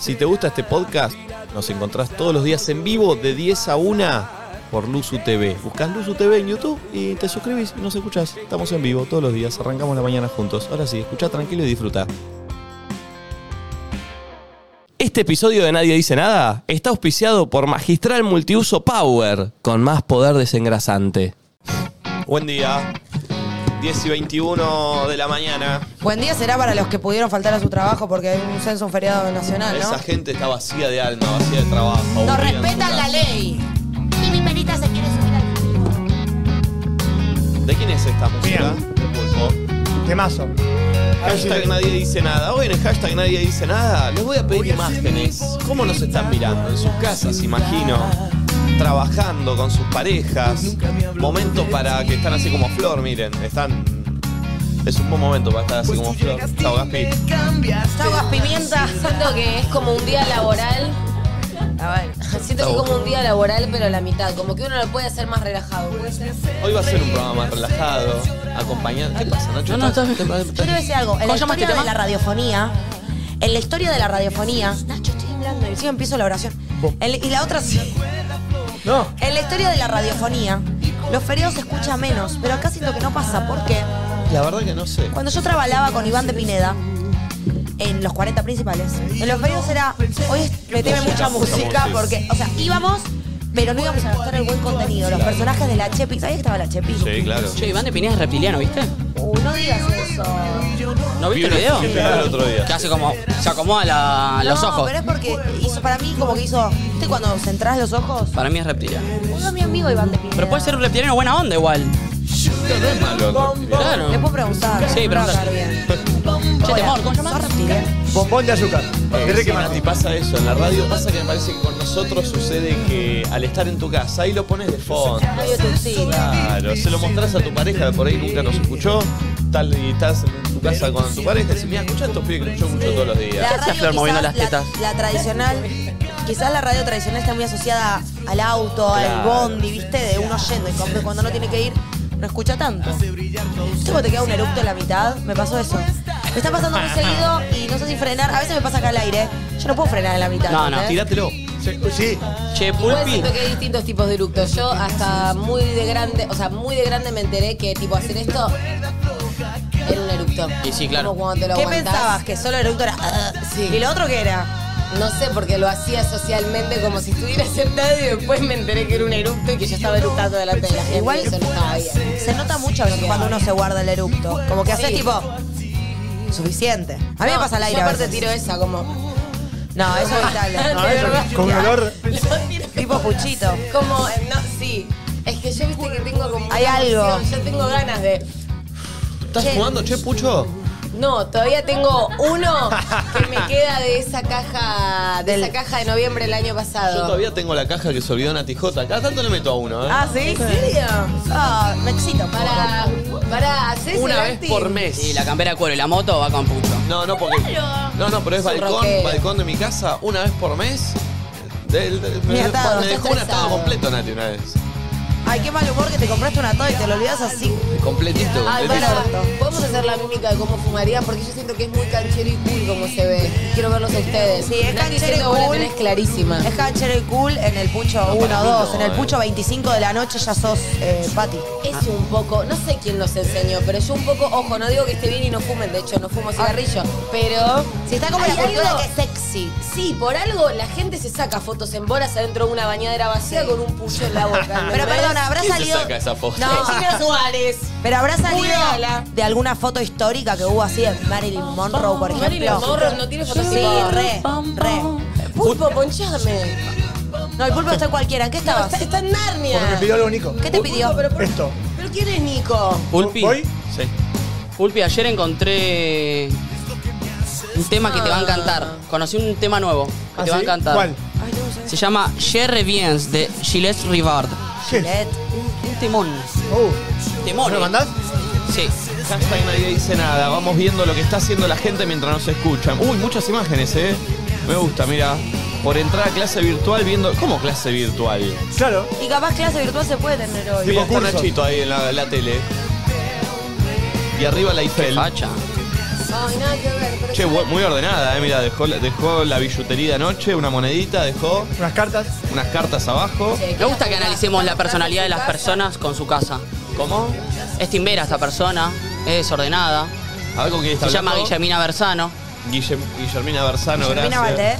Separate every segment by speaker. Speaker 1: Si te gusta este podcast, nos encontrás todos los días en vivo de 10 a 1 por Luzu TV. Buscás Luzu TV en YouTube y te suscribís y nos escuchás. Estamos en vivo todos los días, arrancamos la mañana juntos. Ahora sí, escuchá tranquilo y disfruta. Este episodio de Nadie Dice Nada está auspiciado por Magistral Multiuso Power, con más poder desengrasante. Buen día. 10 y 21 de la mañana.
Speaker 2: Buen día será para los que pudieron faltar a su trabajo porque hay un censo, un feriado nacional, ¿no?
Speaker 1: Esa gente está vacía de alma, vacía de trabajo.
Speaker 2: No
Speaker 1: aburrida en su
Speaker 2: respetan la
Speaker 1: casa.
Speaker 2: ley.
Speaker 3: Y mi perita se quiere subir al vivo.
Speaker 1: ¿De quién es esta música?
Speaker 4: Bien.
Speaker 1: De Pulpo.
Speaker 4: Temazo.
Speaker 1: Hashtag nadie dice nada. Hoy en el hashtag nadie dice nada les voy a pedir imágenes. ¿Cómo nos están mirando? En sus casas, imagino. Trabajando con sus parejas. Momento para que están así como flor, miren. Están. Es un buen momento para estar así como flor. Chao, Gaspi.
Speaker 2: Aguas pimienta.
Speaker 5: Siento que es como un día laboral.
Speaker 2: A ver.
Speaker 5: Siento que es como un día laboral, pero la mitad. Como que uno lo puede hacer más relajado. puede ser.
Speaker 1: Hoy va a ser un programa más relajado, acompañado. ¿Qué pasa, Nacho? No, no,
Speaker 2: Yo quiero decir algo. En la historia de la radiofonía, en la historia de la radiofonía, Nacho, estoy hablando y yo empiezo la oración. En- y la otra sí.
Speaker 4: No.
Speaker 2: En la historia de la radiofonía, los feriados se escucha menos, pero acá siento que no pasa. ¿Por qué?
Speaker 1: La verdad que no sé.
Speaker 2: Cuando yo trabajaba con Iván de Pineda, en los 40 principales, en los feriados era, hoy es- meteme mucha música, porque, o sea, íbamos, pero no íbamos a gastar el buen contenido, los personajes de la Chepi, ¿sabías que estaba la Chepi?
Speaker 1: Sí, claro.
Speaker 6: Che, Iván de Pineda es reptiliano, ¿viste?
Speaker 2: Uy, no digas eso.
Speaker 6: ¿No
Speaker 1: Vi
Speaker 6: viste el
Speaker 1: una
Speaker 6: video?
Speaker 1: foto del otro día.
Speaker 6: Que hace como. Se acomoda la- Ah, los
Speaker 2: no,
Speaker 6: ojos.
Speaker 2: pero es porque hizo, para mí como que hizo, ¿viste cuando centrás los ojos?
Speaker 6: Para mí es reptiliano.
Speaker 2: Uno mi amigo Iván de Pineda.
Speaker 6: Pero puede ser un reptiliano buena onda igual.
Speaker 1: No es malo.
Speaker 6: Claro.
Speaker 2: Le puedo preguntar.
Speaker 6: Sí,
Speaker 2: pero
Speaker 6: preguntale. Che, temor, ¿cómo se llama?
Speaker 4: Bombón de azúcar. De Ricky
Speaker 1: Eh, Sí,
Speaker 4: Martin.
Speaker 1: Nati, pasa eso, en la radio pasa que me parece que con nosotros sucede que al estar en tu casa ahí lo pones de fondo. Claro, se lo mostrás a tu pareja, por ahí nunca nos escuchó, tal y estás en tu casa con tu pareja y decís, mira, escuchá a estos pibes que yo escucho todos los días.
Speaker 6: La- Esa flor moviendo las tetas.
Speaker 2: La, tradicional, quizás la radio tradicional está muy asociada al auto, al
Speaker 1: Claro.
Speaker 2: bondi, viste, de uno yendo y cuando, cuando no tiene que ir no escucha tanto. ¿Viste cuando te queda un eructo en la mitad? Me pasó eso. Me está pasando muy seguido y no sé si frenar. A veces me pasa acá al aire. Yo no puedo frenar en la mitad.
Speaker 6: No, no,
Speaker 2: ¿entendés?
Speaker 1: Tirátelo.
Speaker 4: Sí, sí.
Speaker 6: Che,
Speaker 5: Igual
Speaker 6: Pulpi.
Speaker 5: siento que hay distintos tipos de eructos. Yo hasta muy de grande, o sea, muy de grande me enteré que tipo hacer esto era un eructo.
Speaker 6: Y sí, claro.
Speaker 5: Como cuando te lo
Speaker 2: ¿Qué
Speaker 5: aguantás.
Speaker 2: pensabas? Que solo el eructo era. "Ah"?
Speaker 5: Sí.
Speaker 2: ¿Y lo otro qué era?
Speaker 5: No sé, porque lo hacía socialmente como si estuviera sentado y después me enteré que era un eructo y que yo estaba eructando delante de la gente.
Speaker 2: Igual-
Speaker 5: y eso no estaba bien.
Speaker 2: Se nota mucho a veces cuando uno se guarda el eructo. Como que haces
Speaker 5: Sí.
Speaker 2: tipo. Suficiente. A mí me
Speaker 5: No,
Speaker 2: pasa al aire.
Speaker 5: Yo
Speaker 2: a
Speaker 5: aparte
Speaker 2: veces.
Speaker 5: tiro esa como.
Speaker 2: No, eso es
Speaker 5: De
Speaker 2: vital.
Speaker 4: No, eso,
Speaker 5: verdad.
Speaker 4: con olor.
Speaker 5: Lo tiro
Speaker 2: Tipo puchito.
Speaker 5: Como, eh, no, sí. Es que yo viste que tengo como. una
Speaker 2: Hay algo.
Speaker 5: emoción, Yo tengo ganas de.
Speaker 1: ¿Estás
Speaker 5: Che.
Speaker 1: fumando, che, pucho?
Speaker 5: No, todavía tengo uno que me queda de esa caja. De esa caja de noviembre del año pasado.
Speaker 1: Yo todavía tengo la caja que se olvidó Nati J. Cada tanto le meto a uno, ¿eh?
Speaker 2: Ah, ¿sí?
Speaker 5: serio?
Speaker 2: Ah, me excito.
Speaker 5: Para. Para hacer
Speaker 1: Una vez por
Speaker 6: Y
Speaker 1: mes.
Speaker 6: la campera de cuero y la moto va con pucho.
Speaker 1: No, no, porque. No, no, pero es
Speaker 5: Es un
Speaker 1: balcón,
Speaker 5: rockero.
Speaker 1: balcón de mi casa, una vez por mes. Del- del-
Speaker 2: Ni atado,
Speaker 1: me dejó
Speaker 5: está
Speaker 1: un atado
Speaker 5: estresado.
Speaker 1: completo, Nati, una vez.
Speaker 2: Ay, qué mal humor que te compraste un atado y te lo olvidas así.
Speaker 1: Completito,
Speaker 5: Ay,
Speaker 1: completito.
Speaker 5: para. Podemos hacer la mímica de cómo fumaría porque yo siento que es muy canchero y cool como se ve. Quiero verlos a ustedes.
Speaker 2: Sí, es
Speaker 5: Nati,
Speaker 2: canchero y
Speaker 5: siento que vos la
Speaker 2: cool.
Speaker 5: tenés clarísima.
Speaker 2: Es canchero y cool en el pucho 1
Speaker 1: para mí
Speaker 2: 2.
Speaker 1: no,
Speaker 2: En el
Speaker 1: eh.
Speaker 2: pucho 25 de la noche ya sos eh, Pati.
Speaker 5: Es un poco, no sé quién los enseñó, pero yo un poco, ojo, no digo que esté bien y no fumen, de hecho no fumo cigarrillo, pero...
Speaker 2: Si Ah. está como
Speaker 5: hay
Speaker 2: la cultura
Speaker 5: algo-
Speaker 2: que es sexy.
Speaker 5: Sí, por algo la gente se saca fotos en bolas adentro de una bañadera vacía con un puyo en la boca.
Speaker 2: Pero perdona, habrá
Speaker 1: ¿Quién se
Speaker 2: salido.
Speaker 1: saca esa foto?
Speaker 2: No.
Speaker 5: Cristina Suárez.
Speaker 2: Pero habrá salido
Speaker 5: Googleala.
Speaker 2: de alguna foto histórica que hubo así de Marilyn Monroe, por ejemplo.
Speaker 5: Marilyn Monroe no tiene fotos
Speaker 2: Sí,
Speaker 5: tipo-
Speaker 2: re, re.
Speaker 5: Pulpo, ponchame.
Speaker 2: No, el pulpo está cualquiera. ¿En qué
Speaker 5: No,
Speaker 2: estabas?
Speaker 5: está, está en Narnia.
Speaker 1: Ah.
Speaker 4: Porque me pidió algo Nico.
Speaker 2: ¿Qué te pidió?
Speaker 5: Pero, por-
Speaker 4: Esto.
Speaker 5: ¿Pero quién es Nico?
Speaker 6: Pulpi.
Speaker 4: Voy.
Speaker 1: Sí.
Speaker 6: Pulpi, ayer encontré. Un tema que te va a encantar. Conocí un tema nuevo que
Speaker 4: ¿Ah,
Speaker 6: te va a
Speaker 4: sí?
Speaker 6: encantar.
Speaker 4: ¿Cuál?
Speaker 6: Se llama Jerry Viens de Gilles Rivard.
Speaker 2: Let.
Speaker 6: Un temón.
Speaker 4: Oh. ¿Me
Speaker 6: Temón. eh.
Speaker 4: lo mandás?
Speaker 6: Sí.
Speaker 1: Hashtag nadie dice nada. Vamos viendo lo que está haciendo la gente mientras nos escuchan. Uy, muchas imágenes, ¿eh? Me gusta, mira. Por entrar a clase virtual viendo. ¿Cómo clase virtual?
Speaker 4: Claro.
Speaker 2: Y capaz clase virtual se puede tener hoy.
Speaker 1: Mira, está
Speaker 4: curso.
Speaker 1: Nachito ahí en la, la tele. Y arriba la Eiffel.
Speaker 6: Facha.
Speaker 5: Ay, nada que ver. pero
Speaker 1: Che, bu- muy ordenada, eh, mira, dejó, la- dejó la billutería de anoche, una monedita, dejó
Speaker 4: Unas cartas.
Speaker 1: unas cartas abajo.
Speaker 5: Che,
Speaker 6: Me gusta que
Speaker 5: la-
Speaker 6: analicemos la personalidad de las
Speaker 5: casa,
Speaker 6: personas con su casa.
Speaker 1: ¿Cómo?
Speaker 6: Es timbera esta persona, es desordenada.
Speaker 1: A ver con quién está
Speaker 6: Se llama
Speaker 1: hablando.
Speaker 6: Guillemina Versano.
Speaker 1: Guillem- Guillermina
Speaker 6: Ah,
Speaker 1: Bersano,
Speaker 2: Germina
Speaker 1: gracias.
Speaker 2: Valdés.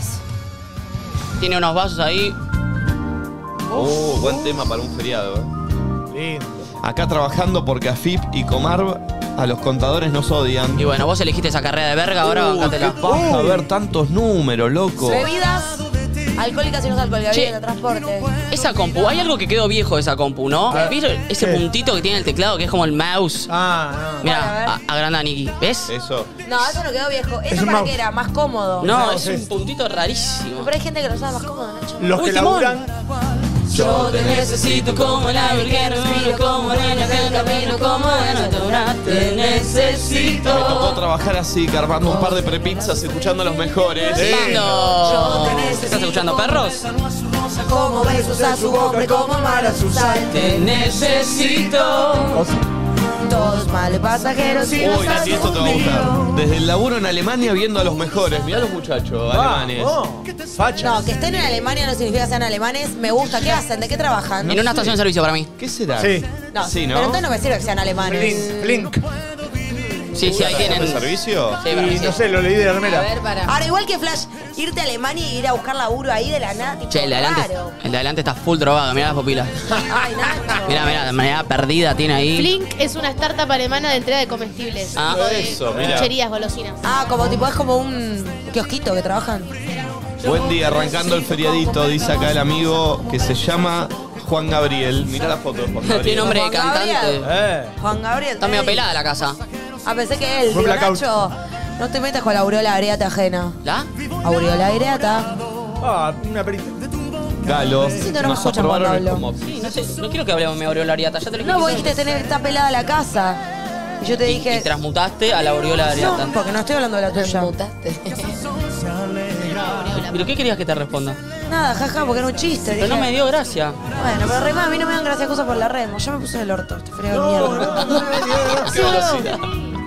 Speaker 6: Tiene unos vasos ahí.
Speaker 1: Uh, buen tema para un feriado, eh.
Speaker 4: Lindo.
Speaker 1: Acá trabajando porque AFIP y Comarb a los contadores nos odian.
Speaker 6: Y bueno, vos elegiste esa carrera de verga, ahora
Speaker 1: Uh, qué
Speaker 6: bancátela.
Speaker 1: paja ver tantos números, loco.
Speaker 2: Bebidas alcohólicas y no alcohólicas.
Speaker 6: Che.
Speaker 2: Bebidas de transporte.
Speaker 6: Esa compu, hay algo que quedó viejo de esa compu, ¿no?
Speaker 4: Ah.
Speaker 6: ¿Viste ese
Speaker 4: ¿Qué?
Speaker 6: puntito que tiene el teclado que es como el mouse?
Speaker 4: Ah, no.
Speaker 6: Mira,
Speaker 2: a
Speaker 6: agranda Niki, ¿ves?
Speaker 1: Eso.
Speaker 2: No, eso no quedó viejo. ¿Eso
Speaker 4: Es un
Speaker 2: para
Speaker 4: mouse.
Speaker 2: qué era? Más cómodo.
Speaker 6: No,
Speaker 4: no,
Speaker 6: es
Speaker 4: sí.
Speaker 6: un puntito rarísimo.
Speaker 2: Pero hay gente que lo sabe más cómodo, Nacho.
Speaker 4: Los
Speaker 6: Uy,
Speaker 4: que
Speaker 6: Timón.
Speaker 4: laburan.
Speaker 6: Yo te necesito como la virgen, respiro como reina del camino, como la natural, te
Speaker 1: Me tocó
Speaker 6: necesito.
Speaker 1: trabajar así, cargando un par de prepizzas, escuchando a los mejores.
Speaker 6: Lindo. ¿Estás escuchando perros?
Speaker 2: Como besos a su hombre, como mal a Oh, su sal.
Speaker 6: Te necesito.
Speaker 2: Todos males pasajeros y
Speaker 1: Uy, Nati, esto te va a gustar. Desde el laburo en Alemania viendo a los mejores. Mirá los muchachos alemanes.
Speaker 4: Oh, facha.
Speaker 2: No, que estén en Alemania no significa que sean alemanes. Me gusta. ¿Qué hacen? ¿De qué trabajan?
Speaker 6: En una estación de servicio para mí.
Speaker 1: ¿Qué será?
Speaker 4: Sí.
Speaker 2: No,
Speaker 1: Sí, ¿no?
Speaker 2: pero entonces no me sirve que sean alemanes.
Speaker 4: Blink. Blink.
Speaker 6: Sí, sí, ahí tienen.
Speaker 1: ¿De
Speaker 6: Sí,
Speaker 1: servicio?
Speaker 6: para mí
Speaker 4: Y
Speaker 6: sí.
Speaker 4: no sé, lo leí de la
Speaker 5: A
Speaker 4: remera.
Speaker 5: ver, para.
Speaker 2: Ahora, igual que Flash, irte a Alemania y ir a buscar laburo ahí de la nada, tipo,
Speaker 6: Che, el de adelante,
Speaker 2: raro.
Speaker 6: el de adelante está full drogado, mirá las pupilas.
Speaker 2: Ay, Nacho.
Speaker 6: Mirá, mirá, de manera perdida tiene ahí.
Speaker 3: Flink es una startup alemana de entrega de comestibles.
Speaker 6: Ah,
Speaker 3: Tipo de
Speaker 1: eso, mira.
Speaker 3: Chucherías, golosinas.
Speaker 2: Ah, como tipo, es como un kiosquito que trabajan.
Speaker 1: Buen día, arrancando el feriadito, dice acá el amigo que se llama Juan Gabriel. Mirá la foto de Juan Gabriel.
Speaker 6: Tiene nombre de
Speaker 2: Juan Gabriel.
Speaker 6: cantante.
Speaker 4: Eh.
Speaker 2: Juan Gabriel.
Speaker 6: Está medio
Speaker 2: Teddy.
Speaker 6: pelada la casa.
Speaker 2: Ah, pensé que él.
Speaker 4: Fue
Speaker 2: Digo,
Speaker 4: blackout.
Speaker 2: Nacho, no te metas con la aureola areata ajena.
Speaker 6: ¿La?
Speaker 2: Aureola areata.
Speaker 4: Ah, una perita.
Speaker 1: Galo.
Speaker 2: Siento que no me
Speaker 1: Nos
Speaker 2: escuchan cuando
Speaker 1: aprobaron
Speaker 2: hablo.
Speaker 1: como
Speaker 6: Sí, no sé, no quiero que hablemos de aureola Ariata, ya te lo
Speaker 2: No, vos
Speaker 6: dije.
Speaker 2: dijiste tener, está pelada la casa. Y yo te
Speaker 6: Y
Speaker 2: dije.
Speaker 6: transmutaste a la aureola Ariata.
Speaker 2: no, porque no estoy hablando de la tuya.
Speaker 5: Mutaste.
Speaker 6: ¿Pero qué querías que te responda?
Speaker 2: Nada, jaja, porque era un chiste.
Speaker 6: Pero no
Speaker 2: dije.
Speaker 6: me dio gracia.
Speaker 2: Bueno, pero rema, a mí no me dan gracias cosas por la remo. Yo me puse el orto, este frío de mierda.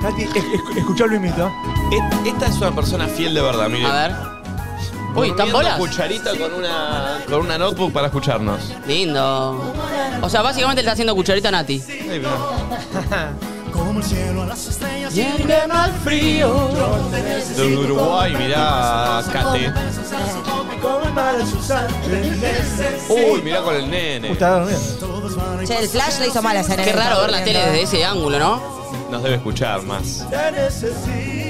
Speaker 4: Nati, es- es- escuchá a Luimito.
Speaker 1: Et- Esta es una persona fiel de verdad, miren.
Speaker 6: A ver. Uy, ¿están
Speaker 1: Durmiendo
Speaker 6: bolas?
Speaker 1: cucharita con una, con una notebook para escucharnos.
Speaker 6: Lindo. O sea, básicamente le está haciendo cucharita a Nati.
Speaker 1: Ahí va. Desde Uruguay, mirá, Kate. Uy, mirá con el nene.
Speaker 4: Está dormido.
Speaker 2: Che, el flash le hizo mal a ese
Speaker 6: Qué
Speaker 2: nene.
Speaker 6: raro ver la
Speaker 2: Está
Speaker 6: tele desde
Speaker 2: durmiendo.
Speaker 6: ese ángulo, ¿no?
Speaker 1: Nos debe escuchar más.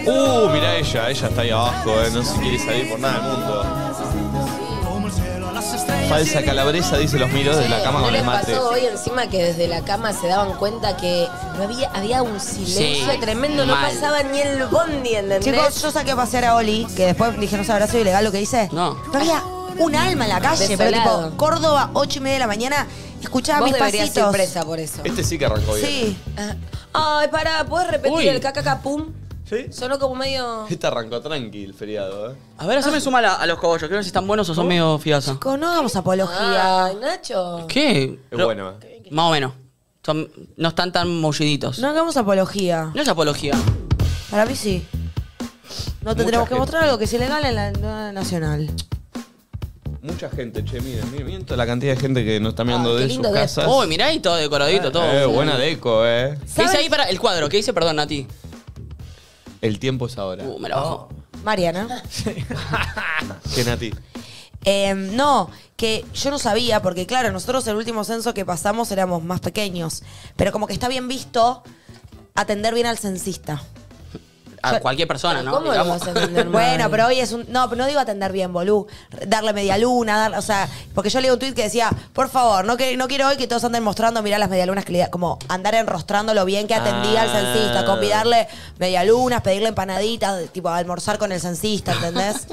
Speaker 1: Uh, mirá ella, ella está ahí abajo, eh, no se quiere salir por nada del mundo. Falsa calabresa, dice los miros de la cama
Speaker 5: ¿No
Speaker 1: con
Speaker 5: les
Speaker 1: el mate.
Speaker 5: pasó hoy encima que desde la cama se daban cuenta que no había, había un silencio
Speaker 6: Sí,
Speaker 5: tremendo? No
Speaker 6: mal.
Speaker 5: pasaba ni el bondi, ¿entendés?
Speaker 2: Chicos, yo saqué a pasear a Oli, que después dije, no sé, habrá sido ilegal lo que hice.
Speaker 6: No.
Speaker 2: había un alma en la calle, pero
Speaker 5: Desolado.
Speaker 2: tipo, Córdoba, 8 y media de la mañana, escuchaba
Speaker 5: Vos
Speaker 2: mis
Speaker 5: deberías
Speaker 2: pasitos.
Speaker 5: ser presa por eso.
Speaker 1: Este sí que arrancó bien.
Speaker 2: Sí.
Speaker 5: Ah. Ay, pará, ¿puedes repetir
Speaker 6: Uy.
Speaker 5: el cacacapum?
Speaker 4: Sí.
Speaker 5: Sonó como medio...
Speaker 1: Este arrancó tranqui el feriado, eh.
Speaker 6: A ver,
Speaker 2: Ah.
Speaker 6: hazme suma a la- a los cogollos. Quiero ver si están buenos o son
Speaker 2: Oh.
Speaker 6: medio fiasa.
Speaker 2: Con- No hagamos apología.
Speaker 5: Ay, Nacho.
Speaker 6: ¿Qué?
Speaker 1: Es bueno, eh.
Speaker 6: Más o menos. Son- no están tan mulliditos.
Speaker 2: No hagamos apología.
Speaker 6: No es apología.
Speaker 2: Para mí sí. No te
Speaker 1: Mucha
Speaker 2: tenemos que
Speaker 1: gente.
Speaker 2: mostrar algo que es ilegal en la en la nacional.
Speaker 1: Mucha gente, che, miren, miren, miren toda la cantidad de gente que nos está mirando
Speaker 5: qué
Speaker 1: de
Speaker 5: lindo
Speaker 1: sus
Speaker 5: que-
Speaker 1: casas.
Speaker 6: Uy, mirá ahí todo decoradito, todo.
Speaker 1: Eh, buena deco, eh.
Speaker 6: ¿Qué dice ahí para el cuadro? ¿Qué dice? Perdón, Nati.
Speaker 1: El tiempo es ahora.
Speaker 6: Uh, me la bajo.
Speaker 2: Mariana.
Speaker 1: ¿Qué, Nati?
Speaker 2: Eh, no, que yo no sabía, porque claro, nosotros el último censo que pasamos éramos más pequeños. Pero como que está bien visto atender bien al censista.
Speaker 6: A cualquier persona, ¿no?
Speaker 5: ¿Cómo lo
Speaker 6: Digamos.
Speaker 5: vas a entender?
Speaker 2: Bueno,
Speaker 5: mal?
Speaker 2: pero hoy es un. No, pero no digo atender bien, bolú. Darle media luna, dar- o sea, porque yo leí un tuit que decía, por favor, no, que, no quiero hoy que todos anden mostrando, mirá las medialunas que le da", Como andar enrostrando lo bien que atendía al
Speaker 6: Ah.
Speaker 2: censista, convidarle medialunas, pedirle empanaditas, tipo almorzar con el censista, ¿entendés?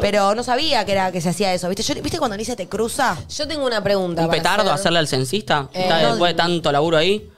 Speaker 2: pero no sabía que era que se hacía eso, ¿viste? Yo- ¿Viste cuando ni se te cruza?
Speaker 5: Yo tengo una pregunta.
Speaker 6: ¿Un
Speaker 5: para
Speaker 6: petardo
Speaker 5: hacer.
Speaker 6: hacerle al censista?
Speaker 5: Eh,
Speaker 6: Está
Speaker 5: no,
Speaker 6: después de tanto laburo ahí.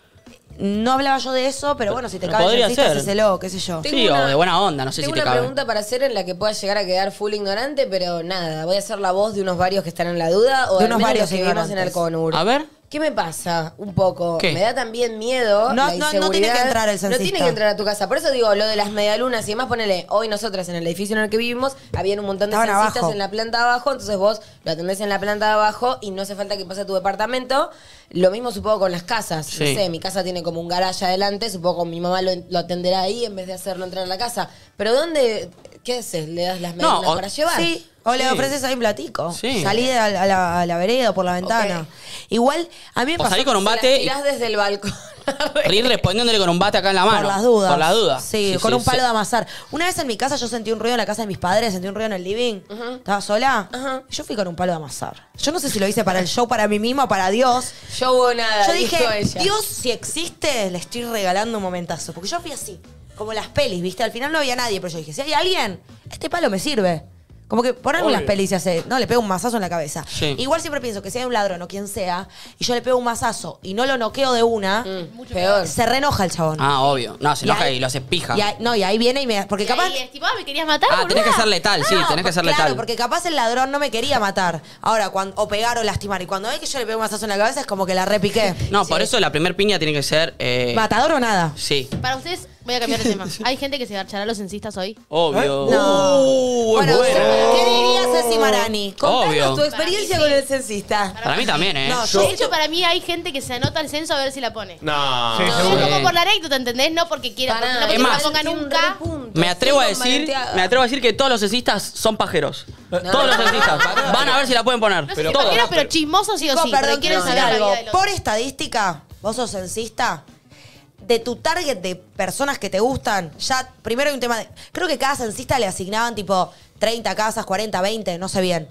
Speaker 2: No hablaba yo de eso, pero bueno, si te
Speaker 6: Pero
Speaker 2: cabe el
Speaker 6: podría
Speaker 2: censista,
Speaker 6: ser.
Speaker 2: hacéselo, qué sé yo.
Speaker 5: Tengo
Speaker 6: Sí, o
Speaker 5: una-
Speaker 6: de buena onda, no sé si
Speaker 5: Tengo
Speaker 6: te
Speaker 5: una
Speaker 6: cabe.
Speaker 5: pregunta para hacer en la que pueda llegar a quedar full ignorante, pero nada, voy a hacer la voz de unos varios que están en la duda o
Speaker 2: De
Speaker 5: al
Speaker 2: unos
Speaker 5: menos
Speaker 2: varios
Speaker 5: los que vivimos en
Speaker 2: ignorantes.
Speaker 5: el CONUR.
Speaker 6: A ver.
Speaker 5: ¿Qué me pasa? Un poco.
Speaker 6: ¿Qué?
Speaker 5: Me da también miedo.
Speaker 2: No-
Speaker 5: la
Speaker 2: no- no tiene que
Speaker 5: inseguridad.
Speaker 2: entrar el
Speaker 5: No tiene
Speaker 2: censista.
Speaker 5: que entrar a tu casa. Por eso digo, lo de las medialunas y demás, ponele. Hoy nosotras en el edificio en el que vivimos, habían un montón de
Speaker 2: Estaban
Speaker 5: censistas
Speaker 2: abajo.
Speaker 5: en la planta de abajo. Entonces vos lo atendés en la planta de abajo y no hace falta que pase a tu departamento. Lo mismo supongo con las casas.
Speaker 6: Sí.
Speaker 5: No sé, mi casa tiene como un garaje adelante. Supongo que mi mamá lo, lo atenderá ahí en vez de hacerlo entrar a la casa. Pero ¿dónde? ¿Qué haces? ¿Le das las medialunas
Speaker 6: o-
Speaker 5: para llevar?
Speaker 2: Sí, o le
Speaker 6: Sí.
Speaker 2: ofreces ahí un platico.
Speaker 6: Sí.
Speaker 2: Salí de- a, la- a la, a la vereda o por la ventana.
Speaker 5: Ok.
Speaker 2: Igual, a mí me
Speaker 6: O
Speaker 2: pasó
Speaker 6: salí con un
Speaker 5: Las
Speaker 6: bate y
Speaker 5: tirás desde el balcón.
Speaker 6: para ir respondiéndole con un bate acá en la mano.
Speaker 2: por las dudas.
Speaker 6: Por las dudas.
Speaker 2: Sí, con un palo de amasar. Una vez en mi casa yo sentí un ruido en la casa de mis padres, sentí un ruido en el living. Estaba sola.
Speaker 5: Ajá.
Speaker 2: Yo fui con un palo de amasar. Yo no sé si lo hice para el show, para mí misma, para Dios.
Speaker 5: Yo hubo nada.
Speaker 2: Yo
Speaker 5: dijo
Speaker 2: dije,
Speaker 5: ella.
Speaker 2: Dios, si existe, le estoy regalando un momentazo. Porque yo fui así, como las pelis, ¿viste? Al final no había nadie, pero yo dije, si hay alguien, este palo me sirve. Como que por algo en las
Speaker 4: Obvio.
Speaker 2: pelis se hace, no, le pego un mazazo en la cabeza.
Speaker 6: Sí.
Speaker 2: Igual siempre pienso que si hay un ladrón o quien sea, y yo le pego un mazazo y no lo noqueo de
Speaker 6: Mm.
Speaker 2: una,
Speaker 5: Peor.
Speaker 2: se renoja el chabón.
Speaker 6: Ah, obvio. No, se
Speaker 2: Y
Speaker 6: enoja
Speaker 2: ahí-
Speaker 6: y lo hace pija.
Speaker 2: Y ahí- no, y ahí viene y me. Porque
Speaker 3: Y
Speaker 2: capaz.
Speaker 3: ahí es tipo, ah, me querías matar,
Speaker 6: Ah, tenés
Speaker 3: boluda.
Speaker 6: que ser letal, sí,
Speaker 2: No,
Speaker 6: tenés que ser
Speaker 2: claro,
Speaker 6: letal.
Speaker 2: porque capaz el ladrón no me quería matar. Ahora, cuando, o pegar o lastimar. Y cuando ve que yo le pego un mazazo en la cabeza, es como que la repiqué.
Speaker 6: No, por eso la primer piña tiene que ser. eh,
Speaker 2: ¿Matador o nada?
Speaker 6: Sí.
Speaker 3: Para ustedes, voy a cambiar de tema. Hay gente que se garchará a los censistas hoy.
Speaker 6: Obvio.
Speaker 2: ¿Eh? No.
Speaker 6: ¿Eh? Uh,
Speaker 2: bueno,
Speaker 6: es buena.
Speaker 2: ¿qué dirías, Ceci Marani?
Speaker 6: Oh. Obvio.
Speaker 5: Contanos tu experiencia con el censista.
Speaker 6: Para mí también, ¿eh?
Speaker 2: No,
Speaker 3: De
Speaker 2: yo.
Speaker 3: hecho, para mí hay gente que se anota al censo a ver si la pone.
Speaker 1: No.
Speaker 4: Sí,
Speaker 3: Es
Speaker 4: seguro.
Speaker 3: como por la anécdota, ¿entendés? No porque quiera,
Speaker 5: Pará.
Speaker 3: porque no porque
Speaker 6: Es
Speaker 3: no la
Speaker 6: más,
Speaker 3: ponga nunca.
Speaker 6: Me atrevo a decir, me atrevo a decir que todos los censistas son pajeros. Todos los censistas van a ver si la pueden poner.
Speaker 3: No sé
Speaker 6: Pero
Speaker 3: si pajeros,
Speaker 6: todos.
Speaker 3: pero chismosos sí o
Speaker 2: Chico,
Speaker 3: sí.
Speaker 2: perdón,
Speaker 3: porque quieren
Speaker 2: quiero
Speaker 3: saber
Speaker 2: decir
Speaker 3: la vida
Speaker 2: algo.
Speaker 3: del otro.
Speaker 2: Por estadística, vos sos censista, de tu target de personas que te gustan, ya primero hay un tema de. Creo que cada censista le asignaban tipo 30 casas, 40, 20, no sé bien.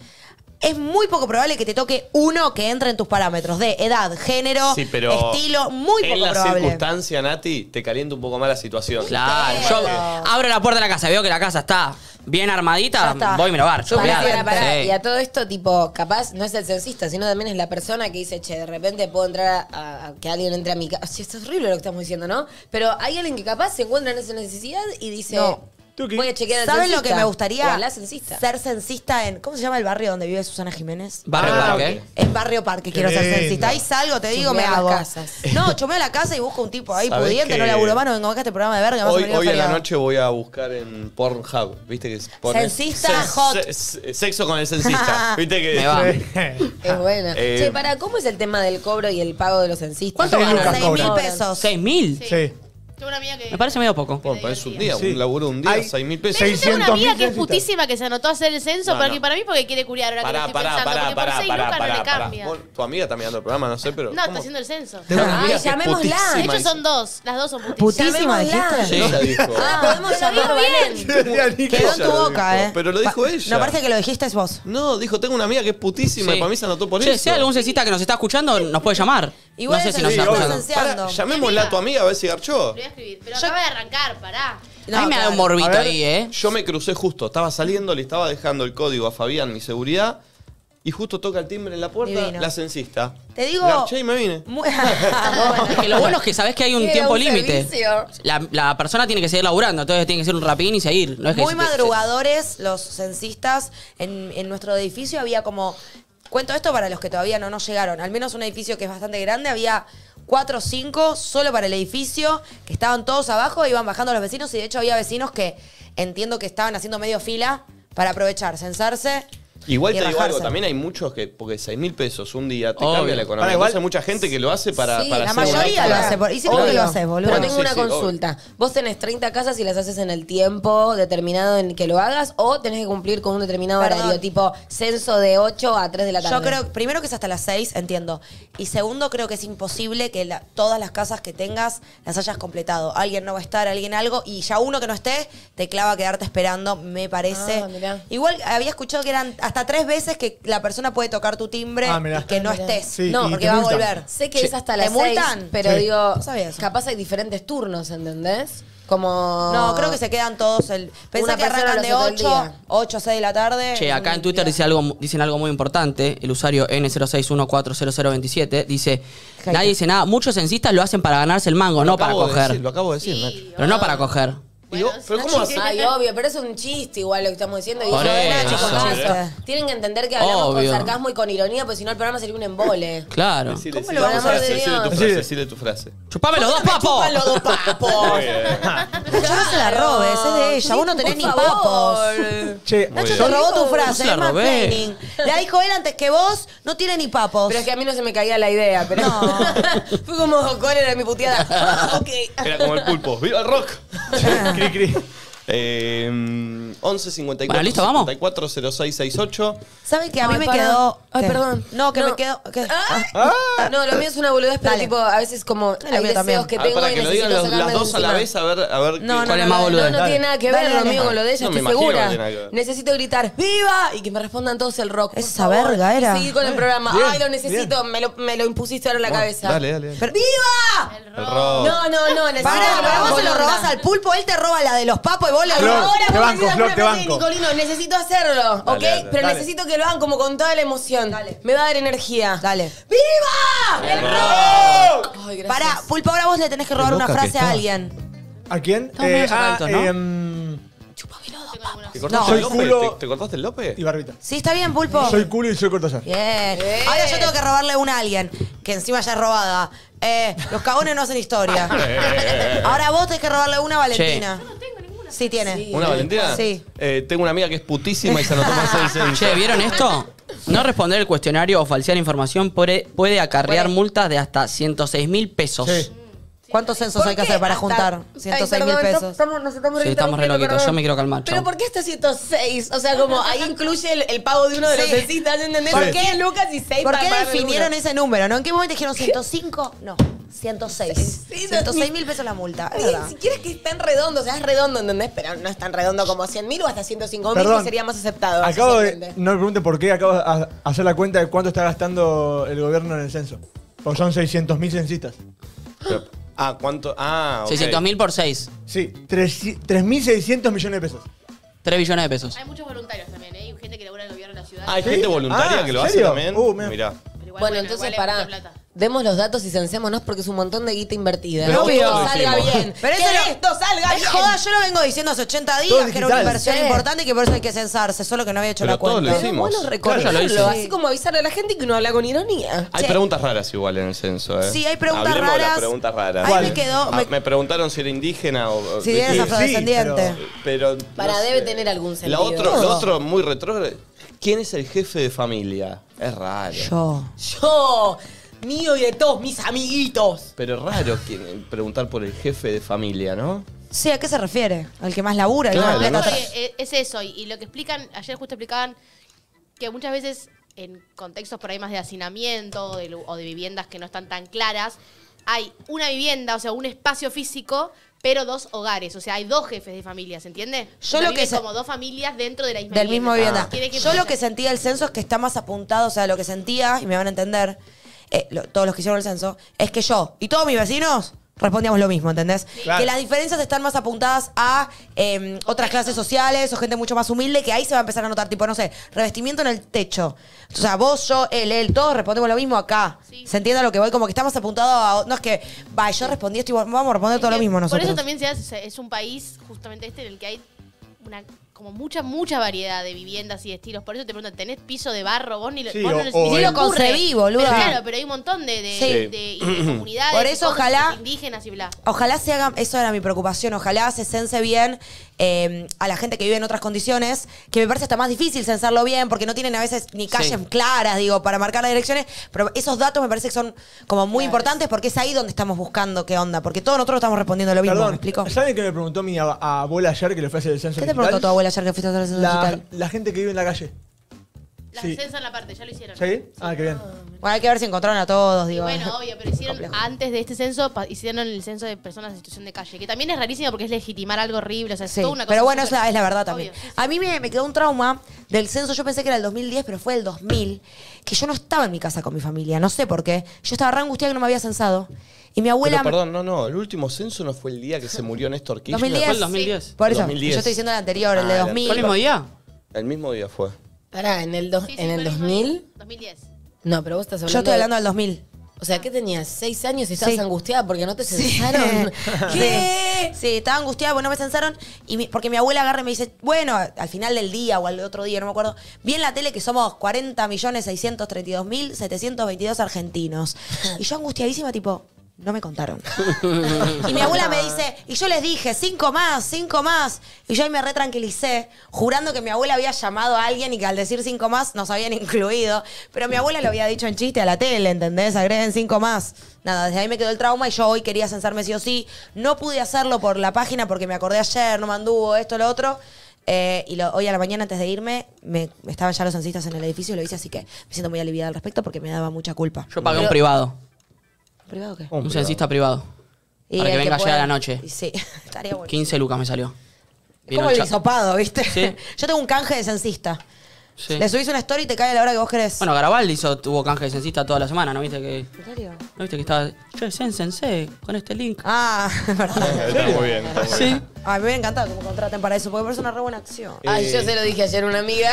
Speaker 2: Es muy poco probable que te toque uno que entre en tus parámetros de edad, género,
Speaker 1: Sí, pero
Speaker 2: estilo, muy
Speaker 1: En
Speaker 2: poco
Speaker 1: la
Speaker 2: probable.
Speaker 1: circunstancia, Nati, te calienta un poco más la situación.
Speaker 6: Claro, yo abro la puerta de la casa, veo que la casa está bien
Speaker 2: Ya
Speaker 6: armadita,
Speaker 2: está.
Speaker 6: voy y me lo barco.
Speaker 5: Yo pará,
Speaker 6: olvidate.
Speaker 5: pará, pará.
Speaker 6: Sí.
Speaker 5: Y a todo esto, tipo, capaz no es el censista, sino también es la persona que dice, che, de repente puedo entrar a, a- que alguien entre a mi casa. Sí, esto es horrible lo que estamos diciendo, ¿no? Pero hay alguien que capaz se encuentra en esa necesidad y dice,
Speaker 2: No.
Speaker 4: Tuki.
Speaker 5: voy a chequear al
Speaker 2: ¿Saben lo
Speaker 5: censista".
Speaker 2: que me
Speaker 5: O
Speaker 2: gustaría?
Speaker 5: a la censista.
Speaker 2: Ser censista en. ¿Cómo se llama el barrio donde vive Susana Jiménez?
Speaker 6: Barrio
Speaker 1: Ah,
Speaker 6: Parque.
Speaker 1: ok.
Speaker 2: En Barrio Parque quiero ser
Speaker 4: lindo.
Speaker 2: censista. Ahí salgo, te digo, me
Speaker 5: Chusmear
Speaker 2: hago.
Speaker 5: las casas.
Speaker 2: No, chomeo la casa y busco un tipo ahí
Speaker 1: ¿Sabés
Speaker 2: pudiente,
Speaker 1: que-
Speaker 2: no laburo mano, vengo acá a este programa de verga. me vas a
Speaker 1: Hoy,
Speaker 2: venir a
Speaker 1: hoy en la
Speaker 2: feriado.
Speaker 1: noche voy a buscar en Pornhub, ¿viste? Que pones-
Speaker 2: Censista
Speaker 1: Se-
Speaker 2: hot.
Speaker 1: se- se- sexo con el censista, ¿viste? Que
Speaker 6: Me va.
Speaker 5: Es buena.
Speaker 1: Eh,
Speaker 5: che, pará, ¿cómo es el tema del cobro y el pago de los censistas?
Speaker 4: ¿Cuánto
Speaker 5: Pará,
Speaker 4: ganan?
Speaker 5: seis
Speaker 2: 6 mil
Speaker 5: cobran.
Speaker 2: pesos.
Speaker 6: ¿Seis mil?
Speaker 4: Sí.
Speaker 3: Tengo una amiga que.
Speaker 6: Me parece medio poco.
Speaker 1: Bueno, parece un día,
Speaker 4: Sí.
Speaker 1: un laburo de un día,
Speaker 4: Hay-
Speaker 1: seis mil
Speaker 3: Pero
Speaker 1: pesos.
Speaker 3: yo tengo una
Speaker 4: 600.000
Speaker 3: amiga que es
Speaker 4: censistas.
Speaker 3: putísima que se anotó a hacer el censo,
Speaker 1: No,
Speaker 3: porque
Speaker 1: no.
Speaker 3: para mí porque quiere curiar ahora
Speaker 1: Pará,
Speaker 3: que lo estoy
Speaker 1: pará,
Speaker 3: pensando,
Speaker 1: pará,
Speaker 3: porque por
Speaker 1: pará,
Speaker 3: seis
Speaker 1: pará,
Speaker 3: lucas no
Speaker 1: pará,
Speaker 3: le
Speaker 1: pará.
Speaker 3: cambia.
Speaker 1: Vos- Tu amiga está mirando el programa, no sé, pero.
Speaker 3: No,
Speaker 1: ¿cómo?
Speaker 3: está haciendo el censo.
Speaker 1: Tengo una
Speaker 5: Ay,
Speaker 1: amiga que es
Speaker 5: llamémosla.
Speaker 1: putísima.
Speaker 3: De hecho
Speaker 1: y-
Speaker 3: son dos, las dos son putísimas.
Speaker 2: Putísima
Speaker 5: Llamémosla.
Speaker 2: dijiste.
Speaker 1: Ella dijo.
Speaker 5: Ah, podemos
Speaker 3: Lo digo
Speaker 5: llamar Belén.
Speaker 3: bien.
Speaker 2: Quedó en
Speaker 1: Ella
Speaker 2: tu
Speaker 1: lo
Speaker 2: boca,
Speaker 1: dijo,
Speaker 2: eh.
Speaker 1: pero lo dijo
Speaker 2: Pa-
Speaker 1: ella.
Speaker 2: No, parece que lo dijiste es vos.
Speaker 1: No, dijo, tengo una amiga que es putísima
Speaker 6: Sí.
Speaker 1: y para mí se anotó por
Speaker 6: Che,
Speaker 1: eso.
Speaker 6: si hay algún censista que nos está escuchando, nos puede llamar.
Speaker 2: Igual
Speaker 6: no sé
Speaker 2: es
Speaker 6: si nos
Speaker 2: el
Speaker 6: está
Speaker 2: censista
Speaker 6: escuchando.
Speaker 2: esencial. Pará,
Speaker 1: llamémosla a tu amiga a ver si garchó.
Speaker 3: Lo voy a escribir, pero acaba de arrancar, pará.
Speaker 6: a mí me da un
Speaker 4: A
Speaker 6: morbito
Speaker 4: ver.
Speaker 6: ahí, ¿eh?
Speaker 1: Yo me crucé justo, estaba saliendo, le estaba dejando el código a Fabián, mi seguridad, y justo toca el timbre en la puerta,
Speaker 2: Divino.
Speaker 1: la censista.
Speaker 2: Te digo-
Speaker 1: Garché y me vine.
Speaker 2: Muy-
Speaker 6: Es que lo bueno es que sabés que hay un
Speaker 5: Era
Speaker 6: tiempo
Speaker 5: un
Speaker 6: límite.
Speaker 5: servicio.
Speaker 6: La, la persona tiene que seguir laburando, entonces tiene que ser un rapín y seguir. No es que
Speaker 2: Muy
Speaker 6: se-
Speaker 2: madrugadores los censistas. En, en nuestro edificio había como. Cuento esto para los que todavía no nos llegaron. Al menos un edificio que es bastante grande, había cuatro o cinco solo para el edificio, que estaban todos abajo, iban bajando los vecinos y de hecho había vecinos que entiendo que estaban haciendo medio fila para aprovechar, censarse.
Speaker 1: Igual
Speaker 2: y
Speaker 1: te digo
Speaker 2: rajarse.
Speaker 1: algo, también hay muchos que, porque 6 mil pesos un día te
Speaker 6: Obvio.
Speaker 1: cambia la economía.
Speaker 4: Ahora, igual-
Speaker 1: Entonces hay mucha gente que lo hace para,
Speaker 5: Sí,
Speaker 1: para
Speaker 2: la
Speaker 1: hacer un
Speaker 2: mayoría
Speaker 1: extra.
Speaker 2: lo hace por- y siempre
Speaker 5: Obvio.
Speaker 2: que lo haces, boludo.
Speaker 5: Pero tengo
Speaker 1: Sí,
Speaker 5: una
Speaker 1: sí,
Speaker 5: consulta. Vos tenés 30 casas y las haces en el tiempo determinado en que lo hagas o tenés que cumplir con un determinado
Speaker 2: Perdón.
Speaker 5: horario, tipo censo de 8 a 3 de la tarde.
Speaker 2: Yo creo, primero que es hasta las 6, entiendo. Y segundo, creo que es imposible que la- todas las casas que tengas las hayas completado. Alguien no va a estar, alguien algo, y ya uno que no esté, te clava a quedarte esperando, me parece.
Speaker 5: Ah, mirá.
Speaker 2: Igual había escuchado que eran hasta tres veces que la persona puede tocar tu timbre
Speaker 4: Ah, mirá.
Speaker 2: y que no
Speaker 5: Ah, mirá.
Speaker 2: estés.
Speaker 4: Sí,
Speaker 2: no,
Speaker 4: y
Speaker 2: porque
Speaker 4: te
Speaker 2: va a
Speaker 4: multan.
Speaker 2: volver.
Speaker 5: Sé que
Speaker 6: Sí.
Speaker 5: es hasta
Speaker 2: ¿Te
Speaker 5: las 6,
Speaker 2: multan?
Speaker 5: pero
Speaker 4: Sí.
Speaker 5: digo,
Speaker 2: No sabía eso.
Speaker 5: capaz hay diferentes turnos, ¿entendés? Como
Speaker 2: No, creo que se quedan todos el. Pensá
Speaker 5: Una
Speaker 2: que
Speaker 5: persona
Speaker 2: arrancan
Speaker 5: lo
Speaker 2: de
Speaker 5: hace todo el
Speaker 2: 8,
Speaker 5: día.
Speaker 2: 8 a 6 de la tarde.
Speaker 6: Che, acá en Twitter
Speaker 2: Mirá.
Speaker 6: dice algo, dicen algo muy importante. El usuario N06140027 dice:
Speaker 2: Gente.
Speaker 6: Nadie dice nada. Muchos censistas lo hacen para ganarse el mango, no para
Speaker 1: Acabo de
Speaker 6: coger.
Speaker 1: decir, lo acabo de decir,
Speaker 3: Sí,
Speaker 1: Nacho.
Speaker 6: Pero no para coger.
Speaker 1: Y vos- pero ¿cómo vas
Speaker 5: Sí. Ay, obvio, pero es un chiste igual lo que estamos diciendo. Y
Speaker 6: Por
Speaker 5: yo,
Speaker 6: eso.
Speaker 5: chicos, basta. Tienen que entender que hablamos
Speaker 6: Obvio.
Speaker 5: con sarcasmo y con ironía, porque si no el programa sería un embole.
Speaker 6: Claro.
Speaker 1: Decile,
Speaker 5: ¿Cómo
Speaker 1: decile
Speaker 5: lo
Speaker 1: tu
Speaker 5: vamos a
Speaker 1: frase,
Speaker 5: hacer?
Speaker 1: decile tu
Speaker 4: Sí.
Speaker 1: frase, decile tu frase.
Speaker 6: ¡Chupame los dos papos!
Speaker 5: Chupan los dos papos.
Speaker 1: Muy bien.
Speaker 2: Nacho, no se la robes, es de ella. Vos no tenés ni
Speaker 5: Por favor.
Speaker 2: papos.
Speaker 4: Che,
Speaker 2: Nacho
Speaker 5: bien.
Speaker 2: Ah, te robó tu frase,
Speaker 6: No se la
Speaker 2: es más
Speaker 6: robé.
Speaker 2: planning. La dijo él antes que vos, no tiene ni papos.
Speaker 5: Pero es que a mí no se me caía la idea, pero.
Speaker 2: No.
Speaker 5: Fue como, ¿cuál era mi puteada? Ah, ok.
Speaker 1: Era como el pulpo. ¡Viva el rock!
Speaker 4: cri, cri.
Speaker 1: Eh, 11 54
Speaker 6: Bueno, ¿listo? ¿Vamos?
Speaker 1: 54 06 68.
Speaker 2: ¿Sabes que a mí
Speaker 5: Ay,
Speaker 2: me
Speaker 5: pará.
Speaker 2: quedó.
Speaker 5: Ay,
Speaker 2: ¿Qué?
Speaker 5: perdón.
Speaker 2: No, que
Speaker 5: No.
Speaker 2: me quedó. ¿qué?
Speaker 5: Ah.
Speaker 2: Ah.
Speaker 5: No, lo mío es una boludez, pero
Speaker 2: Dale.
Speaker 5: tipo, a veces como
Speaker 2: lo mío
Speaker 5: hay deseos
Speaker 2: también.
Speaker 5: que
Speaker 1: A ver,
Speaker 5: tengo
Speaker 1: Ah, para
Speaker 5: y
Speaker 1: que lo
Speaker 5: necesito
Speaker 1: digan los-
Speaker 5: sacarme
Speaker 1: las
Speaker 5: de
Speaker 1: dos a la
Speaker 5: encima.
Speaker 1: vez, a ver, a ver.
Speaker 5: No,
Speaker 1: qué-
Speaker 5: no,
Speaker 6: ¿Cuál
Speaker 5: no,
Speaker 6: es más
Speaker 5: no,
Speaker 6: boludez?
Speaker 5: no, no tiene nada que
Speaker 2: Dale,
Speaker 5: ver lo
Speaker 2: dale.
Speaker 5: mío con lo de ella,
Speaker 1: No, me
Speaker 5: estoy
Speaker 1: imagino que no
Speaker 5: segura.
Speaker 1: tiene nada que ver.
Speaker 5: Necesito gritar ¡Viva! y que me respondan todos el rock. por
Speaker 2: Esa
Speaker 5: favor.
Speaker 2: verga era.
Speaker 5: Y seguir con el programa.
Speaker 4: bien,
Speaker 5: Ay, lo necesito, me lo, me lo impusiste ahora en la cabeza.
Speaker 1: Dale, dale. dale.
Speaker 2: Pero-
Speaker 5: ¡Viva!
Speaker 1: El rock.
Speaker 5: No, no, no, necesito.
Speaker 2: Oh. Pará,
Speaker 5: que me
Speaker 2: pero vos
Speaker 5: hagan
Speaker 2: se lo
Speaker 5: boluda.
Speaker 2: robás al pulpo, él te roba la de los papos y vos le
Speaker 4: Flor,
Speaker 2: robás.
Speaker 5: Ahora
Speaker 4: te
Speaker 5: vos
Speaker 4: banco,
Speaker 5: me
Speaker 4: Flor, te
Speaker 5: una frase de
Speaker 4: banco.
Speaker 5: Nicolino, necesito hacerlo,
Speaker 1: Dale,
Speaker 5: ¿ok?
Speaker 1: dale,
Speaker 5: Pero
Speaker 4: dale.
Speaker 5: necesito que lo hagan como con toda la emoción.
Speaker 2: Dale.
Speaker 5: Me va a dar energía.
Speaker 2: Dale.
Speaker 5: ¡Viva! ¡El rock! Ay, gracias.
Speaker 2: ¡Ah! Pará, pulpo, ahora vos le tenés que robar una frase a alguien.
Speaker 4: ¿A quién? Eh,
Speaker 6: Estamos medio altos, ¿no?
Speaker 4: em,
Speaker 1: ¿Te cortaste
Speaker 2: No.
Speaker 1: el
Speaker 4: Soy
Speaker 1: López?
Speaker 4: culo-
Speaker 1: ¿Te, te cortaste el López?
Speaker 4: y Barbita.
Speaker 2: ¿Sí está bien, pulpo?
Speaker 4: Soy culo y soy Cortázar.
Speaker 2: Bien.
Speaker 5: Bien.
Speaker 2: Ahora yo tengo que robarle una a alguien, que encima ya es robada. Eh, los cagones no hacen historia.
Speaker 1: Eh.
Speaker 2: Ahora vos tenés que robarle una a Valentina. Sí tiene.
Speaker 1: ¿Una Valentina?
Speaker 2: Sí.
Speaker 1: Eh, tengo una amiga que es putísima y se anotó más el censo.
Speaker 6: Che, ¿vieron esto? No responder el cuestionario o falsear información puede, puede acarrear multas de hasta 106 mil pesos.
Speaker 4: Sí.
Speaker 2: ¿Cuántos censos hay que
Speaker 5: qué
Speaker 2: hacer para
Speaker 5: hasta-
Speaker 2: juntar
Speaker 5: Ay,
Speaker 2: 106 mil
Speaker 5: perdón,
Speaker 2: pesos?
Speaker 5: Estamos, nos estamos
Speaker 6: Sí, estamos re
Speaker 5: interrumpiendo,
Speaker 6: loquitos.
Speaker 5: perdón.
Speaker 6: Yo me quiero calmar, chau.
Speaker 5: Pero ¿por qué hasta 106? O sea, como ahí incluye el, el pago de uno de los
Speaker 2: Sí.
Speaker 5: cecitas, ¿entendés?
Speaker 4: ¿Por
Speaker 5: ¿Por
Speaker 4: qué?
Speaker 5: qué Lucas y 6
Speaker 2: ¿Por qué definieron ese número? ¿No? ¿En qué momento dijeron 105? No, 106.
Speaker 5: Sí, no,
Speaker 2: 106
Speaker 5: ni-
Speaker 2: mil pesos la multa. es
Speaker 5: Ni
Speaker 2: verdad.
Speaker 5: siquiera es que es tan redondo, o sea, es redondo, ¿entendés? Pero no es tan redondo como 100 mil o hasta 105 mil, que
Speaker 4: Perdón.
Speaker 5: sería más aceptado.
Speaker 4: Acabo
Speaker 5: se
Speaker 4: de.
Speaker 5: entiende.
Speaker 4: No me pregunten por qué, acabo de ha- hacer la cuenta de cuánto está gastando el gobierno en el censo. Porque son 600.000 censistas.
Speaker 1: Pero- Ah, ¿cuánto? Ah, ok.
Speaker 6: 600 mil por 6.
Speaker 4: Sí, 3- 3.600 millones de pesos.
Speaker 6: 3 billones de pesos.
Speaker 3: Hay muchos voluntarios también, ¿eh? Y gente que labura en el gobierno de la ciudad.
Speaker 1: Ah, hay
Speaker 4: ¿Sí?
Speaker 1: gente voluntaria
Speaker 4: Ah,
Speaker 1: que lo
Speaker 4: ¿en
Speaker 1: hace
Speaker 4: serio?
Speaker 1: también.
Speaker 4: Uh, mirá.
Speaker 1: Mirá.
Speaker 3: Pero igual,
Speaker 5: Bueno,
Speaker 3: igual
Speaker 5: entonces
Speaker 3: es
Speaker 5: pará.
Speaker 3: mucha plata.
Speaker 5: Demos los datos y censémonos porque es un montón de guita invertida.
Speaker 1: Pero
Speaker 5: que esto
Speaker 1: obvio.
Speaker 5: salga
Speaker 1: Decimos.
Speaker 5: bien.
Speaker 2: Pero
Speaker 5: que
Speaker 2: eso lo-
Speaker 5: esto salga
Speaker 2: Es
Speaker 5: bien.
Speaker 2: joda, yo lo vengo diciendo hace 80
Speaker 4: Todo
Speaker 2: días que era una
Speaker 4: digital.
Speaker 2: inversión
Speaker 5: Sí.
Speaker 2: importante y que por eso hay que censarse, solo que no había hecho
Speaker 1: Pero
Speaker 2: la
Speaker 1: todos
Speaker 2: cuenta.
Speaker 1: lo hicimos.
Speaker 5: Bueno,
Speaker 6: Claro, lo hice.
Speaker 5: recordarlo, así como avisarle a la gente que uno habla con ironía.
Speaker 1: Hay
Speaker 2: Che.
Speaker 1: preguntas raras igual en el censo, ¿eh?
Speaker 2: Sí, hay preguntas
Speaker 1: Hablemos de las
Speaker 2: raras.
Speaker 1: preguntas raras.
Speaker 2: Ahí me
Speaker 1: Sí.
Speaker 2: quedó-
Speaker 1: Ah,
Speaker 2: me-
Speaker 1: me preguntaron si era indígena o. o-
Speaker 2: Si eres
Speaker 1: sí,
Speaker 2: afrodescendiente.
Speaker 4: pero-
Speaker 1: Pero.
Speaker 5: Para,
Speaker 1: no
Speaker 5: debe
Speaker 1: sé.
Speaker 5: tener algún
Speaker 1: La
Speaker 5: sentido.
Speaker 1: otro, lo otro muy retrógrado. ¿Quién es el jefe de familia? Es raro.
Speaker 2: Yo.
Speaker 5: Yo, mío y de todos mis amiguitos.
Speaker 1: Pero es raro quien- preguntar por el jefe de familia, ¿no?
Speaker 2: Sí, ¿a qué se refiere? ¿Al que más labura? al que
Speaker 1: Claro,
Speaker 2: más plata
Speaker 1: ¿no?
Speaker 2: tra-
Speaker 1: atrás.
Speaker 3: Porque, eh, es eso, y, y lo que explican, ayer justo explicaban que muchas veces en contextos por ahí más de hacinamiento o de, lu- o de viviendas que no están tan claras, hay una vivienda, o sea, un espacio físico, pero dos hogares, o sea, hay dos jefes de familia, ¿se entiende?
Speaker 2: Yo
Speaker 3: O sea,
Speaker 2: lo que
Speaker 3: viven
Speaker 2: se-
Speaker 3: como dos familias dentro de la misma
Speaker 2: Del mismo vivienda.
Speaker 3: Quiere
Speaker 2: Yo lo que sentía el censo es que está más apuntado, o sea, lo que sentía, y me van a entender, eh, lo- todos los que hicieron el censo, es que yo y todos mis vecinos respondíamos lo mismo, ¿entendés?
Speaker 4: Claro.
Speaker 2: Que las diferencias están más apuntadas a eh, otras clases sociales o gente mucho más humilde, que ahí se va a empezar a notar, tipo, no sé, revestimiento en el techo. O sea, vos, yo, él, él, todos respondemos lo mismo acá. ¿Se entiende a lo que voy? Como que está más apuntado a... No es que, va, yo respondí esto y vos- vamos a responder todo lo mismo nosotros.
Speaker 3: Por eso también se hace- es un país, justamente este, en el que hay una como mucha, mucha variedad de viviendas y de estilos. Por eso te preguntan, ¿tenés piso de barro? Vos ni lo,
Speaker 4: Sí,
Speaker 3: vos no
Speaker 4: o-
Speaker 3: lo-
Speaker 4: o
Speaker 3: ni se
Speaker 4: el-
Speaker 3: te ocurre.
Speaker 2: concebí, boluda.
Speaker 3: Pero claro, pero hay un montón de, de-
Speaker 2: Sí.
Speaker 3: de- y de comunidades.
Speaker 2: Por eso,
Speaker 3: y cosas
Speaker 2: ojalá-
Speaker 3: Indígenas y bla.
Speaker 2: Ojalá se haga, eso era mi preocupación, ojalá se cense bien eh, a la gente que vive en otras condiciones, que me parece hasta más difícil censarlo bien, porque no tienen a veces ni calles
Speaker 6: Sí.
Speaker 2: claras, digo, para marcar las direcciones, pero esos datos me parece que son como muy importantes porque es ahí donde estamos buscando qué onda, porque todos nosotros estamos respondiendo lo mismo, ¿me explico?
Speaker 4: ¿Saben qué me preguntó mi ab- abuela ayer que le fue a hacer el censo
Speaker 2: ¿Qué te
Speaker 4: digital?
Speaker 2: preguntó tu abuela ayer que fuiste a hacer el censo
Speaker 4: La,
Speaker 2: digital?
Speaker 4: la gente que vive en la calle.
Speaker 3: Las
Speaker 4: Sí.
Speaker 3: censan la parte, ya lo hicieron.
Speaker 4: ¿Sí? Ah, qué bien.
Speaker 2: Bueno, hay que ver si encontraron a todos,
Speaker 3: Y
Speaker 2: digo.
Speaker 3: bueno, obvio, pero hicieron
Speaker 2: Complejo.
Speaker 3: antes de este censo, pa- hicieron el censo de personas en situación de calle, que también es rarísimo porque es legitimar algo horrible, o sea, es
Speaker 2: Sí,
Speaker 3: toda una cosa.
Speaker 2: pero bueno, es
Speaker 3: súper-
Speaker 2: la, es la verdad también.
Speaker 3: Obvio, sí, sí.
Speaker 2: A mí me, me quedó un trauma del censo, yo pensé que era el 2010, pero fue el 2000, que yo no estaba en mi casa con mi familia, no sé por qué. Yo estaba re angustiada que no me había censado. Y mi abuela...
Speaker 1: Pero perdón, no, no. El último censo no fue el día que se murió Néstor Kirchner.
Speaker 2: 2010.
Speaker 6: Fue el 2010.
Speaker 2: Por eso,
Speaker 1: 2010.
Speaker 2: yo estoy diciendo el anterior, el
Speaker 1: Ah,
Speaker 2: de
Speaker 1: el
Speaker 2: 2000.
Speaker 6: ¿Fue el mismo día?
Speaker 1: El mismo día fue.
Speaker 5: Pará, en el, dos-
Speaker 3: Sí, sí,
Speaker 5: en el
Speaker 3: fue
Speaker 5: 2000.
Speaker 3: 2010.
Speaker 5: No, pero vos estás hablando.
Speaker 2: Yo estoy hablando del 2000.
Speaker 5: O sea, ¿qué tenías? ¿Seis años y estabas
Speaker 2: Sí.
Speaker 5: angustiada porque no te censaron?
Speaker 2: Sí, sí, estaba angustiada porque no me censaron. Y mi- porque mi abuela agarra y me dice, bueno, al final del día o al otro día, no me acuerdo, vi en la tele que somos 40.632.722 argentinos. Y yo angustiadísima, tipo, no me contaron. Y mi abuela me dice, y yo les dije, cinco más, cinco más. Y yo ahí me retranquilicé, jurando que mi abuela había llamado a alguien y que al decir cinco más nos habían incluido. Pero mi abuela lo había dicho en chiste a la tele, ¿entendés? Agreguen cinco más. Nada, desde ahí me quedó el trauma y yo hoy quería censarme sí o sí. No pude hacerlo por la página porque me acordé ayer, no manduvo, esto, lo otro. Eh, y lo- hoy a la mañana antes de irme, me, estaban ya los censistas en el edificio y lo hice, así que me siento muy aliviada al respecto porque me daba mucha culpa.
Speaker 6: Yo pagué un privado.
Speaker 2: ¿Privado qué?
Speaker 6: Un censista privado. Para que
Speaker 2: el
Speaker 6: venga a
Speaker 2: pueda-
Speaker 6: llegar a la noche.
Speaker 2: Y Sí, estaría bueno.
Speaker 6: 15 lucas me salió.
Speaker 2: Es como
Speaker 6: Vino
Speaker 2: el
Speaker 6: cha-
Speaker 2: hisopado, ¿viste?
Speaker 6: Sí.
Speaker 2: Yo tengo un canje de censista.
Speaker 6: Sí.
Speaker 2: Le subís una story y te cae a la hora que vos querés.
Speaker 6: Bueno, Garabaldi hizo, tuvo canje de censista toda la semana, ¿no viste que,
Speaker 2: ¿En serio?
Speaker 6: no viste que estaba... Che, censé con este link.
Speaker 2: Ah, verdad.
Speaker 1: Está muy bien, está muy
Speaker 6: Sí.
Speaker 1: bien.
Speaker 2: A mí me hubiera encantado que me contraten para eso, porque parece una re buena acción.
Speaker 5: Eh. Ay, yo se lo dije ayer a una amiga.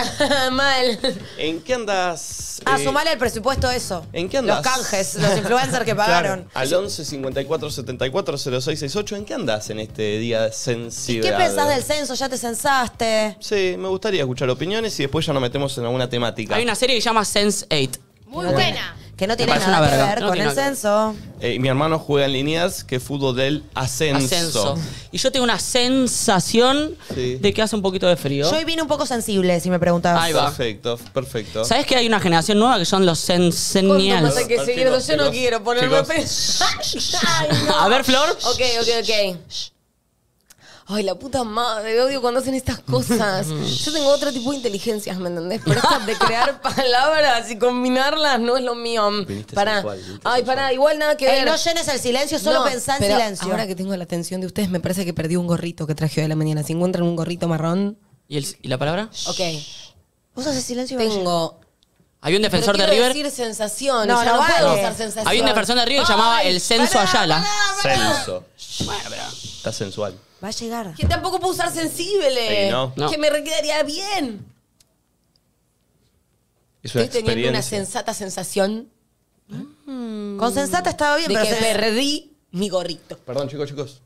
Speaker 5: Mal.
Speaker 1: ¿En qué andas?
Speaker 2: Ah,
Speaker 1: eh,
Speaker 2: sumale al presupuesto eso.
Speaker 1: ¿En qué andás?
Speaker 2: Los canjes, los influencers que pagaron.
Speaker 1: Al 11 54 74 06 68, ¿en qué andas en este día de
Speaker 2: ¿Y
Speaker 1: sensibilidad?
Speaker 2: qué pensás del censo? ¿Ya te censaste?
Speaker 1: Sí, me gustaría escuchar opiniones y después ya nos metemos en alguna temática.
Speaker 6: Hay una serie que se llama Sense 8.
Speaker 3: Muy buena.
Speaker 2: Que no
Speaker 6: Me
Speaker 2: tiene
Speaker 6: parece
Speaker 2: nada
Speaker 6: una
Speaker 2: que
Speaker 6: verga.
Speaker 2: ver
Speaker 6: No
Speaker 2: con
Speaker 6: tiene
Speaker 2: el
Speaker 6: nada que ver.
Speaker 2: censo.
Speaker 1: Eh, mi hermano juega en líneas, que es fútbol del ascenso.
Speaker 6: Ascenso. Y yo tengo una sensación
Speaker 1: Sí.
Speaker 6: de que hace un poquito de frío.
Speaker 2: Yo hoy vine un poco sensible, si me preguntabas.
Speaker 6: Ahí va.
Speaker 1: Perfecto, perfecto.
Speaker 6: ¿Sabés que hay una generación nueva que son los
Speaker 5: ¿Cuánto más
Speaker 6: sensenials?
Speaker 5: hay que
Speaker 1: Chicos,
Speaker 5: seguirlo? Yo no
Speaker 1: chicos,
Speaker 5: quiero ponerme
Speaker 1: chicos.
Speaker 5: pes- Ay, no.
Speaker 6: A ver, Flor.
Speaker 5: Ok, ok, ok. Ay, la puta madre, odio cuando hacen estas cosas. Yo tengo otro tipo de inteligencias, ¿me entendés? Pero estas de crear palabras y combinarlas no es lo mío.
Speaker 1: Viniste
Speaker 5: Pará.
Speaker 1: sensual, viniste
Speaker 5: Ay,
Speaker 1: sensual.
Speaker 5: pará, igual nada que
Speaker 2: Ey,
Speaker 5: ver.
Speaker 2: no llenes el silencio, solo
Speaker 5: No,
Speaker 2: pensá en
Speaker 5: pero
Speaker 2: silencio.
Speaker 5: Ahora que tengo la atención de ustedes, me parece que perdí un gorrito que traje hoy de la mañana. Si encuentran un gorrito marrón,
Speaker 6: ¿Y, el- y la palabra?
Speaker 5: ok.
Speaker 2: Vos haces silencio y
Speaker 5: Tengo.
Speaker 6: Había un
Speaker 5: Pero
Speaker 6: defensor de
Speaker 5: quiero
Speaker 6: River.
Speaker 5: decir sensación.
Speaker 2: No,
Speaker 5: ya
Speaker 2: no
Speaker 5: no puedo
Speaker 2: vale.
Speaker 5: usar sensación.
Speaker 6: Había un defensor de River que llamaba
Speaker 5: Ay,
Speaker 6: el Censo
Speaker 5: pará,
Speaker 6: Ayala.
Speaker 5: pará, pará.
Speaker 1: Censo. Está sensual.
Speaker 2: va a llegar.
Speaker 5: Que tampoco puedo usar sensible.
Speaker 1: Ey, no.
Speaker 6: No.
Speaker 5: Que me quedaría bien.
Speaker 1: Es una
Speaker 5: Estoy teniendo una
Speaker 1: experiencia.
Speaker 5: sensata sensación
Speaker 2: Mm. Con sensata estaba bien,
Speaker 5: de
Speaker 2: pero
Speaker 5: que
Speaker 2: se-
Speaker 5: perdí mi gorrito.
Speaker 1: Perdón, chicos, chicos.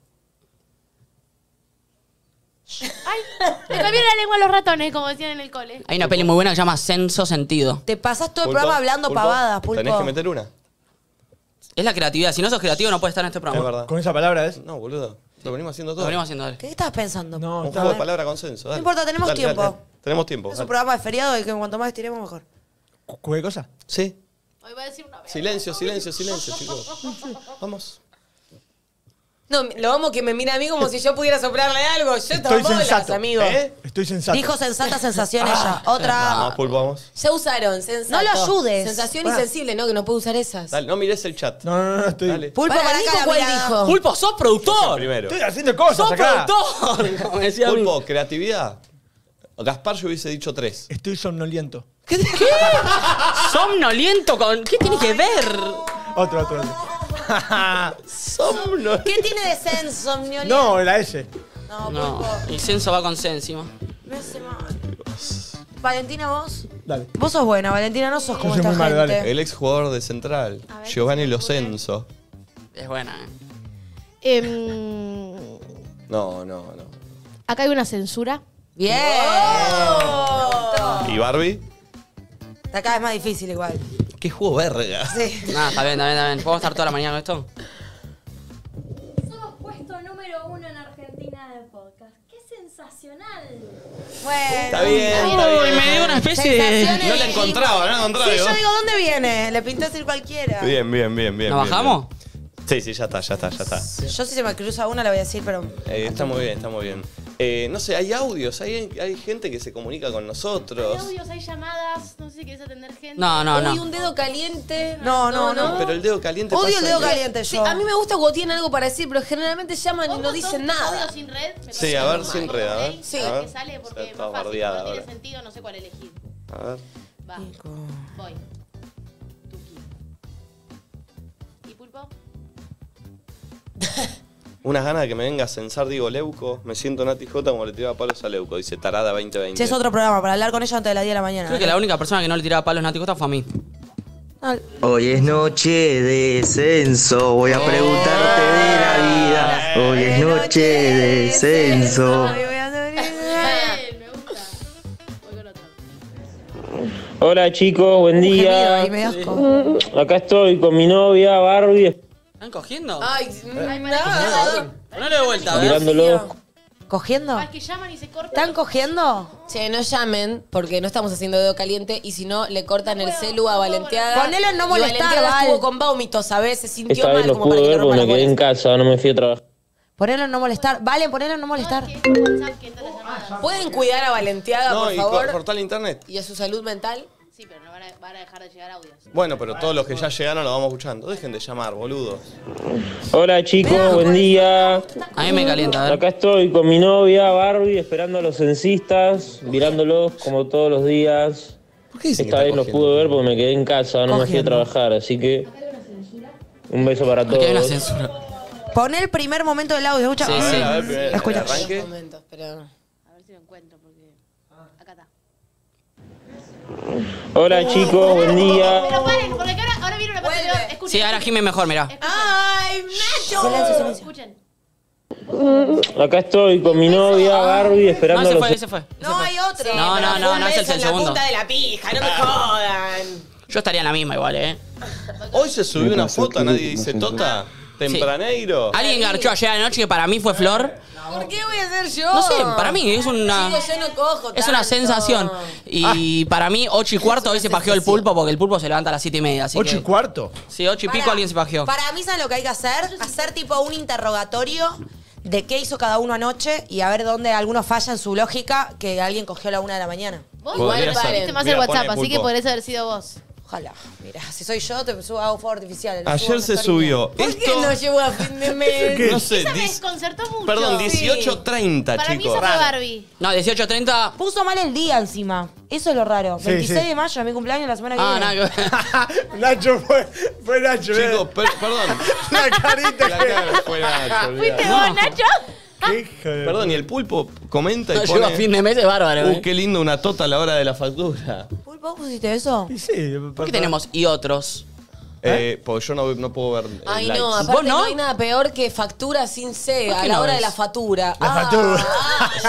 Speaker 3: Ay, me cambiaron la lengua a los ratones, como decían en el cole.
Speaker 6: Hay una peli muy buena que se llama Senso Sentido.
Speaker 2: te pasás todo el
Speaker 1: Pulpo,
Speaker 2: programa hablando
Speaker 1: pulpo,
Speaker 2: pavadas, pulpo.
Speaker 1: Tenés que meter una.
Speaker 6: Es la creatividad. Si no sos creativo, no puedes estar en este
Speaker 1: Es
Speaker 6: programa.
Speaker 1: verdad.
Speaker 4: Con esa palabra es.
Speaker 1: No, boludo. Lo venimos haciendo
Speaker 6: Lo
Speaker 1: todo.
Speaker 6: venimos haciendo. dale.
Speaker 2: ¿Qué estabas pensando?
Speaker 4: No,
Speaker 1: Un
Speaker 4: está-
Speaker 1: juego de palabra consenso. dale.
Speaker 2: importa, tenemos
Speaker 1: Dale,
Speaker 2: tiempo.
Speaker 1: dale, dale. Tenemos tiempo.
Speaker 2: Es un
Speaker 1: dale.
Speaker 2: programa de feriado y que cuanto más estiremos mejor.
Speaker 4: ¿cu- ¿Qué cosa?
Speaker 1: Sí.
Speaker 3: Hoy voy a decir una vez.
Speaker 1: Silencio, silencio, silencio, chicos. Vamos.
Speaker 5: No, lo amo que me mira a mí como si yo pudiera soplarle algo. Yo estaba bolas,
Speaker 4: sensato.
Speaker 5: amigo.
Speaker 1: ¿Eh?
Speaker 4: Estoy sensato. Ah.
Speaker 2: Dijo sensata sensación ella. Otra.
Speaker 1: Vamos, pulpo, vamos.
Speaker 5: Ya usaron,
Speaker 2: No
Speaker 5: sensato.
Speaker 2: lo ayudes.
Speaker 5: Sensación
Speaker 2: Pará.
Speaker 5: insensible, ¿no? Que no puedo usar esas.
Speaker 1: Dale, no mires el chat.
Speaker 4: No, no, no, no, estoy. Pues,
Speaker 1: Dale.
Speaker 2: Pulpo
Speaker 5: Pará,
Speaker 2: para
Speaker 5: Nico,
Speaker 2: acá la
Speaker 5: ¿cuál
Speaker 2: mirada.
Speaker 5: dijo?
Speaker 6: Pulpo, sos productor.
Speaker 1: Primero.
Speaker 4: Estoy haciendo cosas
Speaker 6: ¡Sos
Speaker 4: acá.
Speaker 6: productor! Como decía a mí.
Speaker 1: Pulpo, creatividad. Gaspar yo hubiese dicho tres.
Speaker 4: Estoy somnoliento.
Speaker 6: Somnoliento con. ¿Qué tiene que ver?
Speaker 4: Otro, otro, otro.
Speaker 1: Somno.
Speaker 2: ¿Qué tiene de senso, Mioli?
Speaker 4: No, la S.
Speaker 2: No,
Speaker 6: No.
Speaker 2: pulpo.
Speaker 6: El censo va con C encima.
Speaker 2: Me
Speaker 1: eh.
Speaker 2: hace mal. Valentina, vos.
Speaker 4: Dale.
Speaker 2: Vos sos buena, Valentina, no sos como
Speaker 4: soy
Speaker 2: esta
Speaker 4: muy malo,
Speaker 2: gente.
Speaker 4: dale.
Speaker 1: El ex jugador de Central,
Speaker 3: A ver, ¿qué se
Speaker 1: Giovanni
Speaker 3: me
Speaker 1: Lo
Speaker 3: ocurre?
Speaker 1: Celso.
Speaker 6: Es buena, eh.
Speaker 3: Em,
Speaker 1: No, no, no.
Speaker 3: acá hay una censura.
Speaker 2: Bien. ¡Oh!
Speaker 1: ¿Y Barbie?
Speaker 2: Está cada vez más difícil igual.
Speaker 1: Qué juego verga.
Speaker 2: Sí.
Speaker 6: Nada, está bien, está bien, está bien. ¿Podemos estar toda la mañana con esto?
Speaker 7: Somos puesto número uno en Argentina de podcast. ¡Qué sensacional!
Speaker 1: Está
Speaker 2: Bueno.
Speaker 1: bien, está bien.
Speaker 6: me dio una
Speaker 2: Sensaciones.
Speaker 1: No la encontraba, no la encontraba.
Speaker 2: Sí, yo
Speaker 1: ¿no?
Speaker 2: digo, ¿dónde viene? Le pinté decir cualquiera.
Speaker 1: Bien, bien, bien, bien.
Speaker 6: ¿Nos
Speaker 1: bien,
Speaker 6: bajamos?
Speaker 1: bien. Sí, sí, ya está, ya está, ya está.
Speaker 2: Yo si se me cruza una la voy a decir, pero...
Speaker 1: Eh, está muy bien, está muy bien. Eh, no sé, hay audios, hay, hay gente que se comunica con nosotros.
Speaker 3: Hay audios, hay llamadas, no sé si querés atender gente.
Speaker 6: No, no,
Speaker 5: Uy,
Speaker 6: no.
Speaker 5: un dedo caliente.
Speaker 2: No, no, no.
Speaker 1: Pero el dedo caliente
Speaker 2: Odio
Speaker 1: pasa
Speaker 2: el dedo
Speaker 1: de-
Speaker 2: caliente
Speaker 5: Sí,
Speaker 2: yo.
Speaker 5: a mí me gusta cuando tienen algo para decir, pero generalmente llaman y no
Speaker 3: Otros
Speaker 5: dicen
Speaker 3: son
Speaker 5: nada.
Speaker 3: audios sin red. me
Speaker 1: Sí,
Speaker 3: parece
Speaker 1: a ver,
Speaker 3: normal.
Speaker 1: sin red, a ver.
Speaker 3: Ok,
Speaker 5: Sí.
Speaker 3: a ver
Speaker 1: A
Speaker 3: qué sale
Speaker 1: ver.
Speaker 3: porque
Speaker 1: Está
Speaker 3: es más fácil,
Speaker 1: bardeada
Speaker 3: no tiene
Speaker 1: ahora.
Speaker 3: sentido, no sé cuál elegir.
Speaker 1: A ver.
Speaker 3: Va, voy. Tuki. ¿Y pulpo?
Speaker 1: Unas ganas de que me venga a censar, digo, Leuco. Me siento Nati J como le tiraba palos a Leuco. Dice Tarada 2020.
Speaker 2: Che, es otro programa para hablar con ella antes de las 10 de la mañana.
Speaker 6: Creo que la única persona que no le tiraba palos a Nati Costa fue a mí.
Speaker 8: Hoy es noche de censo, voy a preguntarte de la vida. Hoy es noche de censo.
Speaker 9: Hola chicos, buen día. Mm,
Speaker 2: ahí me das
Speaker 9: Acá estoy con mi novia Barbie,
Speaker 6: ¿Están cogiendo?
Speaker 5: Ay,
Speaker 2: mm,
Speaker 3: me
Speaker 5: no.
Speaker 6: Ponelo de vuelta, a ver.
Speaker 9: mirándolo.
Speaker 2: ¿Cogiendo?
Speaker 3: Ah, es que llaman y se cortan.
Speaker 2: ¿Están cogiendo?
Speaker 5: Che, no llamen porque no estamos haciendo dedo caliente y si no le cortan el celu a Valenteada.
Speaker 2: Ponelo en no
Speaker 5: Y
Speaker 2: molestar,
Speaker 5: Valenteada
Speaker 2: Val.
Speaker 5: estuvo con vómitos a veces, sintió
Speaker 9: Esta vez
Speaker 5: mal
Speaker 9: los
Speaker 5: como para
Speaker 9: pude
Speaker 5: que
Speaker 9: ver
Speaker 5: no
Speaker 9: porque me quedé en
Speaker 5: rompan
Speaker 9: casa, no me fui a trabajar.
Speaker 2: Ponelo en no molestar. Valen, ponelo en no molestar.
Speaker 3: Que es por WhatsApp que entra la llamada.
Speaker 5: las ¿Pueden cuidar a Valenteada,
Speaker 1: No,
Speaker 5: por
Speaker 1: y
Speaker 5: favor?
Speaker 1: cor- cortar el internet.
Speaker 5: Y a su salud mental.
Speaker 3: Sí, pero no van a, van a dejar de llegar audios.
Speaker 1: Bueno, pero todos los que ya llegaron lo vamos escuchando. Dejen de llamar, boludos.
Speaker 9: Hola chicos, buen día.
Speaker 6: A mí me calienta, a ver.
Speaker 9: Acá estoy con mi novia Barbie esperando a los censistas, mirándolos como todos los días.
Speaker 1: ¿Por qué dicen
Speaker 9: Esta
Speaker 1: que
Speaker 9: vez
Speaker 1: está
Speaker 9: los pude ver porque me quedé en casa, no me fui a
Speaker 2: Cogiendo.
Speaker 9: trabajar, así que un beso para
Speaker 6: Porque hay una
Speaker 9: todos.
Speaker 6: censura.
Speaker 2: Pon el primer momento del audio, escucha.
Speaker 6: Sí,
Speaker 1: A ver,
Speaker 6: sí.
Speaker 1: a ver, primero,
Speaker 2: Escucha.
Speaker 1: el arranque.
Speaker 5: Momentos, pero...
Speaker 3: A ver si lo encuentro, porque. Acá está.
Speaker 9: Hola chicos, buen día.
Speaker 3: Pero paren, porque ahora, ahora viene una parte de.
Speaker 5: Vuelve.
Speaker 3: Escuchen.
Speaker 6: Sí, ahora gime mejor, mirá.
Speaker 5: ¡Ay, Nacho!
Speaker 2: Silencio, silencio.
Speaker 3: Escuchen.
Speaker 9: Acá estoy con mi novia Barbie
Speaker 6: Ah, No,
Speaker 9: esperando a
Speaker 6: ese
Speaker 9: los
Speaker 6: fue, ese fue. ese
Speaker 5: No,
Speaker 6: fue.
Speaker 5: hay otro. Pero
Speaker 6: No, no,
Speaker 5: fue
Speaker 6: no,
Speaker 5: un
Speaker 6: no es el
Speaker 5: beso en
Speaker 6: segundo.
Speaker 5: la punta de la pija, no me jodan.
Speaker 6: Yo estaría en la misma igual, eh.
Speaker 1: Hoy se subió una foto, nadie dice Tota. Tempraneiro.
Speaker 6: Alguien garchó ayer anoche que para mí fue Flor.
Speaker 5: ¿Por qué voy a ser yo?
Speaker 6: No sé, para mí es una.
Speaker 5: Chicos, yo no cojo
Speaker 6: Es una
Speaker 5: tanto.
Speaker 6: sensación.
Speaker 1: Ah.
Speaker 6: Y para mí, 8 y cuarto hoy se pajeó el pulpo porque el pulpo se levanta a las 7 y media. Así
Speaker 4: ¿Ocho y
Speaker 6: que-
Speaker 4: cuarto?
Speaker 6: Sí, 8 y pico
Speaker 2: Para-
Speaker 6: alguien se pajeó.
Speaker 2: Para mí, ¿sabes lo que hay que hacer? Hacer tipo un interrogatorio de qué hizo cada uno anoche y a ver dónde alguno falla en su lógica que alguien cogió a la una de la mañana.
Speaker 3: Vos
Speaker 1: Podría
Speaker 3: igual
Speaker 1: ser.
Speaker 3: respondiste más
Speaker 1: Mira,
Speaker 3: el WhatsApp,
Speaker 1: pone
Speaker 3: así que
Speaker 1: pulpo.
Speaker 3: podés haber sido vos.
Speaker 2: Ojalá. Mira, si soy yo, te subo a fuego artificial. Lo subo a
Speaker 1: Ayer
Speaker 2: una
Speaker 1: se
Speaker 2: story mía.
Speaker 1: subió.
Speaker 5: ¿Por qué
Speaker 1: Esto,
Speaker 5: no llegó a fin de mes?
Speaker 1: no sé,
Speaker 3: Esa me
Speaker 1: dis-
Speaker 3: desconcertó mucho.
Speaker 1: perdón,
Speaker 3: Sí.
Speaker 1: 18.30,
Speaker 3: Para mí
Speaker 1: chicos.
Speaker 3: esa fue Barbie.
Speaker 6: No, 18.30.
Speaker 2: Puso mal el día encima. Eso es lo raro.
Speaker 4: Sí,
Speaker 2: 26
Speaker 4: sí.
Speaker 2: de mayo, mi cumpleaños la semana que
Speaker 6: Ah,
Speaker 2: viene.
Speaker 6: nada que ver.
Speaker 4: Nacho fue, fue Nacho. eh.
Speaker 1: Chicos, per- perdón.
Speaker 4: la carita
Speaker 1: La
Speaker 4: que-
Speaker 1: cara fue Nacho,
Speaker 3: ¿Fuiste
Speaker 1: olvidate.
Speaker 3: vos, Nacho?
Speaker 4: Qué hijo de-
Speaker 1: Perdón, y el pulpo comenta y
Speaker 6: No llego a fin
Speaker 1: pone.
Speaker 6: de mes, es bárbaro. eh.
Speaker 1: Uh, qué lindo una tota a la hora de la factura.
Speaker 2: Pulpo, ¿vos pusiste eso?
Speaker 4: Y sí,
Speaker 6: ¿Por qué tenemos y otros?
Speaker 1: Eh, porque yo no, no puedo ver. eh,
Speaker 5: Ay,
Speaker 1: likes.
Speaker 5: no, aparte
Speaker 6: ¿Vos no?
Speaker 5: no? hay nada peor que factura sin C
Speaker 6: ¿Por qué
Speaker 5: a la
Speaker 6: no
Speaker 5: hora de
Speaker 6: ves?
Speaker 5: la factura.
Speaker 4: La
Speaker 5: Ah,
Speaker 4: factura.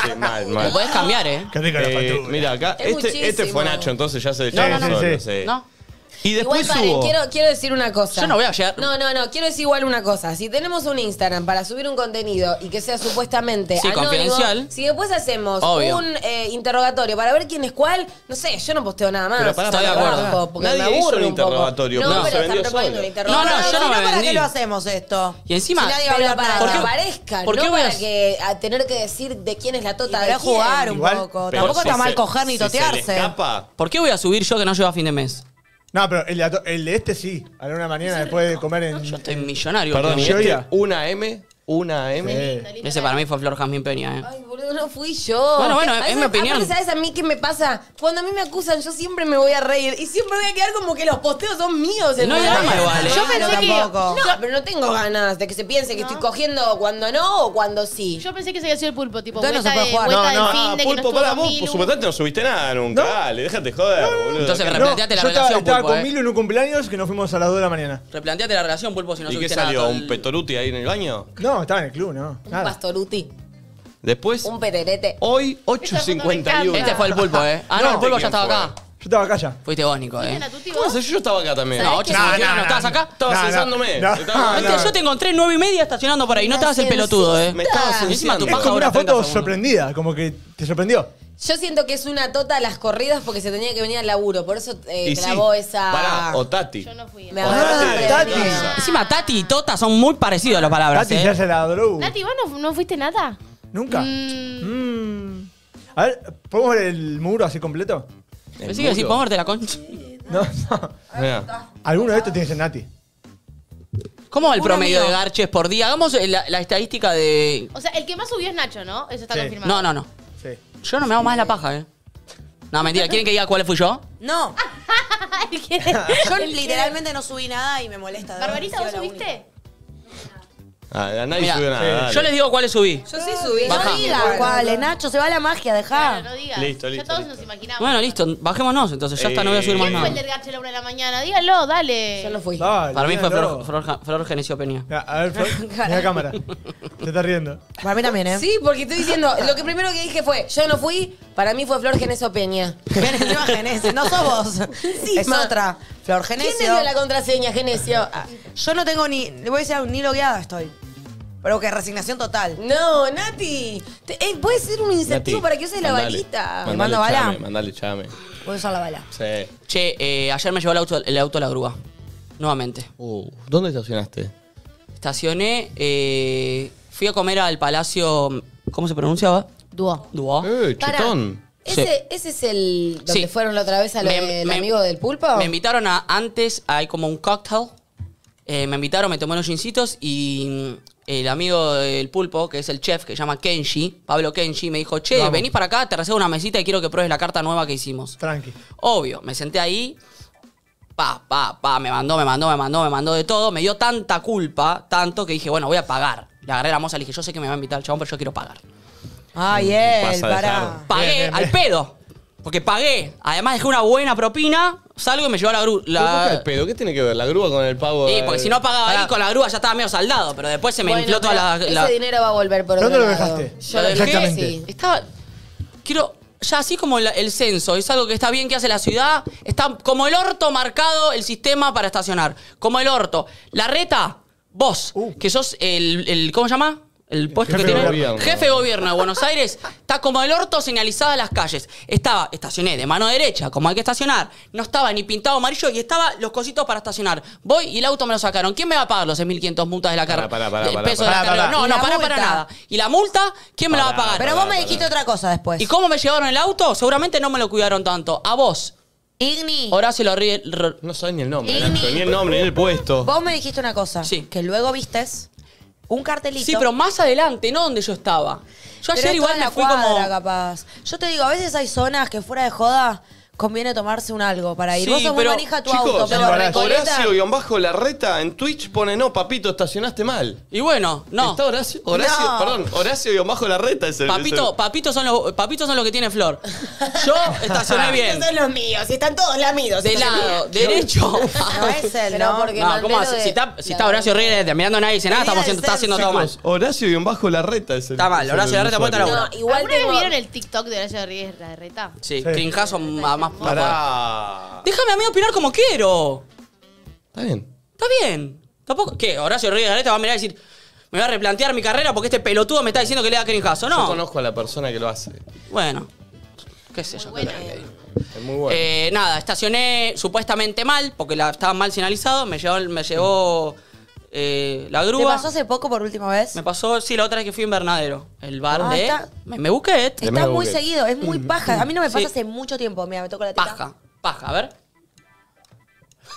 Speaker 1: Sí, mal,
Speaker 6: Lo
Speaker 1: mal.
Speaker 6: podés cambiar, eh.
Speaker 4: Qué rica la
Speaker 1: Eh,
Speaker 4: factura.
Speaker 1: mira, acá,
Speaker 5: Es
Speaker 1: este, este
Speaker 5: muchísimo.
Speaker 1: fue Nacho, entonces ya se
Speaker 4: No,
Speaker 1: ya
Speaker 4: no,
Speaker 1: solo,
Speaker 4: no.
Speaker 1: no
Speaker 4: Sí.
Speaker 1: sé.
Speaker 6: No.
Speaker 1: Y
Speaker 5: Igual,
Speaker 1: después
Speaker 5: paren,
Speaker 1: hubo.
Speaker 5: quiero, quiero decir una cosa.
Speaker 6: Yo no voy a llegar.
Speaker 5: No, no, no, quiero decir igual una cosa. Si tenemos un Instagram para subir un contenido y que sea supuestamente
Speaker 6: Sí,
Speaker 5: anónimo,
Speaker 6: confidencial.
Speaker 5: si después hacemos
Speaker 6: Obvio.
Speaker 5: un eh, interrogatorio para ver quién es cuál, no sé, yo no posteo nada más.
Speaker 1: Pero pará,
Speaker 6: Estoy
Speaker 5: Tampoco,
Speaker 6: de acuerdo.
Speaker 5: tampoco, porque
Speaker 1: Nadie
Speaker 5: me
Speaker 1: hizo
Speaker 5: aburre
Speaker 1: un
Speaker 5: un poco.
Speaker 1: interrogatorio,
Speaker 5: No,
Speaker 1: pero se
Speaker 5: pero
Speaker 1: vendió
Speaker 5: están proponiendo
Speaker 1: solo.
Speaker 5: un
Speaker 6: No,
Speaker 5: interrogatorio.
Speaker 6: no, yo
Speaker 2: si
Speaker 6: no me
Speaker 2: ¿para qué
Speaker 6: vendí.
Speaker 2: lo hacemos esto?
Speaker 6: Y encima-
Speaker 2: Si nadie va a
Speaker 5: Pero
Speaker 2: hablar
Speaker 5: para
Speaker 2: nada.
Speaker 5: que
Speaker 6: ¿Por qué-
Speaker 5: aparezca,
Speaker 6: por qué
Speaker 5: no
Speaker 6: voy a-
Speaker 5: para que a tener que decir de quién es la
Speaker 2: Y
Speaker 5: tota de
Speaker 2: para
Speaker 5: quién.
Speaker 2: jugar un
Speaker 4: Igual,
Speaker 2: poco.
Speaker 1: pero
Speaker 2: Tampoco
Speaker 1: si
Speaker 2: está mal
Speaker 1: se-
Speaker 2: coger ni
Speaker 1: si
Speaker 2: totearse.
Speaker 1: Se le escapa.
Speaker 6: ¿Por qué voy a subir yo que no llego a fin de mes?
Speaker 4: No, pero el de, ato- el de este sí. A la una de la mañana después de comer en.
Speaker 6: Yo estoy millonario.
Speaker 1: Perdón, y
Speaker 6: tío.
Speaker 4: yo
Speaker 1: este,
Speaker 4: ya.
Speaker 1: una M, una M.
Speaker 4: Eh,
Speaker 6: Ese para mí fue Flor Jazmín Peña, eh.
Speaker 5: Ay, boludo, no fui yo.
Speaker 6: Bueno, bueno,
Speaker 5: A
Speaker 6: es
Speaker 5: veces-
Speaker 6: mi opinión.
Speaker 5: aparte, ¿sabes a mí qué me pasa? Cuando a mí me acusan, yo siempre me voy a reír. Y siempre voy a quedar como que los posteos son míos.
Speaker 6: No hay
Speaker 5: ¿entendés?
Speaker 6: drama igual, ¿eh?
Speaker 2: Yo pensé que-
Speaker 5: No, pero no tengo ganas de que se piense que estoy cogiendo cuando no o cuando sí.
Speaker 3: Yo pensé que se había sido el pulpo, tipo,
Speaker 2: Entonces no
Speaker 3: vuelta
Speaker 2: se puede
Speaker 3: de,
Speaker 2: jugar.
Speaker 3: vuelta
Speaker 1: No,
Speaker 3: del
Speaker 1: no,
Speaker 3: fin de que no
Speaker 1: pulpo,
Speaker 3: estuvo
Speaker 1: para
Speaker 3: con
Speaker 1: vos,
Speaker 3: Milu.
Speaker 1: por supuestante no subiste nada nunca.
Speaker 4: No.
Speaker 1: Dale, déjate joder, boludo.
Speaker 6: Entonces,
Speaker 1: ¿Qué-
Speaker 6: re- Replanteate la
Speaker 4: yo estaba,
Speaker 6: relación,
Speaker 4: estaba
Speaker 6: pulpo,
Speaker 4: con
Speaker 6: eh.
Speaker 4: Milo en un cumpleaños que nos fuimos a las 2 de la mañana.
Speaker 6: Replanteate la relación, Pulpo, si no
Speaker 1: ¿Y qué
Speaker 6: subiste
Speaker 1: salió?
Speaker 6: nada.
Speaker 1: ¿Un petoruti ahí en el baño?
Speaker 4: No, estaba en el club, no.
Speaker 5: Un
Speaker 4: Nada.
Speaker 5: pastoruti,
Speaker 1: Después,
Speaker 5: un peterete.
Speaker 1: hoy,
Speaker 3: Esa foto me
Speaker 1: 8.51.
Speaker 3: encanta.
Speaker 6: Este fue el Pulpo, eh. Ah, no,
Speaker 1: No,
Speaker 6: el Pulpo
Speaker 1: ¿quién
Speaker 6: ya estaba
Speaker 1: fue?
Speaker 6: acá.
Speaker 4: Yo estaba acá ya.
Speaker 6: Fuiste vos, Nico, eh.
Speaker 3: ¿Viste la tuti
Speaker 1: ¿Cómo
Speaker 3: vos?
Speaker 1: se yo estaba acá también?
Speaker 6: No, 8 no, no, estabas acá.
Speaker 1: Estaba
Speaker 4: No, no,
Speaker 1: censándome.
Speaker 4: no.
Speaker 1: Estaba
Speaker 6: Antes
Speaker 1: acá.
Speaker 6: yo te encontré 9 y media estacionando por ahí. No te hagas el pelotudo, eh.
Speaker 1: Me estaba
Speaker 6: Encima
Speaker 1: censando.
Speaker 6: tu
Speaker 4: Es
Speaker 6: paja
Speaker 4: como
Speaker 6: dura
Speaker 4: una
Speaker 6: 30
Speaker 4: foto
Speaker 6: segundos.
Speaker 4: sorprendida, como que te sorprendió.
Speaker 5: Yo siento que es una tota a las corridas porque se tenía que venir al laburo. Por eso eh,
Speaker 1: Y sí,
Speaker 5: clavó esa.
Speaker 1: Pará, o Tati.
Speaker 3: Yo no fui.
Speaker 5: Me
Speaker 1: o
Speaker 5: agarró
Speaker 1: Tati.
Speaker 5: desprevenido.
Speaker 6: Encima Tati y Tota son muy parecidas las palabras,
Speaker 4: Tati ya
Speaker 6: eh.
Speaker 4: se la drog.
Speaker 3: Nati, ¿vos no, no fuiste nada?
Speaker 4: Nunca.
Speaker 3: Mm,
Speaker 4: Mm. A ver, ¿podemos ver el muro así completo?
Speaker 6: Pensé que decís,
Speaker 1: muro.
Speaker 6: ponerte la concha.
Speaker 4: No, no.
Speaker 1: Mirá.
Speaker 4: Alguno de estos tiene que ser Nati.
Speaker 6: ¿Cómo va el
Speaker 2: Un
Speaker 6: promedio
Speaker 2: amigo.
Speaker 6: de garches por día? Hagamos eh, la, la estadística de.
Speaker 3: o sea, el que más subió es Nacho, ¿no? Eso está
Speaker 4: Sí.
Speaker 3: confirmado.
Speaker 6: No, no, no.
Speaker 4: Sí.
Speaker 6: Yo no me hago más la paja, eh. No, mentira. ¿Quieren que diga cuál fui yo?
Speaker 2: No,
Speaker 3: El que-
Speaker 2: yo literalmente no subí nada y me molesta. de verdad,
Speaker 3: Barbarita,
Speaker 2: he
Speaker 3: ¿vos
Speaker 2: sido la única.
Speaker 3: subiste?
Speaker 1: Ah, nadie
Speaker 6: Mirá,
Speaker 1: subió nada.
Speaker 6: yo les digo cuáles subí.
Speaker 5: Yo sí subí.
Speaker 2: No
Speaker 6: Baja.
Speaker 2: digas cuáles, Nacho, se va la magia, dejá.
Speaker 3: Claro, no digas.
Speaker 1: Listo,
Speaker 3: ya
Speaker 1: listo,
Speaker 3: todos
Speaker 1: listo.
Speaker 3: nos imaginamos.
Speaker 6: Bueno, listo, bajémonos entonces, ya está, no voy a subir más
Speaker 3: ¿Quién fue
Speaker 6: nada.
Speaker 3: el del garche a la una de la mañana? Dígalo, dale.
Speaker 5: Yo no fui.
Speaker 4: Dale,
Speaker 6: Para mí fue
Speaker 4: míralo.
Speaker 6: Flor, Flor, Flor Genesio Peña.
Speaker 4: Ya, A ver, Flor, mira la cámara. Se está riendo.
Speaker 2: Para mí también, ¿eh?
Speaker 5: Sí, porque estoy diciendo, lo que primero que dije fue, yo no fui, para mí fue Flor Geneso Peña.
Speaker 2: Genesio, Genesio, no sos vos. es
Speaker 5: ma.
Speaker 2: otra. Flor
Speaker 5: ¿Quién
Speaker 2: Genesio.
Speaker 5: le dio la contraseña, Genesio? Ah.
Speaker 2: Yo no tengo ni. Le voy a decir, ni logueada estoy. Pero que resignación total.
Speaker 5: No, Nati. Te- eh, puede ser un incentivo
Speaker 1: Nati,
Speaker 5: para que uses la
Speaker 1: mandale.
Speaker 5: balita.
Speaker 2: ¿Me
Speaker 1: Mandale
Speaker 2: mando bala?
Speaker 1: chame, Mandale chame.
Speaker 2: Voy a usar la bala.
Speaker 1: Sí.
Speaker 6: Che, eh, ayer me llevó el auto, el auto a la grúa. Nuevamente.
Speaker 1: Uh, ¿Dónde estacionaste?
Speaker 6: Estacioné, eh, fui a comer al Palacio. ¿Cómo se pronunciaba?
Speaker 3: Dúo.
Speaker 6: Duo.
Speaker 1: Eh,
Speaker 5: Pará,
Speaker 1: chutón.
Speaker 5: ¿Ese,
Speaker 6: Sí.
Speaker 5: ¿Ese es el donde
Speaker 6: Sí.
Speaker 5: fueron la otra vez a lo del amigo del pulpo?
Speaker 6: Me invitaron a antes, hay como un cóctel. Eh, me invitaron, me tomé unos gincitos y mm, el amigo del pulpo, que es el chef, que se llama Kenji, Pablo Kenji, me dijo, che,
Speaker 4: Vamos.
Speaker 6: venís para acá, te reservo una mesita y quiero que pruebes la carta nueva que hicimos.
Speaker 4: Tranqui.
Speaker 6: Obvio, me senté ahí. Pa, pa, pa, me mandó, me mandó, me mandó, me mandó de todo. Me dio tanta culpa, tanto que dije, bueno, voy a pagar. Le agarré la moza y le dije, yo sé que me va a invitar el chabón, pero yo quiero pagar.
Speaker 2: Ay, él,
Speaker 1: Mm, Vas a
Speaker 2: pará.
Speaker 1: dejar.
Speaker 6: Pagué
Speaker 4: Bien, bien,
Speaker 6: al
Speaker 4: bien.
Speaker 6: pedo. Porque pagué. Además dejé una buena propina, salgo y me llevó a la grúa.
Speaker 1: ¿Pero por qué al pedo? ¿Qué tiene que ver la grúa con el pavo?
Speaker 6: Sí,
Speaker 1: del-
Speaker 6: porque si no pagaba ahí con la grúa ya estaba medio saldado, pero después se me
Speaker 5: Bueno,
Speaker 6: infló toda
Speaker 5: pero
Speaker 6: la. la-
Speaker 5: Ese dinero va a volver por otro
Speaker 4: ¿Dónde lo
Speaker 5: lado.
Speaker 4: dejaste?
Speaker 5: Yo
Speaker 6: Lo
Speaker 5: lo dejé,
Speaker 4: Exactamente.
Speaker 5: sí.
Speaker 6: Estaba. Quiero. Ya así como la- el censo, es algo que está bien que hace la ciudad, está como el orto marcado el sistema para estacionar. Como el orto. La reta, vos,
Speaker 4: Uh.
Speaker 6: que sos el, el- ¿Cómo se llama? El puesto
Speaker 4: jefe
Speaker 6: que
Speaker 4: de
Speaker 6: tiene.
Speaker 1: gobierno.
Speaker 6: Jefe de gobierno de Buenos Aires. Está como el orto señalizada las calles. Estaba, estacioné de mano derecha, como hay que estacionar. No estaba ni pintado amarillo y estaba los cositos para estacionar. Voy y el auto me lo sacaron. ¿Quién me va a pagar los 6.500 multas de la carrera?
Speaker 1: Pará, pará, pará, pará,
Speaker 6: peso
Speaker 1: pará.
Speaker 6: de la carga?
Speaker 2: Pará, pará.
Speaker 6: No,
Speaker 2: Y
Speaker 6: no,
Speaker 2: la
Speaker 6: para,
Speaker 2: multa.
Speaker 6: para nada. ¿Y la multa? ¿Quién me la va a
Speaker 1: Pará,
Speaker 6: pagar?
Speaker 2: Pero vos me
Speaker 1: Pará,
Speaker 2: dijiste
Speaker 1: pará.
Speaker 2: otra cosa después.
Speaker 6: ¿Y cómo me llevaron el auto? Seguramente no me lo cuidaron tanto. A vos,
Speaker 2: Igni,
Speaker 6: Horacio Larri- R-
Speaker 1: No sabes ni el nombre,
Speaker 2: Igni.
Speaker 1: Nacho, ni el nombre, eh. ni el puesto.
Speaker 2: vos me dijiste una cosa.
Speaker 6: Sí.
Speaker 2: Que luego vistes un cartelito.
Speaker 6: Sí, pero más adelante, no donde yo estaba. Yo
Speaker 2: Pero
Speaker 6: ayer
Speaker 2: es
Speaker 6: igual
Speaker 2: toda la
Speaker 6: me fui
Speaker 2: cuadra,
Speaker 6: como.
Speaker 2: capaz. Yo te digo, a veces hay zonas que fuera de joda conviene tomarse un algo para ir.
Speaker 6: Sí,
Speaker 2: vos sos muy
Speaker 6: pero,
Speaker 2: manija a tu
Speaker 1: Chicos,
Speaker 2: auto, pero
Speaker 4: pará,
Speaker 2: Recoleta-
Speaker 1: Horacio-Bajo la reta en Twitch pone no, papito, estacionaste mal.
Speaker 6: Y bueno, no.
Speaker 1: ¿Está Horacio? Horacio,
Speaker 2: No.
Speaker 1: perdón, Horacio-Bajo la reta es el
Speaker 6: Papito, papito son los papitos son los que tiene Flor. Yo estacioné bien.
Speaker 5: Estos son los míos, y están todos lamidos.
Speaker 6: De lado, derecho.
Speaker 2: No es él,
Speaker 5: Pero
Speaker 2: ¿no?
Speaker 5: porque
Speaker 6: No, ¿cómo
Speaker 5: Mandelo
Speaker 6: hace?
Speaker 5: de-
Speaker 6: Si está, si
Speaker 5: la-
Speaker 6: está Horacio Reyes mirando a nadie dice nada,
Speaker 2: Medida
Speaker 6: estamos
Speaker 2: del
Speaker 6: haciendo, está haciendo
Speaker 2: censo.
Speaker 6: todo mal.
Speaker 1: Horacio-Bajo la reta es el
Speaker 6: Está mal,
Speaker 1: es
Speaker 6: Horacio Larreta,
Speaker 1: usuario.
Speaker 6: ponete a laburar.
Speaker 5: No, igual
Speaker 3: ¿Alguna vez
Speaker 5: tengo...
Speaker 3: vieron el TikTok de Horacio Rodríguez la reta?
Speaker 6: Sí,
Speaker 4: Sí.
Speaker 6: crinjazo a más.
Speaker 1: Pará.
Speaker 6: Déjame a mí opinar como quiero.
Speaker 1: Está bien.
Speaker 6: Está bien. Tampoco. ¿Qué? Horacio Rodríguez Larreta va a mirar y decir. Me va a replantear mi carrera porque este pelotudo me está diciendo que le da
Speaker 1: Yo
Speaker 6: crinjazo. No.
Speaker 1: conozco a la persona que lo hace.
Speaker 6: Bueno. Qué sé yo. qué
Speaker 3: buena,
Speaker 6: tal que digo.
Speaker 1: Es muy bueno.
Speaker 6: Eh, nada, estacioné supuestamente mal, porque la, estaba mal señalizado, me llevó, me llevó eh, la
Speaker 2: ¿Te
Speaker 6: grúa.
Speaker 2: pasó hace poco por última vez?
Speaker 6: Me pasó, sí, la otra vez que fui a Invernadero. El bar
Speaker 2: Ah,
Speaker 6: de.
Speaker 2: está-
Speaker 6: Me, me busqué.
Speaker 1: De
Speaker 2: Está
Speaker 1: Mega
Speaker 2: muy
Speaker 1: Bucket.
Speaker 2: seguido, es muy paja. A mí no me pasa
Speaker 6: Sí.
Speaker 2: hace mucho tiempo. Mira, me toco la teta.
Speaker 6: Paja, paja, a ver.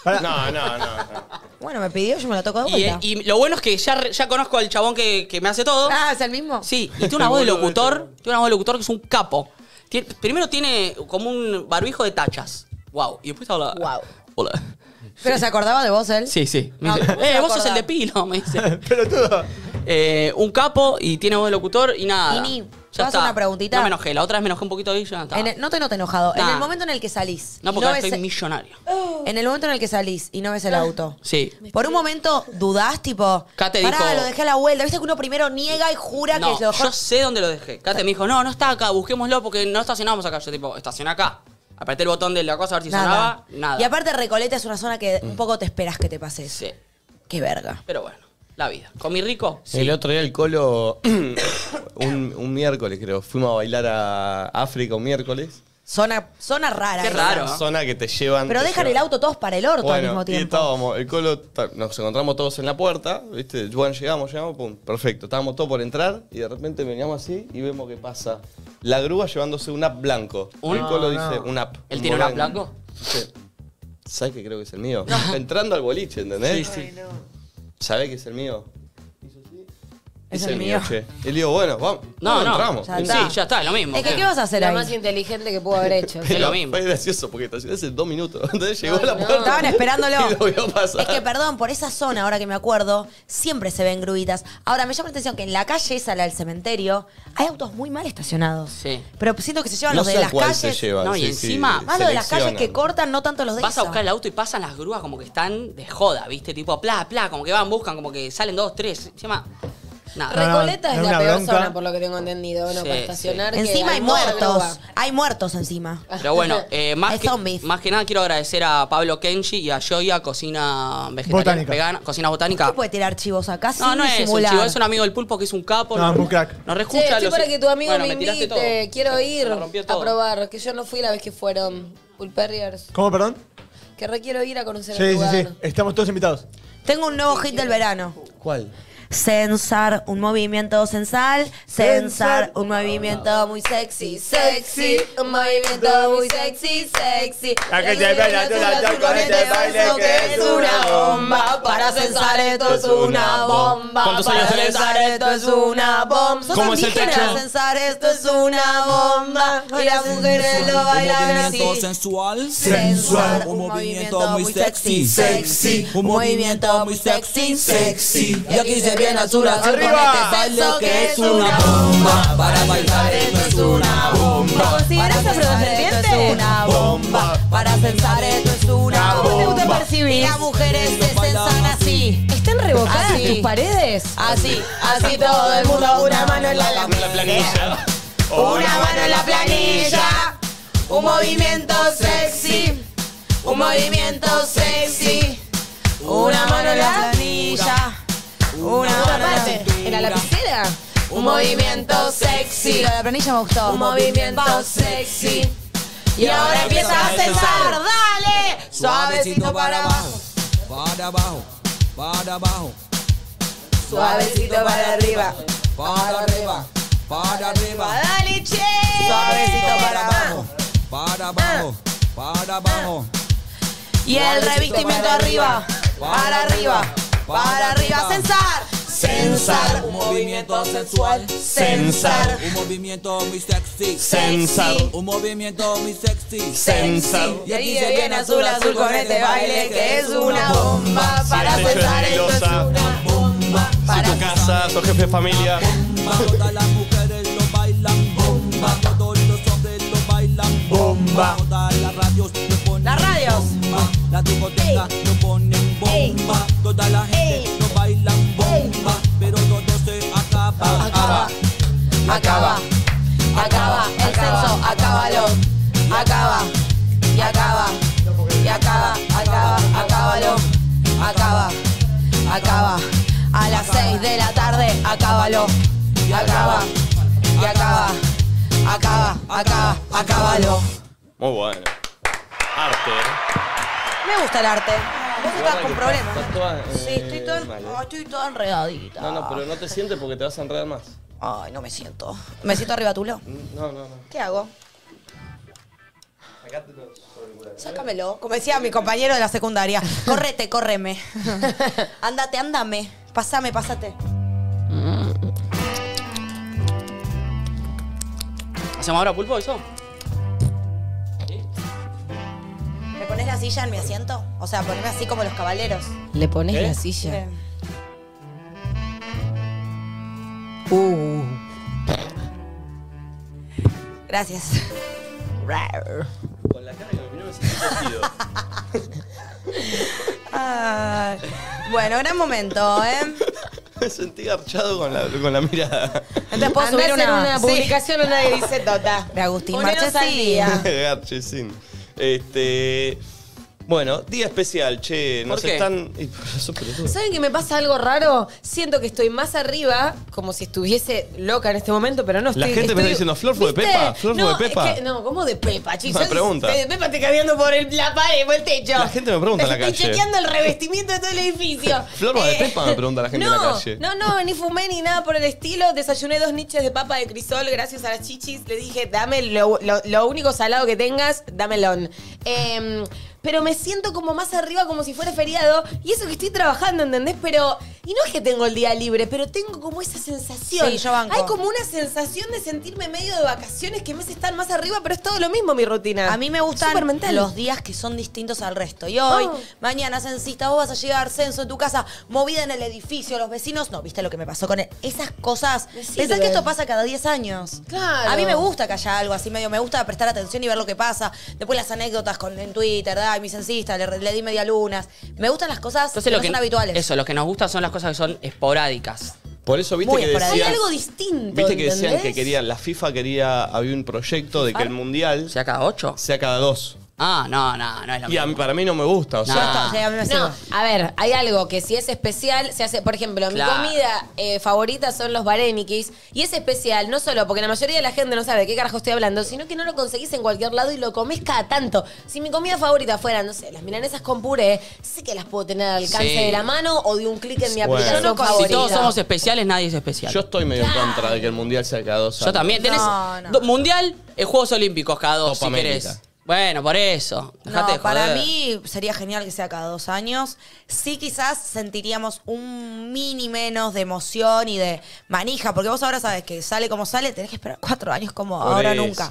Speaker 4: Pará.
Speaker 1: No, no, no. no.
Speaker 2: Bueno, me pidió, yo me la toco de
Speaker 6: Y, eh,
Speaker 2: vuelta.
Speaker 6: y lo bueno es que ya, re- ya conozco al chabón que, que me hace todo.
Speaker 2: Ah, ¿es el mismo?
Speaker 6: Sí, y tiene una voz de locutor, tiene una voz de locutor que es un capo. Tiene- primero tiene como un barbijo de tachas. Wow. Y después habla.
Speaker 5: Guau.
Speaker 6: Hola.
Speaker 2: ¿Pero se acordaba de vos él?
Speaker 6: Sí, sí. Me
Speaker 2: No,
Speaker 6: dice,
Speaker 2: ¿cómo se va
Speaker 6: eh,
Speaker 2: a
Speaker 6: vos sos el
Speaker 2: acordar?
Speaker 6: de Pilo, me dice.
Speaker 4: Pero todo.
Speaker 6: Eh, un capo y tiene voz de locutor y nada.
Speaker 2: Ini,
Speaker 6: Ya
Speaker 2: ¿puedo hacer
Speaker 6: está.
Speaker 2: una preguntita?
Speaker 6: No me enojé, la otra vez me enojé un poquito y ya está.
Speaker 2: En el- no te noto enojado. En
Speaker 6: Nah.
Speaker 2: el momento en el que salís.
Speaker 6: No,
Speaker 2: y
Speaker 6: porque ahora
Speaker 2: ves- Oh.
Speaker 6: estoy millonario. Ah.
Speaker 2: En el momento en el que salís y no ves el auto.
Speaker 6: Sí.
Speaker 2: Por un momento dudás, tipo.
Speaker 6: Kate
Speaker 2: pará,
Speaker 6: dijo-
Speaker 2: lo dejé a la vuelta. Viste que uno primero niega y jura
Speaker 6: No,
Speaker 2: que lo dejó.
Speaker 6: yo sé dónde lo dejé. Kate me dijo, no, no está acá, busquémoslo porque no estacionamos acá. Yo tipo, estaciona acá. Apreté el botón de la cosa a ver si sonaba, nada. Mm.
Speaker 2: Y aparte, Recoleta es una zona que un poco te esperas que te pase eso.
Speaker 6: Sí,
Speaker 2: Qué verga.
Speaker 6: pero bueno, la vida. ¿Con mi rico? Sí.
Speaker 1: El otro día el Colo, un, un miércoles creo, fuimos a bailar a África un miércoles.
Speaker 2: Zona, zona rara.
Speaker 6: Qué
Speaker 2: esa.
Speaker 6: raro. ¿eh?
Speaker 1: Una zona que te llevan...
Speaker 2: Pero
Speaker 1: te
Speaker 2: dejan el
Speaker 1: llevan.
Speaker 2: auto todos para el orto al mismo
Speaker 1: Y
Speaker 2: tiempo.
Speaker 1: estábamos, el colo, ta- nos encontramos todos en la puerta, ¿viste? Bueno, llegamos, llegamos, pum, perfecto. Estábamos todos por entrar y de repente veníamos así y vemos qué pasa. La grúa llevándose un app blanco.
Speaker 6: Un-
Speaker 1: el colo
Speaker 4: No, no.
Speaker 1: dice un app.
Speaker 6: ¿Él tiene un app
Speaker 1: volante.
Speaker 6: blanco?
Speaker 1: Sí. ¿Sabes qué creo que es el mío? Entrando al boliche, ¿entendés? Sí, sí. ¿Sabés que es el mío? Hizo así.
Speaker 2: Es el mío.
Speaker 1: che. Y le digo, bueno, vamos.
Speaker 6: No, no.
Speaker 1: entramos.
Speaker 2: Ya
Speaker 6: sí,
Speaker 2: está.
Speaker 6: ya está, es lo mismo.
Speaker 2: Es que, ¿qué vas a hacer
Speaker 5: Lo
Speaker 2: ahí?
Speaker 5: más inteligente que pudo haber hecho.
Speaker 6: Es lo mismo.
Speaker 1: Fue gracioso porque estacioné hace dos minutos. Entonces llegó a la
Speaker 5: no.
Speaker 1: puerta.
Speaker 2: Estaban esperándolo.
Speaker 1: Y lo vio pasar.
Speaker 2: Es que, perdón, por esa zona, ahora que me acuerdo, siempre se ven gruitas. Ahora, me llama la atención que en la calle esa, la del cementerio, hay autos muy mal estacionados.
Speaker 6: Sí.
Speaker 2: Pero siento que se llevan
Speaker 1: no
Speaker 2: los
Speaker 1: sé
Speaker 2: de las
Speaker 1: cuál
Speaker 2: calles.
Speaker 1: se llevan.
Speaker 6: No, y
Speaker 1: sí, sí,
Speaker 6: encima-
Speaker 2: Más lo de las calles
Speaker 1: seleccionan.
Speaker 2: que cortan, no tanto los de
Speaker 6: Vas
Speaker 2: esa.
Speaker 6: a buscar el auto y pasan las grúas como que están de joda, ¿viste? Tipo, pla, pla, como que van, buscan, como que salen dos, tres. Encima, nada.
Speaker 4: No, no,
Speaker 5: Recoleta
Speaker 4: no
Speaker 5: es
Speaker 4: es
Speaker 5: la
Speaker 4: una
Speaker 5: peor
Speaker 4: bronca.
Speaker 5: zona, por lo que tengo entendido, bueno,
Speaker 6: Sí,
Speaker 5: para
Speaker 6: sí.
Speaker 5: estacionar. que
Speaker 2: Encima hay
Speaker 5: toda
Speaker 2: muertos.
Speaker 5: droga.
Speaker 2: Hay muertos encima.
Speaker 6: Pero bueno, eh, más,
Speaker 2: Hay
Speaker 6: que,
Speaker 2: zombies.
Speaker 6: más que nada quiero agradecer a Pablo Kenshi y a Joya Cocina Vegetariana,
Speaker 4: Botánica.
Speaker 6: Vegana, Cocina
Speaker 2: ¿Qué
Speaker 6: Botánica.
Speaker 2: puede tirar chivos acá sin
Speaker 6: No, no es un
Speaker 2: disimular?
Speaker 6: chivo, es un amigo del pulpo que es un capo.
Speaker 4: No,
Speaker 6: nos-
Speaker 4: es un crack.
Speaker 6: Nos
Speaker 5: Che,
Speaker 6: reescucha.
Speaker 5: estoy
Speaker 6: los-
Speaker 5: para que tu amigo
Speaker 6: Bueno,
Speaker 5: me
Speaker 6: tiraste
Speaker 5: invite.
Speaker 6: todo.
Speaker 5: Quiero ir
Speaker 6: Me rompió todo.
Speaker 5: a probar, que yo no fui la vez que fueron Pulperriers.
Speaker 4: ¿Cómo, perdón?
Speaker 5: Que requiero ir a conocer el
Speaker 4: Sí, sí,
Speaker 5: lugar.
Speaker 4: sí. Estamos todos invitados.
Speaker 2: Tengo un nuevo hit del verano.
Speaker 4: ¿Cuál?
Speaker 2: Sensar, un movimiento sensal. Sensar,
Speaker 4: Sensar.
Speaker 2: un movimiento muy sexy, sexy.
Speaker 5: Sexy, un movimiento muy sexy, sexy.
Speaker 4: La que te baila, tú la tocas con este baile que es una
Speaker 5: bomba. Para censar esto es una bomba.
Speaker 6: ¿Cuántos años
Speaker 5: Para
Speaker 6: tenés?
Speaker 5: censar esto es una bomba.
Speaker 6: ¿Cómo es el
Speaker 5: Para
Speaker 6: techo?
Speaker 5: censar esto es una bomba. Y las mujeres lo bailan así.
Speaker 10: sensual,
Speaker 5: Sensual, un movimiento muy sexy, sexy, un movimiento muy sexy, sexy. Y aquí se viene azul azul con
Speaker 4: Arriba.
Speaker 5: este baile que es una bomba. Para bailar esto es una bomba. ¿Consideras afrodescendiente? Esto es una bomba. Para censar esto es una bomba. ¿Cómo te gusta percibir? Las mujeres se sensan así. ¿Están revocadas tus paredes? Así, así todo el mundo una mano en la
Speaker 1: La planilla.
Speaker 5: una mano en la planilla, un movimiento sexy, un movimiento sexy, una mano en la planilla, una mano en la lapicera, un movimiento
Speaker 2: Sí,
Speaker 5: sexy,
Speaker 2: lo de la planilla me gustó.
Speaker 5: un movimiento sexy. Y ahora empieza a censar, dale, suavecito para abajo,
Speaker 10: para abajo, para abajo,
Speaker 5: suavecito para arriba,
Speaker 10: para arriba, para arriba,
Speaker 5: dale che, Ah. suavecito para abajo.
Speaker 10: para abajo, para abajo.
Speaker 5: Y Ah. el revestimiento arriba, para arriba, para arriba, censar. Censar,
Speaker 10: Un movimiento sensual,
Speaker 1: Sensar.
Speaker 10: un movimiento muy sexy,
Speaker 1: Sensar.
Speaker 10: un movimiento muy sexy.
Speaker 1: Sensar.
Speaker 5: Y aquí se viene azul, azul con este baile que es una bomba. Para
Speaker 1: Techo de
Speaker 5: censar esto es
Speaker 1: Mendoza.
Speaker 5: una bomba.
Speaker 1: Si
Speaker 5: Para
Speaker 1: tu casa, sos jefe de familia.
Speaker 10: Todas las mujeres lo bailan bomba, todos los hombres lo bailan bomba. Todas las radios lo ponen
Speaker 5: Las radios.
Speaker 10: bomba, las discotecas lo ponen bomba, toda la gente lo bailan bomba, pero todo se acaba.
Speaker 5: acaba, acaba, acaba, el censo, acábalo, acaba, y acaba, y acaba, acaba, acábalo, acaba, acaba, a las seis de la tarde, acábalo, y acaba, y acaba, acaba, acaba, acábalo.
Speaker 1: Muy bueno. Arte. ¿eh?
Speaker 2: Me gusta el arte. Vos estás con problemas.
Speaker 1: Está toda, eh,
Speaker 2: Sí, estoy todo,
Speaker 1: mal, ¿eh?
Speaker 2: ay, estoy toda enredadita.
Speaker 1: No, no, pero no te sientes porque te vas a enredar más.
Speaker 2: Ay, no me siento. Me siento arriba tulo.
Speaker 1: No, no, no.
Speaker 2: ¿Qué hago? Sácamelo, como decía mi compañero de la secundaria. Correte, córreme. Ándate, ándame. Pásame, pásate.
Speaker 6: ¿Hacemos ahora pulpo eso?
Speaker 2: ¿Me pones la silla en mi asiento? O sea, poneme así como los caballeros.
Speaker 5: Le pones
Speaker 1: la
Speaker 5: silla. Uh.
Speaker 2: Gracias.
Speaker 1: Con la cara que me miró me sentí cogido.
Speaker 2: Ay. Bueno, gran momento, ¿eh?
Speaker 1: Me sentí garchado con la, con la mirada.
Speaker 2: Entonces puedo subir una, Sí.
Speaker 5: donde nadie dice Tota.
Speaker 2: de Agustín
Speaker 5: Ponenos al
Speaker 2: Marchesín.
Speaker 5: día.
Speaker 1: Garchesín. Este. Bueno, día especial, che. Nos
Speaker 6: ¿Por qué?
Speaker 1: están. Y, sos pelotudo.
Speaker 5: ¿Saben que me pasa algo raro? Siento que estoy más arriba, como si estuviese loca en este momento, pero no estoy.
Speaker 1: La gente me
Speaker 5: estoy-
Speaker 1: está diciendo, ¿Flor fue de
Speaker 5: ¿Viste?
Speaker 1: Pepa? ¿Flor fue
Speaker 5: no,
Speaker 1: de Pepa?
Speaker 5: es que- no, ¿cómo de Pepa, chicos?
Speaker 1: Me pregunta.
Speaker 5: De Pepa te cambiando por el, la pared, por el techo.
Speaker 1: La gente me pregunta en la
Speaker 5: Estoy
Speaker 1: calle.
Speaker 5: chequeando el revestimiento de todo el edificio. Eh,
Speaker 1: ¿Flor va de Pepa? Me pregunta la gente en
Speaker 5: no,
Speaker 1: la calle.
Speaker 5: No, no, ni fumé ni nada por el estilo. Desayuné dos niches de papa de crisol gracias a las chichis. Le dije, dame lo, lo- lo único salado que tengas, dámelo. Eh, pero me me siento como más arriba, como si fuera feriado. Y eso que estoy trabajando, ¿entendés? Pero. Y no es que tengo el día libre, pero tengo como esa sensación.
Speaker 2: Sí, yo banco.
Speaker 5: Hay como una sensación de sentirme medio de vacaciones que meses están más arriba, pero es todo lo mismo mi rutina.
Speaker 2: A mí me gustan
Speaker 5: Supermental.
Speaker 2: los días que son distintos al resto. Y hoy,
Speaker 5: Oh.
Speaker 2: mañana, censista, vos vas a llegar, censo en tu casa, movida en el edificio, los vecinos. No, viste lo que me pasó con él. Esas cosas.
Speaker 5: Me sirve.
Speaker 2: Pensás que esto pasa cada 10 años.
Speaker 5: Claro.
Speaker 2: A mí me gusta que haya algo así medio. Me gusta prestar atención y ver lo que pasa. Después las anécdotas con, en Twitter, ay, mi censista, le, le di media lunas. Me gustan las cosas
Speaker 6: Entonces,
Speaker 2: que
Speaker 6: lo
Speaker 2: no
Speaker 6: que,
Speaker 2: son habituales.
Speaker 6: Eso, lo que nos gusta son las cosas que son esporádicas.
Speaker 1: Por eso viste
Speaker 2: Muy
Speaker 1: que
Speaker 2: esporádico.
Speaker 1: decían.
Speaker 2: Hay algo
Speaker 5: distinto,
Speaker 1: Viste que decían que
Speaker 5: ¿entendés?
Speaker 1: querían, la FIFA quería, había un proyecto de que el mundial
Speaker 6: ¿Sea cada ocho?
Speaker 1: sea cada dos.
Speaker 6: Ah, no, no, no es lo
Speaker 1: Y a
Speaker 6: mismo.
Speaker 1: mí, para mí no me gusta, o sea.
Speaker 6: Nah.
Speaker 2: Sí, a mí me
Speaker 5: No,
Speaker 2: sirve.
Speaker 5: a ver, hay algo que si es especial, se hace, por ejemplo,
Speaker 6: Claro.
Speaker 5: mi comida eh, favorita son los barenikis y es especial no solo porque la mayoría de la gente no sabe de qué carajo estoy hablando, sino que no lo conseguís en cualquier lado y lo comés cada tanto. Si mi comida favorita fuera, no sé, las milanesas con puré, sé que las puedo tener al alcance
Speaker 6: Sí.
Speaker 5: de la mano o de un clic en mi
Speaker 1: Bueno.
Speaker 5: aplicación
Speaker 1: Yo no
Speaker 6: Si
Speaker 5: favorita.
Speaker 6: todos somos especiales, nadie es especial.
Speaker 1: Yo estoy medio en contra de que el mundial sea cada dos
Speaker 6: Yo
Speaker 1: años.
Speaker 6: también. Tenés
Speaker 2: No, no.
Speaker 6: do- mundial en Juegos Olímpicos cada dos,
Speaker 1: Copa
Speaker 6: si querés.
Speaker 1: América.
Speaker 6: Bueno, por eso. Dejate de
Speaker 2: no, para
Speaker 6: joder.
Speaker 2: mí sería genial que sea cada dos años. Sí, quizás sentiríamos un mini menos de emoción y de manija, porque vos ahora sabes que sale como sale, tenés que esperar cuatro años como
Speaker 1: Por
Speaker 2: ahora
Speaker 1: eso.
Speaker 2: nunca.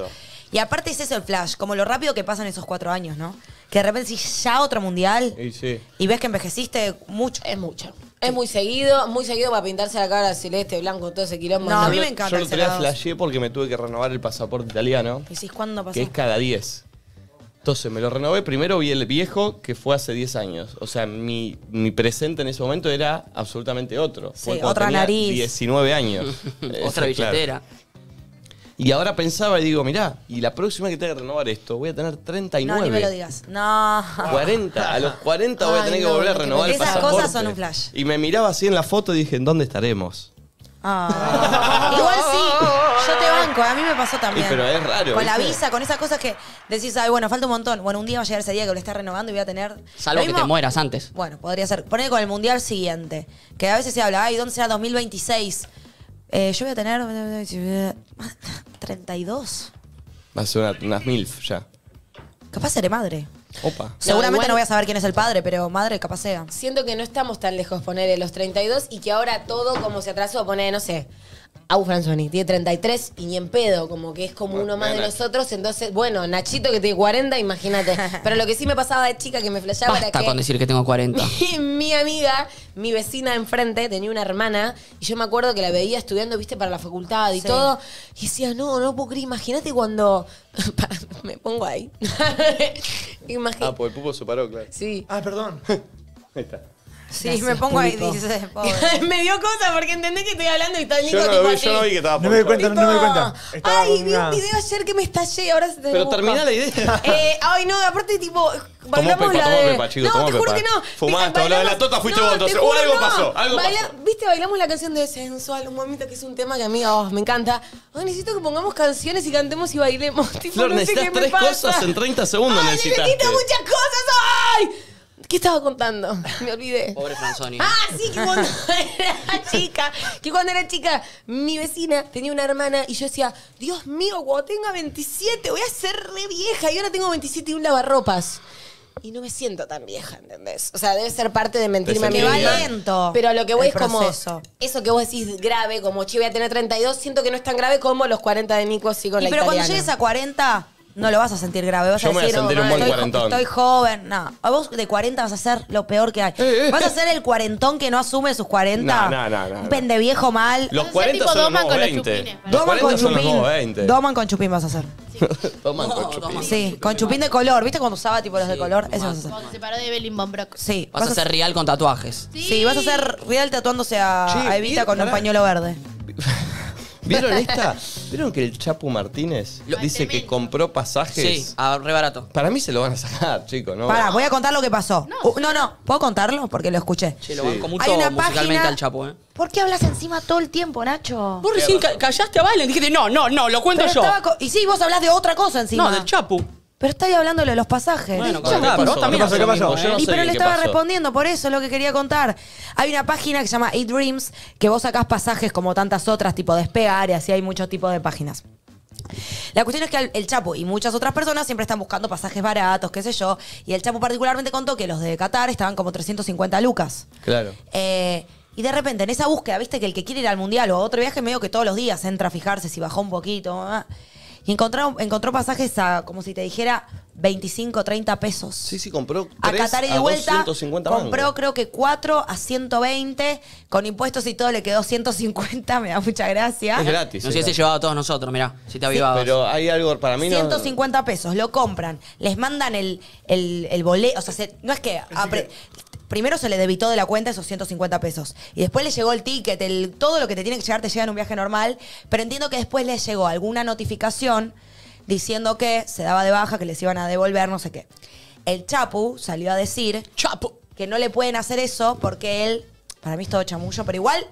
Speaker 2: Y aparte es eso el flash, como lo rápido que pasan esos cuatro años, ¿no? Que de repente si ya otro mundial
Speaker 1: Y sí.
Speaker 2: y ves que envejeciste mucho.
Speaker 5: Es mucho. Es muy seguido, muy seguido para pintarse la cara celeste, blanco, todo ese quilombo.
Speaker 2: No, a mí
Speaker 1: Yo-
Speaker 2: me encanta
Speaker 1: Yo
Speaker 2: el
Speaker 1: lo tenía
Speaker 2: cero a dos.
Speaker 1: flashé porque me tuve que renovar el pasaporte italiano,
Speaker 2: Decís, ¿cuándo pasó?
Speaker 1: que es cada 10. Entonces me lo renové. Primero vi el viejo, que fue hace 10 años. O sea, mi, mi presente en ese momento era absolutamente otro.
Speaker 2: Sí,
Speaker 1: Fue cuando
Speaker 2: otra
Speaker 1: tenía
Speaker 2: nariz.
Speaker 1: 19 años.
Speaker 6: Otra
Speaker 1: Eso, claro.
Speaker 6: billetera.
Speaker 1: Y ahora pensaba y digo, mirá, y la próxima que tenga que renovar esto, voy a tener 39.
Speaker 2: no, ni me lo digas. No.
Speaker 1: 40, a los 40 voy a
Speaker 5: Ay,
Speaker 1: tener
Speaker 5: no,
Speaker 1: que volver a
Speaker 5: no te
Speaker 1: renovar el
Speaker 2: Esas cosas
Speaker 1: pasaporte.
Speaker 2: son un flash.
Speaker 1: Y me miraba así en la foto y dije, ¿en dónde estaremos?
Speaker 2: Ah. Igual sí, yo te banco, a mí me pasó también.
Speaker 1: Y pero es raro,
Speaker 2: Con la
Speaker 1: ¿viste?
Speaker 2: visa, con esas cosas que decís, ay, bueno, falta un montón. Bueno, un día va a llegar ese día que lo estás renovando y voy a tener.
Speaker 6: Salvo
Speaker 2: Lo
Speaker 6: que
Speaker 2: mismo-
Speaker 6: te mueras antes.
Speaker 2: Bueno, podría ser. Poner con el mundial siguiente, que a veces se habla, ay, ¿dónde será 2026? Eh, yo voy a tener. 32.
Speaker 1: Va a ser una- unas MILF ya.
Speaker 2: Capaz seré madre.
Speaker 1: Opa.
Speaker 2: Seguramente
Speaker 5: igual-
Speaker 2: no voy a saber quién es el padre, pero madre capaz sea.
Speaker 5: Siento que no estamos tan lejos ponerle los 32 y que ahora todo como se atrasó, pone, no sé, Au Franzoni tiene 33 y ni en pedo, como que es como
Speaker 1: Bueno,
Speaker 5: uno más de
Speaker 1: bueno.
Speaker 5: nosotros, entonces, bueno, Nachito que tiene 40, imagínate. Pero lo que sí me pasaba de chica que me flashaba era
Speaker 6: Basta
Speaker 5: que
Speaker 6: con decir que tengo 40.
Speaker 5: mi, mi amiga, mi vecina de enfrente, tenía una hermana y yo me acuerdo que la veía estudiando, viste, para la facultad y
Speaker 2: Sí.
Speaker 5: todo. Y decía, no, no puedo creer, imagínate cuando... Pará, me pongo ahí. imagínate.
Speaker 1: Ah, pues el pupo se paró, claro.
Speaker 5: Sí.
Speaker 4: Ah, perdón.
Speaker 1: Ahí está.
Speaker 2: Sí,
Speaker 5: Gracias,
Speaker 2: me pongo ahí,
Speaker 5: público.
Speaker 2: dice, pobre.
Speaker 5: me dio cosa porque entendés que estoy hablando y todo el Nico
Speaker 1: Yo no,
Speaker 5: tipo
Speaker 1: lo vi,
Speaker 5: así.
Speaker 1: yo no vi que estaba
Speaker 4: No me di
Speaker 1: por
Speaker 4: cuenta, no me di cuenta.
Speaker 5: Tipo,
Speaker 4: Estaba
Speaker 5: Ay,
Speaker 4: con
Speaker 5: vi un
Speaker 2: Ah.
Speaker 4: una-
Speaker 5: video ayer que me estallé, ahora se te
Speaker 1: Pero
Speaker 5: lo busco.
Speaker 1: terminá la idea.
Speaker 5: Eh, ay, no, aparte, tipo, bailamos
Speaker 1: pepa,
Speaker 5: la
Speaker 1: tomó
Speaker 5: de...
Speaker 1: pepa, chicos,
Speaker 5: no,
Speaker 1: tomó
Speaker 5: te juro
Speaker 1: pepa.
Speaker 5: que no.
Speaker 1: Fumaste,
Speaker 5: Bailamos-
Speaker 1: hablaba de la tota, fuiste
Speaker 5: no,
Speaker 1: vos, entonces,
Speaker 5: te juro,
Speaker 1: o algo
Speaker 5: no.
Speaker 1: pasó, algo
Speaker 5: Baila-
Speaker 1: pasó.
Speaker 5: Viste, bailamos la canción de Sensual, un momento que es un tema que, amiga, oh, me encanta. Ay, necesito que pongamos canciones y cantemos y bailemos. Tipo,
Speaker 1: Flor,
Speaker 5: no sé
Speaker 1: necesitas
Speaker 5: qué me
Speaker 1: tres
Speaker 5: pasa.
Speaker 1: cosas en 30 segundos
Speaker 5: Ay,
Speaker 1: necesitaste.
Speaker 5: necesito muchas cosas, ay. ¿Qué estaba contando? Me olvidé.
Speaker 6: Pobre Franzoni.
Speaker 5: Ah, sí, que cuando era chica, que cuando era chica, mi vecina tenía una hermana y yo decía, Dios mío, cuando tenga 27 voy a ser re vieja y ahora tengo 27 y un lavarropas. Y no me siento tan vieja, ¿entendés? O sea, debe ser parte de mentirme a mí.
Speaker 1: Que va
Speaker 5: misma.
Speaker 2: lento
Speaker 5: Pero a lo que voy
Speaker 2: el
Speaker 5: es como,
Speaker 2: proceso.
Speaker 5: eso que vos decís grave, como, che, voy a tener 32, siento que no es tan grave como los 40 de Nico, sí, con
Speaker 2: Y
Speaker 5: la
Speaker 2: pero cuando
Speaker 5: italiana.
Speaker 2: llegues a 40, no lo vas a sentir grave. Vas
Speaker 1: Yo
Speaker 2: a
Speaker 1: me voy a
Speaker 2: decir,
Speaker 1: sentir un buen
Speaker 2: estoy, jo-
Speaker 1: cuarentón".
Speaker 2: estoy joven. No, a vos de 40 vas a ser lo peor que hay. Vas a ser el cuarentón que no asume sus 40.
Speaker 1: Eh, No, no, no, no,
Speaker 2: un
Speaker 1: no.
Speaker 2: pendeviejo mal.
Speaker 3: Vas a ser
Speaker 1: Los 40
Speaker 3: tipo
Speaker 1: son los
Speaker 3: Doman con
Speaker 1: nuevos
Speaker 3: los
Speaker 1: 20.
Speaker 3: chupines,
Speaker 1: Los
Speaker 2: Doman con
Speaker 1: 40 son los
Speaker 2: chupín.
Speaker 1: nuevos 20.
Speaker 2: Doman con chupín vas a hacer.
Speaker 1: Doman con chupines.
Speaker 2: Sí, con chupín de color. ¿Viste cuando usaba tipo los de color? Eso vas a hacer.
Speaker 3: Cuando se separó de Evelyn Von Brock.
Speaker 2: Sí,
Speaker 6: Vas a ser real con tatuajes.
Speaker 2: Sí, vas a ser real tatuándose a,
Speaker 1: Che,
Speaker 2: a Evita
Speaker 1: bien,
Speaker 2: con un
Speaker 1: pará.
Speaker 2: pañuelo verde.
Speaker 1: ¿Vieron esta? ¿Vieron que el Chapu Martínez
Speaker 3: Lo-
Speaker 1: dice que
Speaker 3: tremendo.
Speaker 1: compró pasajes?
Speaker 6: Sí, a re barato.
Speaker 1: Para mí se lo van a sacar, chicos, ¿no?
Speaker 2: Pará, voy a contar lo que pasó.
Speaker 3: No.
Speaker 2: Uh, no, no, ¿puedo contarlo? Porque lo escuché.
Speaker 6: Che, lo
Speaker 1: Sí.
Speaker 6: banco mucho musicalmente al Chapo, ¿eh?
Speaker 2: ¿Por qué hablas encima todo el tiempo, Nacho?
Speaker 6: Vos recién ca- callaste a Valen, dijiste, no, no, no, lo cuento
Speaker 2: Pero
Speaker 6: yo.
Speaker 2: estaba co- y sí, vos hablas de otra cosa encima.
Speaker 6: No, del Chapu.
Speaker 2: Pero estoy hablando de los pasajes.
Speaker 1: Bueno,
Speaker 6: Bueno,
Speaker 1: ¿qué
Speaker 6: contá, pero
Speaker 1: pasó?
Speaker 6: vos también
Speaker 1: ¿Qué pasó?
Speaker 6: haces lo
Speaker 4: ¿Qué pasó?
Speaker 6: mismo,
Speaker 1: Yo no
Speaker 6: ¿eh?
Speaker 2: y
Speaker 1: sé
Speaker 2: pero
Speaker 1: bien
Speaker 2: le
Speaker 1: qué
Speaker 2: estaba
Speaker 1: pasó.
Speaker 2: respondiendo, por eso es lo que quería contar. Hay una página que se llama eDreams, que vos sacás pasajes como tantas otras, tipo Despega, Área, y hay muchos tipos de páginas. La cuestión es que al- el Chapo y muchas otras personas siempre están buscando pasajes baratos, qué sé yo. Y el Chapo particularmente contó que los de Qatar estaban como 350 lucas.
Speaker 11: Claro.
Speaker 2: Eh, y de repente, en esa búsqueda, viste que el que quiere ir al mundial o a otro viaje, medio que todos los días entra a fijarse si bajó un poquito. ah. Y encontró, encontró pasajes a, como si te dijera, 25, 30 pesos.
Speaker 1: Sí, sí, compró
Speaker 2: A
Speaker 1: tres
Speaker 2: Qatar y de
Speaker 1: a
Speaker 2: vuelta
Speaker 1: 250 mangos.
Speaker 2: compró creo que 4 a 120, con impuestos y todo le quedó 150, me da mucha gracia.
Speaker 1: Es gratis.
Speaker 6: Nos hubiese llevado a todos nosotros, mirá, si te avivabas.
Speaker 1: Pero hay algo para mí no...
Speaker 2: 150 pesos, lo compran, les mandan el, el, el boleto, o sea, se- no es que... apre- Primero se le debitó de la cuenta esos 150 pesos. Y después le llegó el ticket, el, todo lo que te tiene que llegar te llega en un viaje normal. Pero entiendo que después les llegó alguna notificación diciendo que se daba de baja, que les iban a devolver, no sé qué. El Chapu salió a decir que no le pueden hacer eso porque él, para mí es todo chamullo, pero igual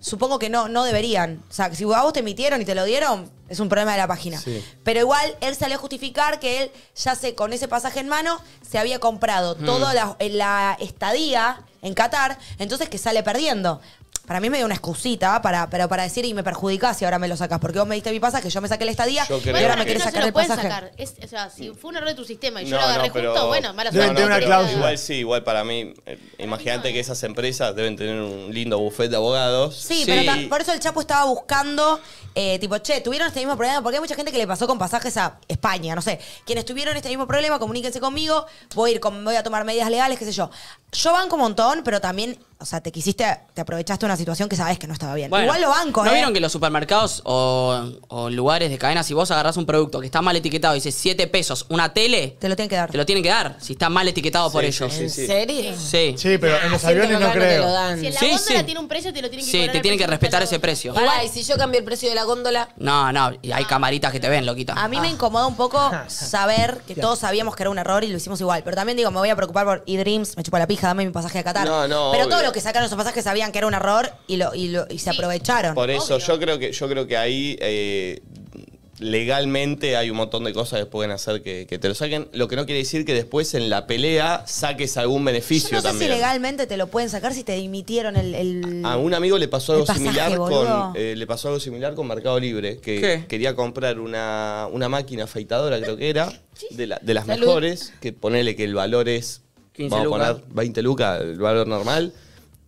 Speaker 2: supongo que no, no deberían. O sea, que si a vos te emitieron y te lo dieron, es un problema de la página.
Speaker 5: Sí.
Speaker 2: Pero igual él salió a justificar que él ya se, con ese pasaje en mano se había comprado
Speaker 5: Mm.
Speaker 2: toda la, eh, la estadía en Qatar, entonces que sale perdiendo. Para mí me dio una excusita para, pero para decir y me perjudicás si ahora me lo sacás, porque vos me diste mi pasaje, yo me saqué la estadía
Speaker 1: Yo
Speaker 2: y
Speaker 1: creo-
Speaker 2: ahora
Speaker 1: Bueno,
Speaker 2: me
Speaker 1: pero
Speaker 2: querés
Speaker 1: no
Speaker 3: se
Speaker 2: sacar el
Speaker 3: lo pueden
Speaker 2: pasaje.
Speaker 3: sacar. Es- o sea, si fue un error de tu sistema y yo
Speaker 1: No,
Speaker 3: lo agarré
Speaker 1: no, pero-
Speaker 3: justo, bueno, mala
Speaker 1: No,
Speaker 3: suerte.
Speaker 1: no,
Speaker 3: pero-
Speaker 1: pero Igual sí, igual para mí. eh, Imagínate que esas empresas deben tener un lindo buffet de abogados.
Speaker 2: Sí, pero ta- por eso el Chapo estaba buscando, eh, tipo, che, tuvieron este mismo problema, porque hay mucha gente que le pasó con pasajes a España, no sé. Quienes tuvieron este mismo problema, comuníquense conmigo, voy a ir con- voy a tomar medidas legales, qué sé yo. Yo banco un montón, pero también, o sea, te quisiste, te aprovechaste de una situación que sabes que no estaba bien.
Speaker 6: Bueno,
Speaker 2: Igual lo banco,
Speaker 6: ¿No
Speaker 2: ¿eh?
Speaker 6: vieron que los supermercados o, o lugares de cadena, si vos agarrás un producto que está mal etiquetado y dice 7 pesos, una tele,
Speaker 2: te lo tienen que dar.
Speaker 6: Te lo tienen que dar si está mal etiquetado por
Speaker 4: Sí,
Speaker 6: ellos.
Speaker 4: sí, sí, sí. ¿En
Speaker 5: serio?
Speaker 6: Sí.
Speaker 4: Sí, pero en los aviones no creo.
Speaker 3: Si en la
Speaker 6: Sí,
Speaker 3: góndola
Speaker 6: sí.
Speaker 3: tiene un precio, te lo tienen que
Speaker 6: Sí,
Speaker 3: cobrar
Speaker 6: te
Speaker 3: el
Speaker 6: tienen que
Speaker 3: precio.
Speaker 6: respetar ese precio.
Speaker 5: Pará, y si yo cambio el precio de la góndola.
Speaker 6: No, no, y hay camaritas que te ven, loquita.
Speaker 2: A mí me incomoda un poco saber que todos sabíamos que era un error y lo hicimos igual. Pero también digo, me voy a preocupar por eDreams, me chupa la pija, dame mi pasaje a Qatar.
Speaker 1: No, no,
Speaker 2: pero
Speaker 1: obvio.
Speaker 2: todos los que sacaron esos pasajes sabían que era un error y, lo, y, lo- y se aprovecharon.
Speaker 1: Por eso yo creo que yo creo que ahí eh, legalmente hay un montón de cosas que pueden hacer que, que te lo saquen. Lo que no quiere decir que después en la pelea saques algún beneficio
Speaker 2: Yo no sé
Speaker 1: también.
Speaker 2: si legalmente te lo pueden sacar si te dimitieron el. el-
Speaker 1: A un amigo le pasó algo
Speaker 2: El pasaje,
Speaker 1: similar
Speaker 2: boludo.
Speaker 1: con eh, le pasó algo similar con Mercado Libre que
Speaker 6: ¿Qué?
Speaker 1: quería comprar una, una máquina afeitadora creo que era de, la- de las
Speaker 6: Salud.
Speaker 1: mejores que ponele que el valor es
Speaker 6: 15
Speaker 1: vamos
Speaker 6: lucas.
Speaker 1: a poner 20 lucas el valor normal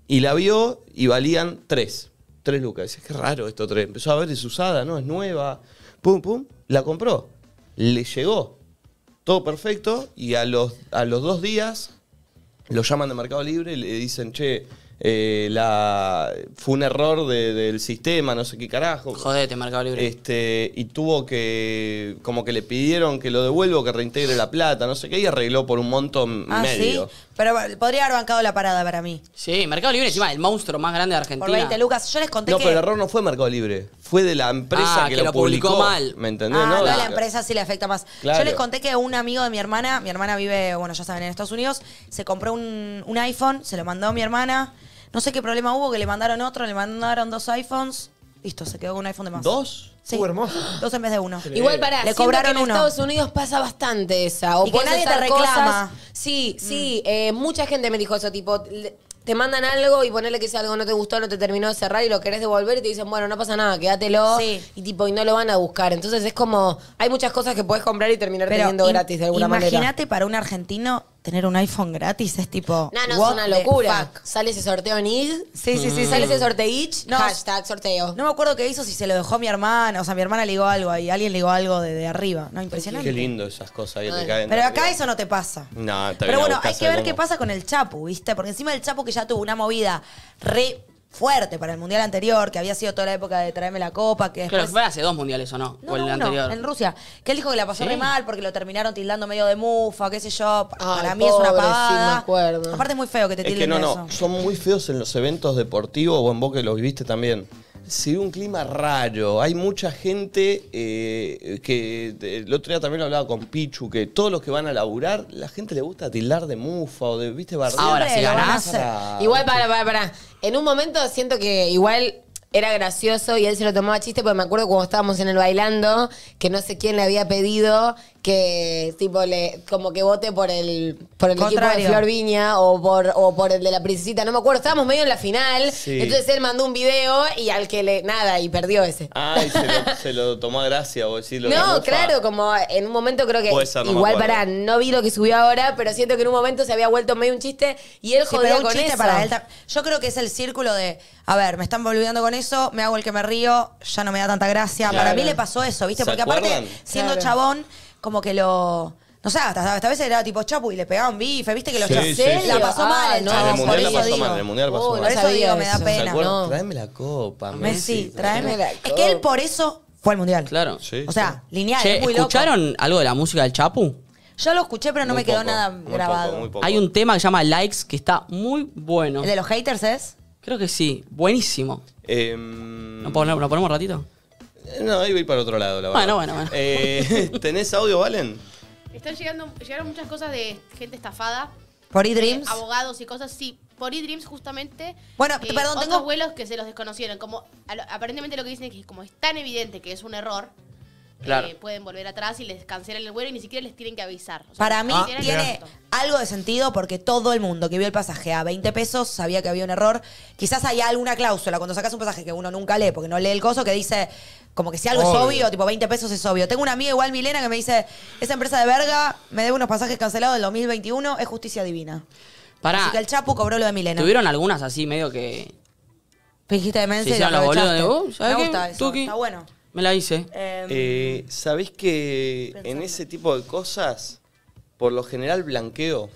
Speaker 1: y la vio y valían 3 3 lucas dice qué raro esto 3 empezó a ver es usada no es nueva pum pum la compró le llegó todo perfecto y a los a los dos días lo llaman de Mercado Libre y le dicen, che, eh, la, fue un error de- del sistema, no sé qué carajo.
Speaker 6: Jodete, Mercado Libre.
Speaker 1: Este, y tuvo que, como que le pidieron que lo devuelva, que reintegre la plata, no sé qué, y arregló por un montón
Speaker 2: Ah,
Speaker 1: medio.
Speaker 2: sí. Pero podría haber bancado la parada para mí.
Speaker 6: Sí, Mercado Libre encima el monstruo más grande de Argentina.
Speaker 2: Por 20 lucas. Yo les conté
Speaker 1: No,
Speaker 2: que.
Speaker 1: pero el error no fue Mercado Libre, fue de la empresa
Speaker 6: Ah,
Speaker 1: que,
Speaker 6: que
Speaker 1: lo
Speaker 6: lo publicó
Speaker 1: publicó,
Speaker 6: mal.
Speaker 1: ¿Me entendés?
Speaker 2: Ah,
Speaker 1: no,
Speaker 2: no,
Speaker 1: la-
Speaker 2: a la empresa sí le afecta más.
Speaker 1: Claro.
Speaker 2: Yo les conté que un amigo de mi hermana, mi hermana vive, bueno, ya saben, en Estados Unidos, se compró un, un iPhone, se lo mandó a mi hermana. No sé qué problema hubo, que le mandaron otro, le mandaron dos iPhones. Listo, se quedó con un iPhone de más.
Speaker 1: ¿Dos?
Speaker 2: Sí.
Speaker 4: Uh, hermoso.
Speaker 2: Dos en vez de uno.
Speaker 5: Igual para
Speaker 2: Le cobraron
Speaker 5: en
Speaker 2: uno.
Speaker 5: Estados Unidos pasa bastante esa. O
Speaker 2: Y que
Speaker 5: podés
Speaker 2: nadie te
Speaker 5: hacer
Speaker 2: reclama. Mm.
Speaker 5: cosas- Sí, sí. eh, mucha gente me dijo eso, tipo, le- te mandan algo y ponerle que si algo no te gustó, no te terminó de cerrar y lo querés devolver y te dicen, bueno, no pasa nada, quédatelo.
Speaker 2: Sí.
Speaker 5: Y tipo, y no lo van a buscar. Entonces es como, hay muchas cosas que podés comprar y terminar
Speaker 2: Pero
Speaker 5: teniendo
Speaker 2: im-
Speaker 5: gratis de alguna manera.
Speaker 2: Imagínate para un argentino tener un iPhone gratis, es tipo.
Speaker 5: No, no,
Speaker 2: what
Speaker 5: es una
Speaker 2: the
Speaker 5: locura.
Speaker 2: fuck.
Speaker 5: Sale ese sorteo en IG.
Speaker 2: Sí, sí, sí, sí.
Speaker 5: Sale ese sorteich.
Speaker 2: No.
Speaker 5: Hashtag sorteo.
Speaker 2: No me acuerdo qué hizo, si se lo dejó a mi hermana, o sea, mi hermana le digo algo y alguien le digo algo de, de arriba. No, impresionante.
Speaker 1: Qué lindo esas cosas que te
Speaker 2: Ay.
Speaker 1: caen.
Speaker 2: Pero acá eso no te pasa.
Speaker 1: No, está bien,
Speaker 2: Pero bueno,
Speaker 1: buscás
Speaker 2: hay que ver
Speaker 1: algo.
Speaker 2: qué pasa con el Chapu, ¿viste? Porque encima del Chapu que ya tuvo una movida re fuerte para el mundial anterior, que había sido toda la época de traerme la copa, que
Speaker 6: Claro,
Speaker 2: después.
Speaker 6: fue hace dos mundiales o no,
Speaker 2: No,
Speaker 6: o el
Speaker 2: no, uno,
Speaker 6: anterior.
Speaker 2: en Rusia. Que él dijo que la pasó
Speaker 6: Sí.
Speaker 2: re mal porque lo terminaron tildando medio de mufa, qué sé yo. Pa- Para,
Speaker 5: Ay,
Speaker 2: mí es una
Speaker 5: pobre, sí, me
Speaker 2: pavada.
Speaker 5: acuerdo.
Speaker 2: Aparte es muy feo que te
Speaker 1: Es
Speaker 2: tilden
Speaker 1: que no,
Speaker 2: de
Speaker 1: no,
Speaker 2: eso.
Speaker 1: son muy feos en los eventos deportivos o en vos que los viviste también. Se ve un clima raro, hay mucha gente eh, que de- el otro día también hablaba con Pichu, que todos los que van a laburar, la gente le gusta tildar de mufa o de, viste, bardear. Ah.
Speaker 6: Ahora, si
Speaker 1: Siempre lo van a
Speaker 6: ganás,
Speaker 1: hacer.
Speaker 5: Igual, para, para, para. En un momento siento que igual era gracioso y él se lo tomaba chiste porque me acuerdo cuando estábamos en el bailando que no sé quién le había pedido
Speaker 11: que tipo le como que vote por el por el
Speaker 2: Contrario.
Speaker 11: equipo de Flor Viña o por o por el de la princesita, no me acuerdo, estábamos medio en la final,
Speaker 1: Sí.
Speaker 11: entonces él mandó un video y al que le nada y perdió ese.
Speaker 1: Ah, y se lo, se lo tomó a gracia o decirlo.
Speaker 11: No, claro, como en un momento creo que
Speaker 1: Puede ser, no me
Speaker 11: igual
Speaker 1: acuerdo.
Speaker 11: para no vi lo que subió ahora, pero siento que en un momento se había vuelto medio un chiste y él
Speaker 2: Sí,
Speaker 11: jodía
Speaker 2: pero un
Speaker 11: con
Speaker 2: chiste
Speaker 11: eso.
Speaker 2: para él tam- Yo creo que es el círculo de, a ver, me están volviendo con eso, me hago el que me río, ya no me da tanta gracia.
Speaker 11: Claro.
Speaker 2: Para mí le pasó eso, ¿viste?
Speaker 11: ¿Se
Speaker 2: Porque aparte,
Speaker 11: acuerdan?
Speaker 2: siendo
Speaker 11: Claro.
Speaker 2: chabón, como que lo. No sé, hasta, hasta a veces era tipo chapu y le pegaba un bife, ¿viste? Que lo
Speaker 1: Sí,
Speaker 2: chap-
Speaker 1: sí, sí.
Speaker 2: La pasó
Speaker 11: Ah,
Speaker 2: mal, el
Speaker 11: no,
Speaker 1: en
Speaker 2: chabón,
Speaker 1: el
Speaker 2: por
Speaker 1: mundial la
Speaker 2: eso
Speaker 1: pasó
Speaker 2: digo.
Speaker 1: mal, en el mundial la pasó
Speaker 2: Uy,
Speaker 1: mal.
Speaker 2: por eso digo, me da
Speaker 1: ¿Se
Speaker 2: pena.
Speaker 1: acuerdan?
Speaker 2: No.
Speaker 1: Tráeme la copa,
Speaker 2: Messi,
Speaker 1: Messi.
Speaker 2: tráeme. Es que él por eso fue al mundial.
Speaker 6: Claro.
Speaker 2: O sea, lineal,
Speaker 6: Che,
Speaker 2: es muy loco.
Speaker 6: ¿escucharon algo de la música del Chapu?
Speaker 2: Yo lo escuché, pero no
Speaker 6: Muy
Speaker 2: me quedó
Speaker 6: poco,
Speaker 2: nada
Speaker 6: muy
Speaker 2: grabado.
Speaker 6: Hay un tema que se llama Likes que está muy bueno.
Speaker 2: ¿El de los haters es?
Speaker 6: Creo que sí, buenísimo. ¿No pon- ¿Lo ponemos un ratito?
Speaker 1: Em, No, ahí voy para otro lado, la verdad.
Speaker 6: Bueno, bueno, bueno.
Speaker 1: Eh, ¿Tenés audio, Valen?
Speaker 3: Están llegando, llegaron muchas cosas de gente estafada.
Speaker 2: Por
Speaker 3: de
Speaker 2: eDreams.
Speaker 3: Abogados y cosas, sí. Por eDreams, justamente. eh,
Speaker 2: Bueno, perdón,
Speaker 3: otros
Speaker 2: tengo-
Speaker 3: vuelos que se los desconocieron. Como, a lo- aparentemente lo que dicen es que como es tan evidente que es un error,
Speaker 6: Claro.
Speaker 3: eh, pueden volver atrás y les cancelan el vuelo y ni siquiera les tienen que avisar. O sea, ah,
Speaker 2: Para mí
Speaker 3: ni siquiera les
Speaker 2: tiene algo de sentido porque todo el mundo que vio el pasaje a 20 pesos sabía que había un error. Quizás haya alguna cláusula cuando sacas un pasaje que uno nunca lee porque no lee el coso que dice como que si algo es
Speaker 5: Obvio.
Speaker 2: obvio, tipo 20 pesos es obvio. Tengo una amiga igual, Milena, que me dice, esa empresa de verga me debe unos pasajes cancelados del 2021, es justicia divina.
Speaker 6: Pará.
Speaker 2: Así que el Chapu cobró lo de Milena.
Speaker 6: Tuvieron algunas así medio que
Speaker 2: Fingiste demencia
Speaker 6: se
Speaker 2: y la
Speaker 6: hicieron los boludos de
Speaker 2: aprovechaste.
Speaker 6: vos. ¿Sabes
Speaker 2: Me
Speaker 6: qué?
Speaker 2: gusta eso,
Speaker 6: Tuki.
Speaker 2: está bueno.
Speaker 6: Me la hice.
Speaker 2: Em,
Speaker 1: Eh, ¿Sabés que en ese tipo de cosas, por lo general blanqueo?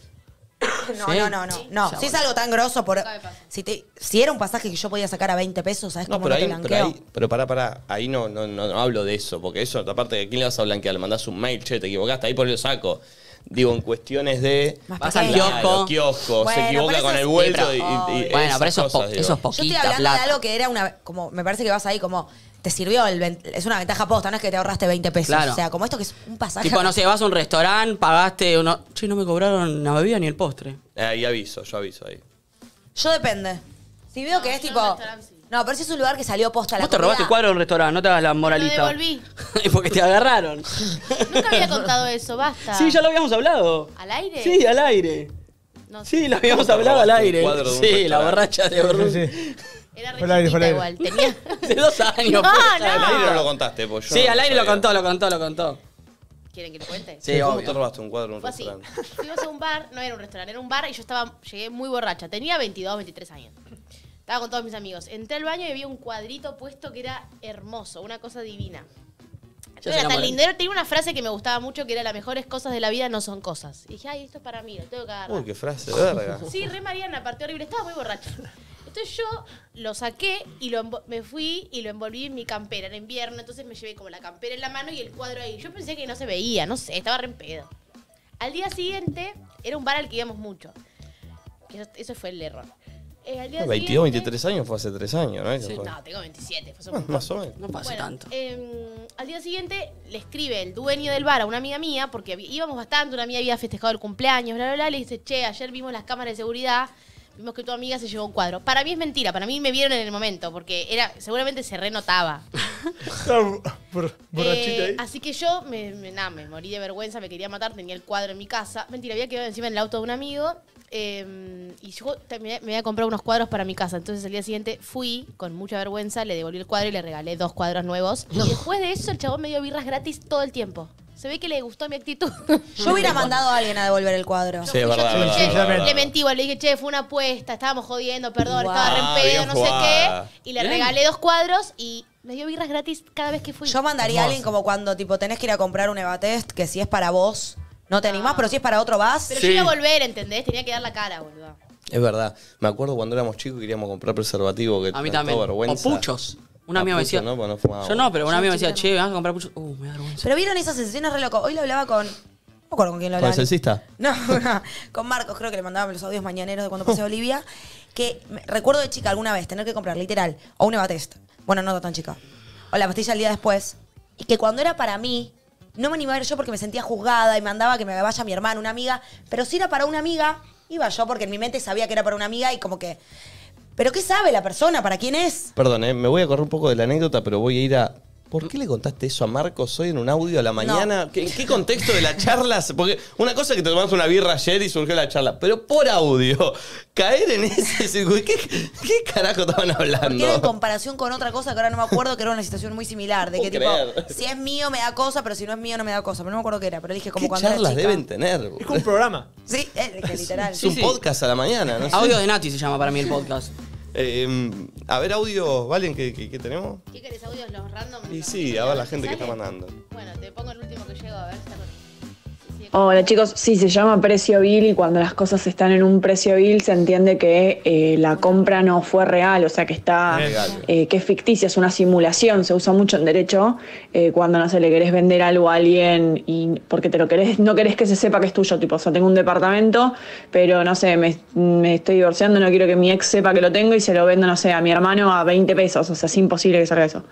Speaker 2: No,
Speaker 1: Sí.
Speaker 2: no, no, no. no.
Speaker 1: Ya,
Speaker 2: Si es
Speaker 1: bueno.
Speaker 2: algo tan grosso, por, si, te- si era un pasaje que yo podía sacar a 20 pesos, ¿sabes
Speaker 1: No,
Speaker 2: cómo
Speaker 1: pero
Speaker 2: no te
Speaker 1: ahí, pero
Speaker 2: blanqueo?
Speaker 1: ahí, pero pará, pará, ahí no, no, no, no hablo de eso, porque eso, aparte, ¿a quién le vas a blanquear? Le mandás un mail, che, te equivocaste, ahí por el saco. Digo, en cuestiones de...
Speaker 2: Más
Speaker 1: Vas
Speaker 2: pequeño.
Speaker 1: al kiosco,
Speaker 6: Kiosco.
Speaker 1: kiosco
Speaker 2: Bueno,
Speaker 1: se equivoca
Speaker 2: pero
Speaker 1: con
Speaker 2: eso
Speaker 1: el
Speaker 2: es-
Speaker 1: vuelto
Speaker 2: Sí,
Speaker 1: y,
Speaker 2: pero-
Speaker 1: y- y
Speaker 2: Ay.
Speaker 6: Bueno, pero
Speaker 1: esas
Speaker 6: eso es po-
Speaker 1: cosas, digo.
Speaker 6: eso es po-
Speaker 2: Yo estoy
Speaker 6: poquita
Speaker 2: hablando
Speaker 6: plata.
Speaker 2: de algo que era una. Como me parece que vas ahí como. Te sirvió, el ven- es una ventaja posta, no es que te ahorraste 20 pesos.
Speaker 6: Claro.
Speaker 2: O sea, como esto que es un pasaje.
Speaker 6: Tipo, no sé, vas a un restaurante, pagaste uno. Che, no me cobraron la bebida ni el postre.
Speaker 1: Ahí aviso, yo aviso ahí.
Speaker 2: Yo depende. Si veo que es tipo. No, pero si es un lugar que salió posta la
Speaker 6: Vos te
Speaker 2: comida,
Speaker 6: robaste cuadro de un restaurante, no te hagas la
Speaker 3: Lo
Speaker 6: moralista.
Speaker 3: devolví.
Speaker 6: Porque te agarraron.
Speaker 3: Nunca había contado eso, basta.
Speaker 6: Sí, ya lo habíamos hablado.
Speaker 3: ¿Al aire?
Speaker 6: Sí, al aire.
Speaker 3: Eh. No sé.
Speaker 6: Sí, lo habíamos
Speaker 1: Te
Speaker 6: hablado al
Speaker 1: robaste un
Speaker 6: aire.
Speaker 1: cuadro de un
Speaker 6: Sí, la
Speaker 1: restaurante.
Speaker 6: borracha de Borruti.
Speaker 3: Era re
Speaker 4: Fue al aire, fue al
Speaker 3: chiquita
Speaker 4: aire.
Speaker 3: igual. Tenía...
Speaker 6: De dos años.
Speaker 3: No,
Speaker 6: puta.
Speaker 3: no. Al aire
Speaker 1: no lo contaste, pues yo
Speaker 6: Sí,
Speaker 1: no
Speaker 6: al aire lo
Speaker 1: sabía.
Speaker 6: contó, lo contó, lo contó.
Speaker 3: ¿Quieren que lo cuente?
Speaker 6: Sí,
Speaker 1: ¿Cómo
Speaker 6: obvio.
Speaker 1: te robaste un cuadro en un
Speaker 3: Fue así.
Speaker 1: restaurante?
Speaker 3: Fuimos a un bar, no era un restaurante, era un bar y yo estaba, llegué muy borracha. Tenía 22, 23 años. Estaba con todos mis amigos. Entré al baño y vi un cuadrito puesto que era hermoso, una cosa divina.
Speaker 6: Ya
Speaker 3: No
Speaker 6: se
Speaker 3: era tan
Speaker 6: enamoran.
Speaker 3: lindo. Era- Tenía una frase que me gustaba mucho que era las mejores cosas de la vida no son cosas. Y dije, ay, esto es para mí, lo tengo que agarrar.
Speaker 1: Uy, qué frase, de verga.
Speaker 3: Sí, re Mariana, parte horrible. Estaba muy borracha. Entonces yo lo saqué y lo envo- me fui y lo envolví en mi campera. Era invierno, entonces me llevé como la campera en la mano y el cuadro ahí. Yo pensé que no se veía, no sé, estaba re en pedo. Al día siguiente, era un bar al que íbamos mucho. Que Eso, eso fue el error. Eh, al día
Speaker 1: 22,
Speaker 3: siguiente-
Speaker 1: 23 años fue hace 3 años, ¿no? Que fue.
Speaker 3: No, tengo 27, fue hace un
Speaker 1: Ah,
Speaker 3: montón.
Speaker 1: pues. Más o menos.
Speaker 6: No pasa
Speaker 3: Bueno,
Speaker 6: tanto.
Speaker 3: eh, al día siguiente le escribe el dueño del bar a una amiga mía, porque habí- íbamos bastante, una amiga había festejado el cumpleaños, bla, bla, bla, le dice, che, ayer vimos las cámaras de seguridad, vimos que tu amiga se llevó un cuadro. Para mí es mentira, para mí me vieron en el momento, porque era seguramente se renotaba.
Speaker 4: borrachita
Speaker 3: Eh,
Speaker 4: ahí.
Speaker 11: ah,
Speaker 3: así que yo me, me- nada, me morí de vergüenza, me quería matar, tenía el cuadro en mi casa. Mentira, había quedado encima en el auto de un amigo. eh, y yo terminé- me había comprado unos cuadros para mi casa. Entonces el día siguiente fui con mucha vergüenza, le devolví el cuadro y le regalé dos cuadros nuevos. Y después de eso el chabón me dio birras gratis todo el tiempo. Se ve que le gustó mi actitud.
Speaker 2: Yo hubiera mandado a alguien a devolver el cuadro.
Speaker 1: Sí, es verdad,
Speaker 4: Sí,
Speaker 1: verdad,
Speaker 4: sí,
Speaker 1: verdad,
Speaker 4: ya me-
Speaker 1: verdad.
Speaker 3: Le mentí, igual, le dije, che, fue una apuesta, estábamos jodiendo, perdón,
Speaker 2: Wow.
Speaker 3: estaba
Speaker 1: Ah,
Speaker 3: re en pedo,
Speaker 1: bien
Speaker 3: no
Speaker 1: jugada.
Speaker 3: sé qué. Y le
Speaker 6: Bien.
Speaker 3: regalé dos cuadros y me dio birras gratis cada vez que fui.
Speaker 2: Yo mandaría a alguien como cuando tipo tenés que ir a comprar un Evatest, que si es para vos, no te
Speaker 3: Ah.
Speaker 2: animás, pero si es para otro vas.
Speaker 3: Pero yo iba a volver, ¿entendés? Tenía que dar la cara, boludo.
Speaker 1: Es verdad. Me acuerdo cuando éramos chicos queríamos comprar preservativo que
Speaker 6: A mí
Speaker 1: tanto
Speaker 6: también. O
Speaker 1: vergüenza.
Speaker 6: puchos. Un
Speaker 1: Ah,
Speaker 6: amigo me
Speaker 1: puchos
Speaker 6: decía.
Speaker 1: no, porque no fumaba.
Speaker 6: Yo no, pero un amigo me decía, che, vamos a comprar puchos. Uh, me da vergüenza.
Speaker 2: Pero vieron esas escenas re loco. Hoy lo hablaba con. No me acuerdo con quién lo
Speaker 1: ¿Con
Speaker 2: hablaba.
Speaker 1: el celsista?
Speaker 2: No, no, con Marcos, creo que le mandaban los audios mañaneros de cuando
Speaker 1: Oh.
Speaker 2: pasé a Bolivia. Que me- recuerdo de chica alguna vez tener que comprar, literal, o un Evatest. Bueno, no tan chica. O la pastilla el día después. Y que cuando era para mí, no me animaba a ir yo porque me sentía juzgada y mandaba que me vaya mi hermana, una amiga. Pero si era para una amiga, iba yo porque en mi mente sabía que era para una amiga y como que. ¿Pero qué sabe la persona? ¿Para quién es?
Speaker 1: Perdón, eh, me voy a correr un poco de la anécdota, pero voy a ir a ¿Por qué le contaste eso a Marcos hoy en un audio a la mañana? ¿Qué- ¿En qué contexto de la charla? se- Porque una cosa es que te tomaste una birra ayer y surgió la charla, pero por audio, caer en ese circuito, ¿qué, qué carajo estaban
Speaker 2: Porque era en
Speaker 1: hablando?
Speaker 2: comparación con otra cosa que ahora no me acuerdo, que era una situación muy similar. De
Speaker 1: Puedo
Speaker 2: que tipo,
Speaker 1: creer.
Speaker 2: si es mío me da cosa, pero si no es mío no me da cosa. Pero no me acuerdo qué era, pero dije como
Speaker 1: ¿Qué
Speaker 2: cuando era
Speaker 1: charlas
Speaker 2: chica.
Speaker 1: deben tener? Es un
Speaker 4: programa.
Speaker 2: Sí, eh, que literal.
Speaker 1: Es un podcast a la mañana, ¿no? Eh,
Speaker 6: Audio de Nati se llama para mí el podcast.
Speaker 1: a ver, audio, ¿valen? ¿Qué, qué- qué tenemos?
Speaker 3: ¿Qué querés, audios los random?
Speaker 1: Y sí, a ver la gente que está mandando.
Speaker 3: Bueno, te pongo el último que llego, a ver, está con-
Speaker 12: Hola chicos, sí, se llama precio vil y cuando las cosas están en un precio vil se entiende que eh, la compra no fue real, o sea que está,
Speaker 13: Legal.
Speaker 12: eh, que es ficticia, es una simulación, se usa mucho en derecho eh, cuando no se le querés vender algo a alguien y porque te lo querés, no querés que se sepa que es tuyo, tipo, o sea, tengo un departamento, pero no sé, me, me estoy divorciando, no quiero que mi ex sepa que lo tengo y se lo vendo, no sé, a mi hermano a 20 pesos, o sea, es imposible que salga eso.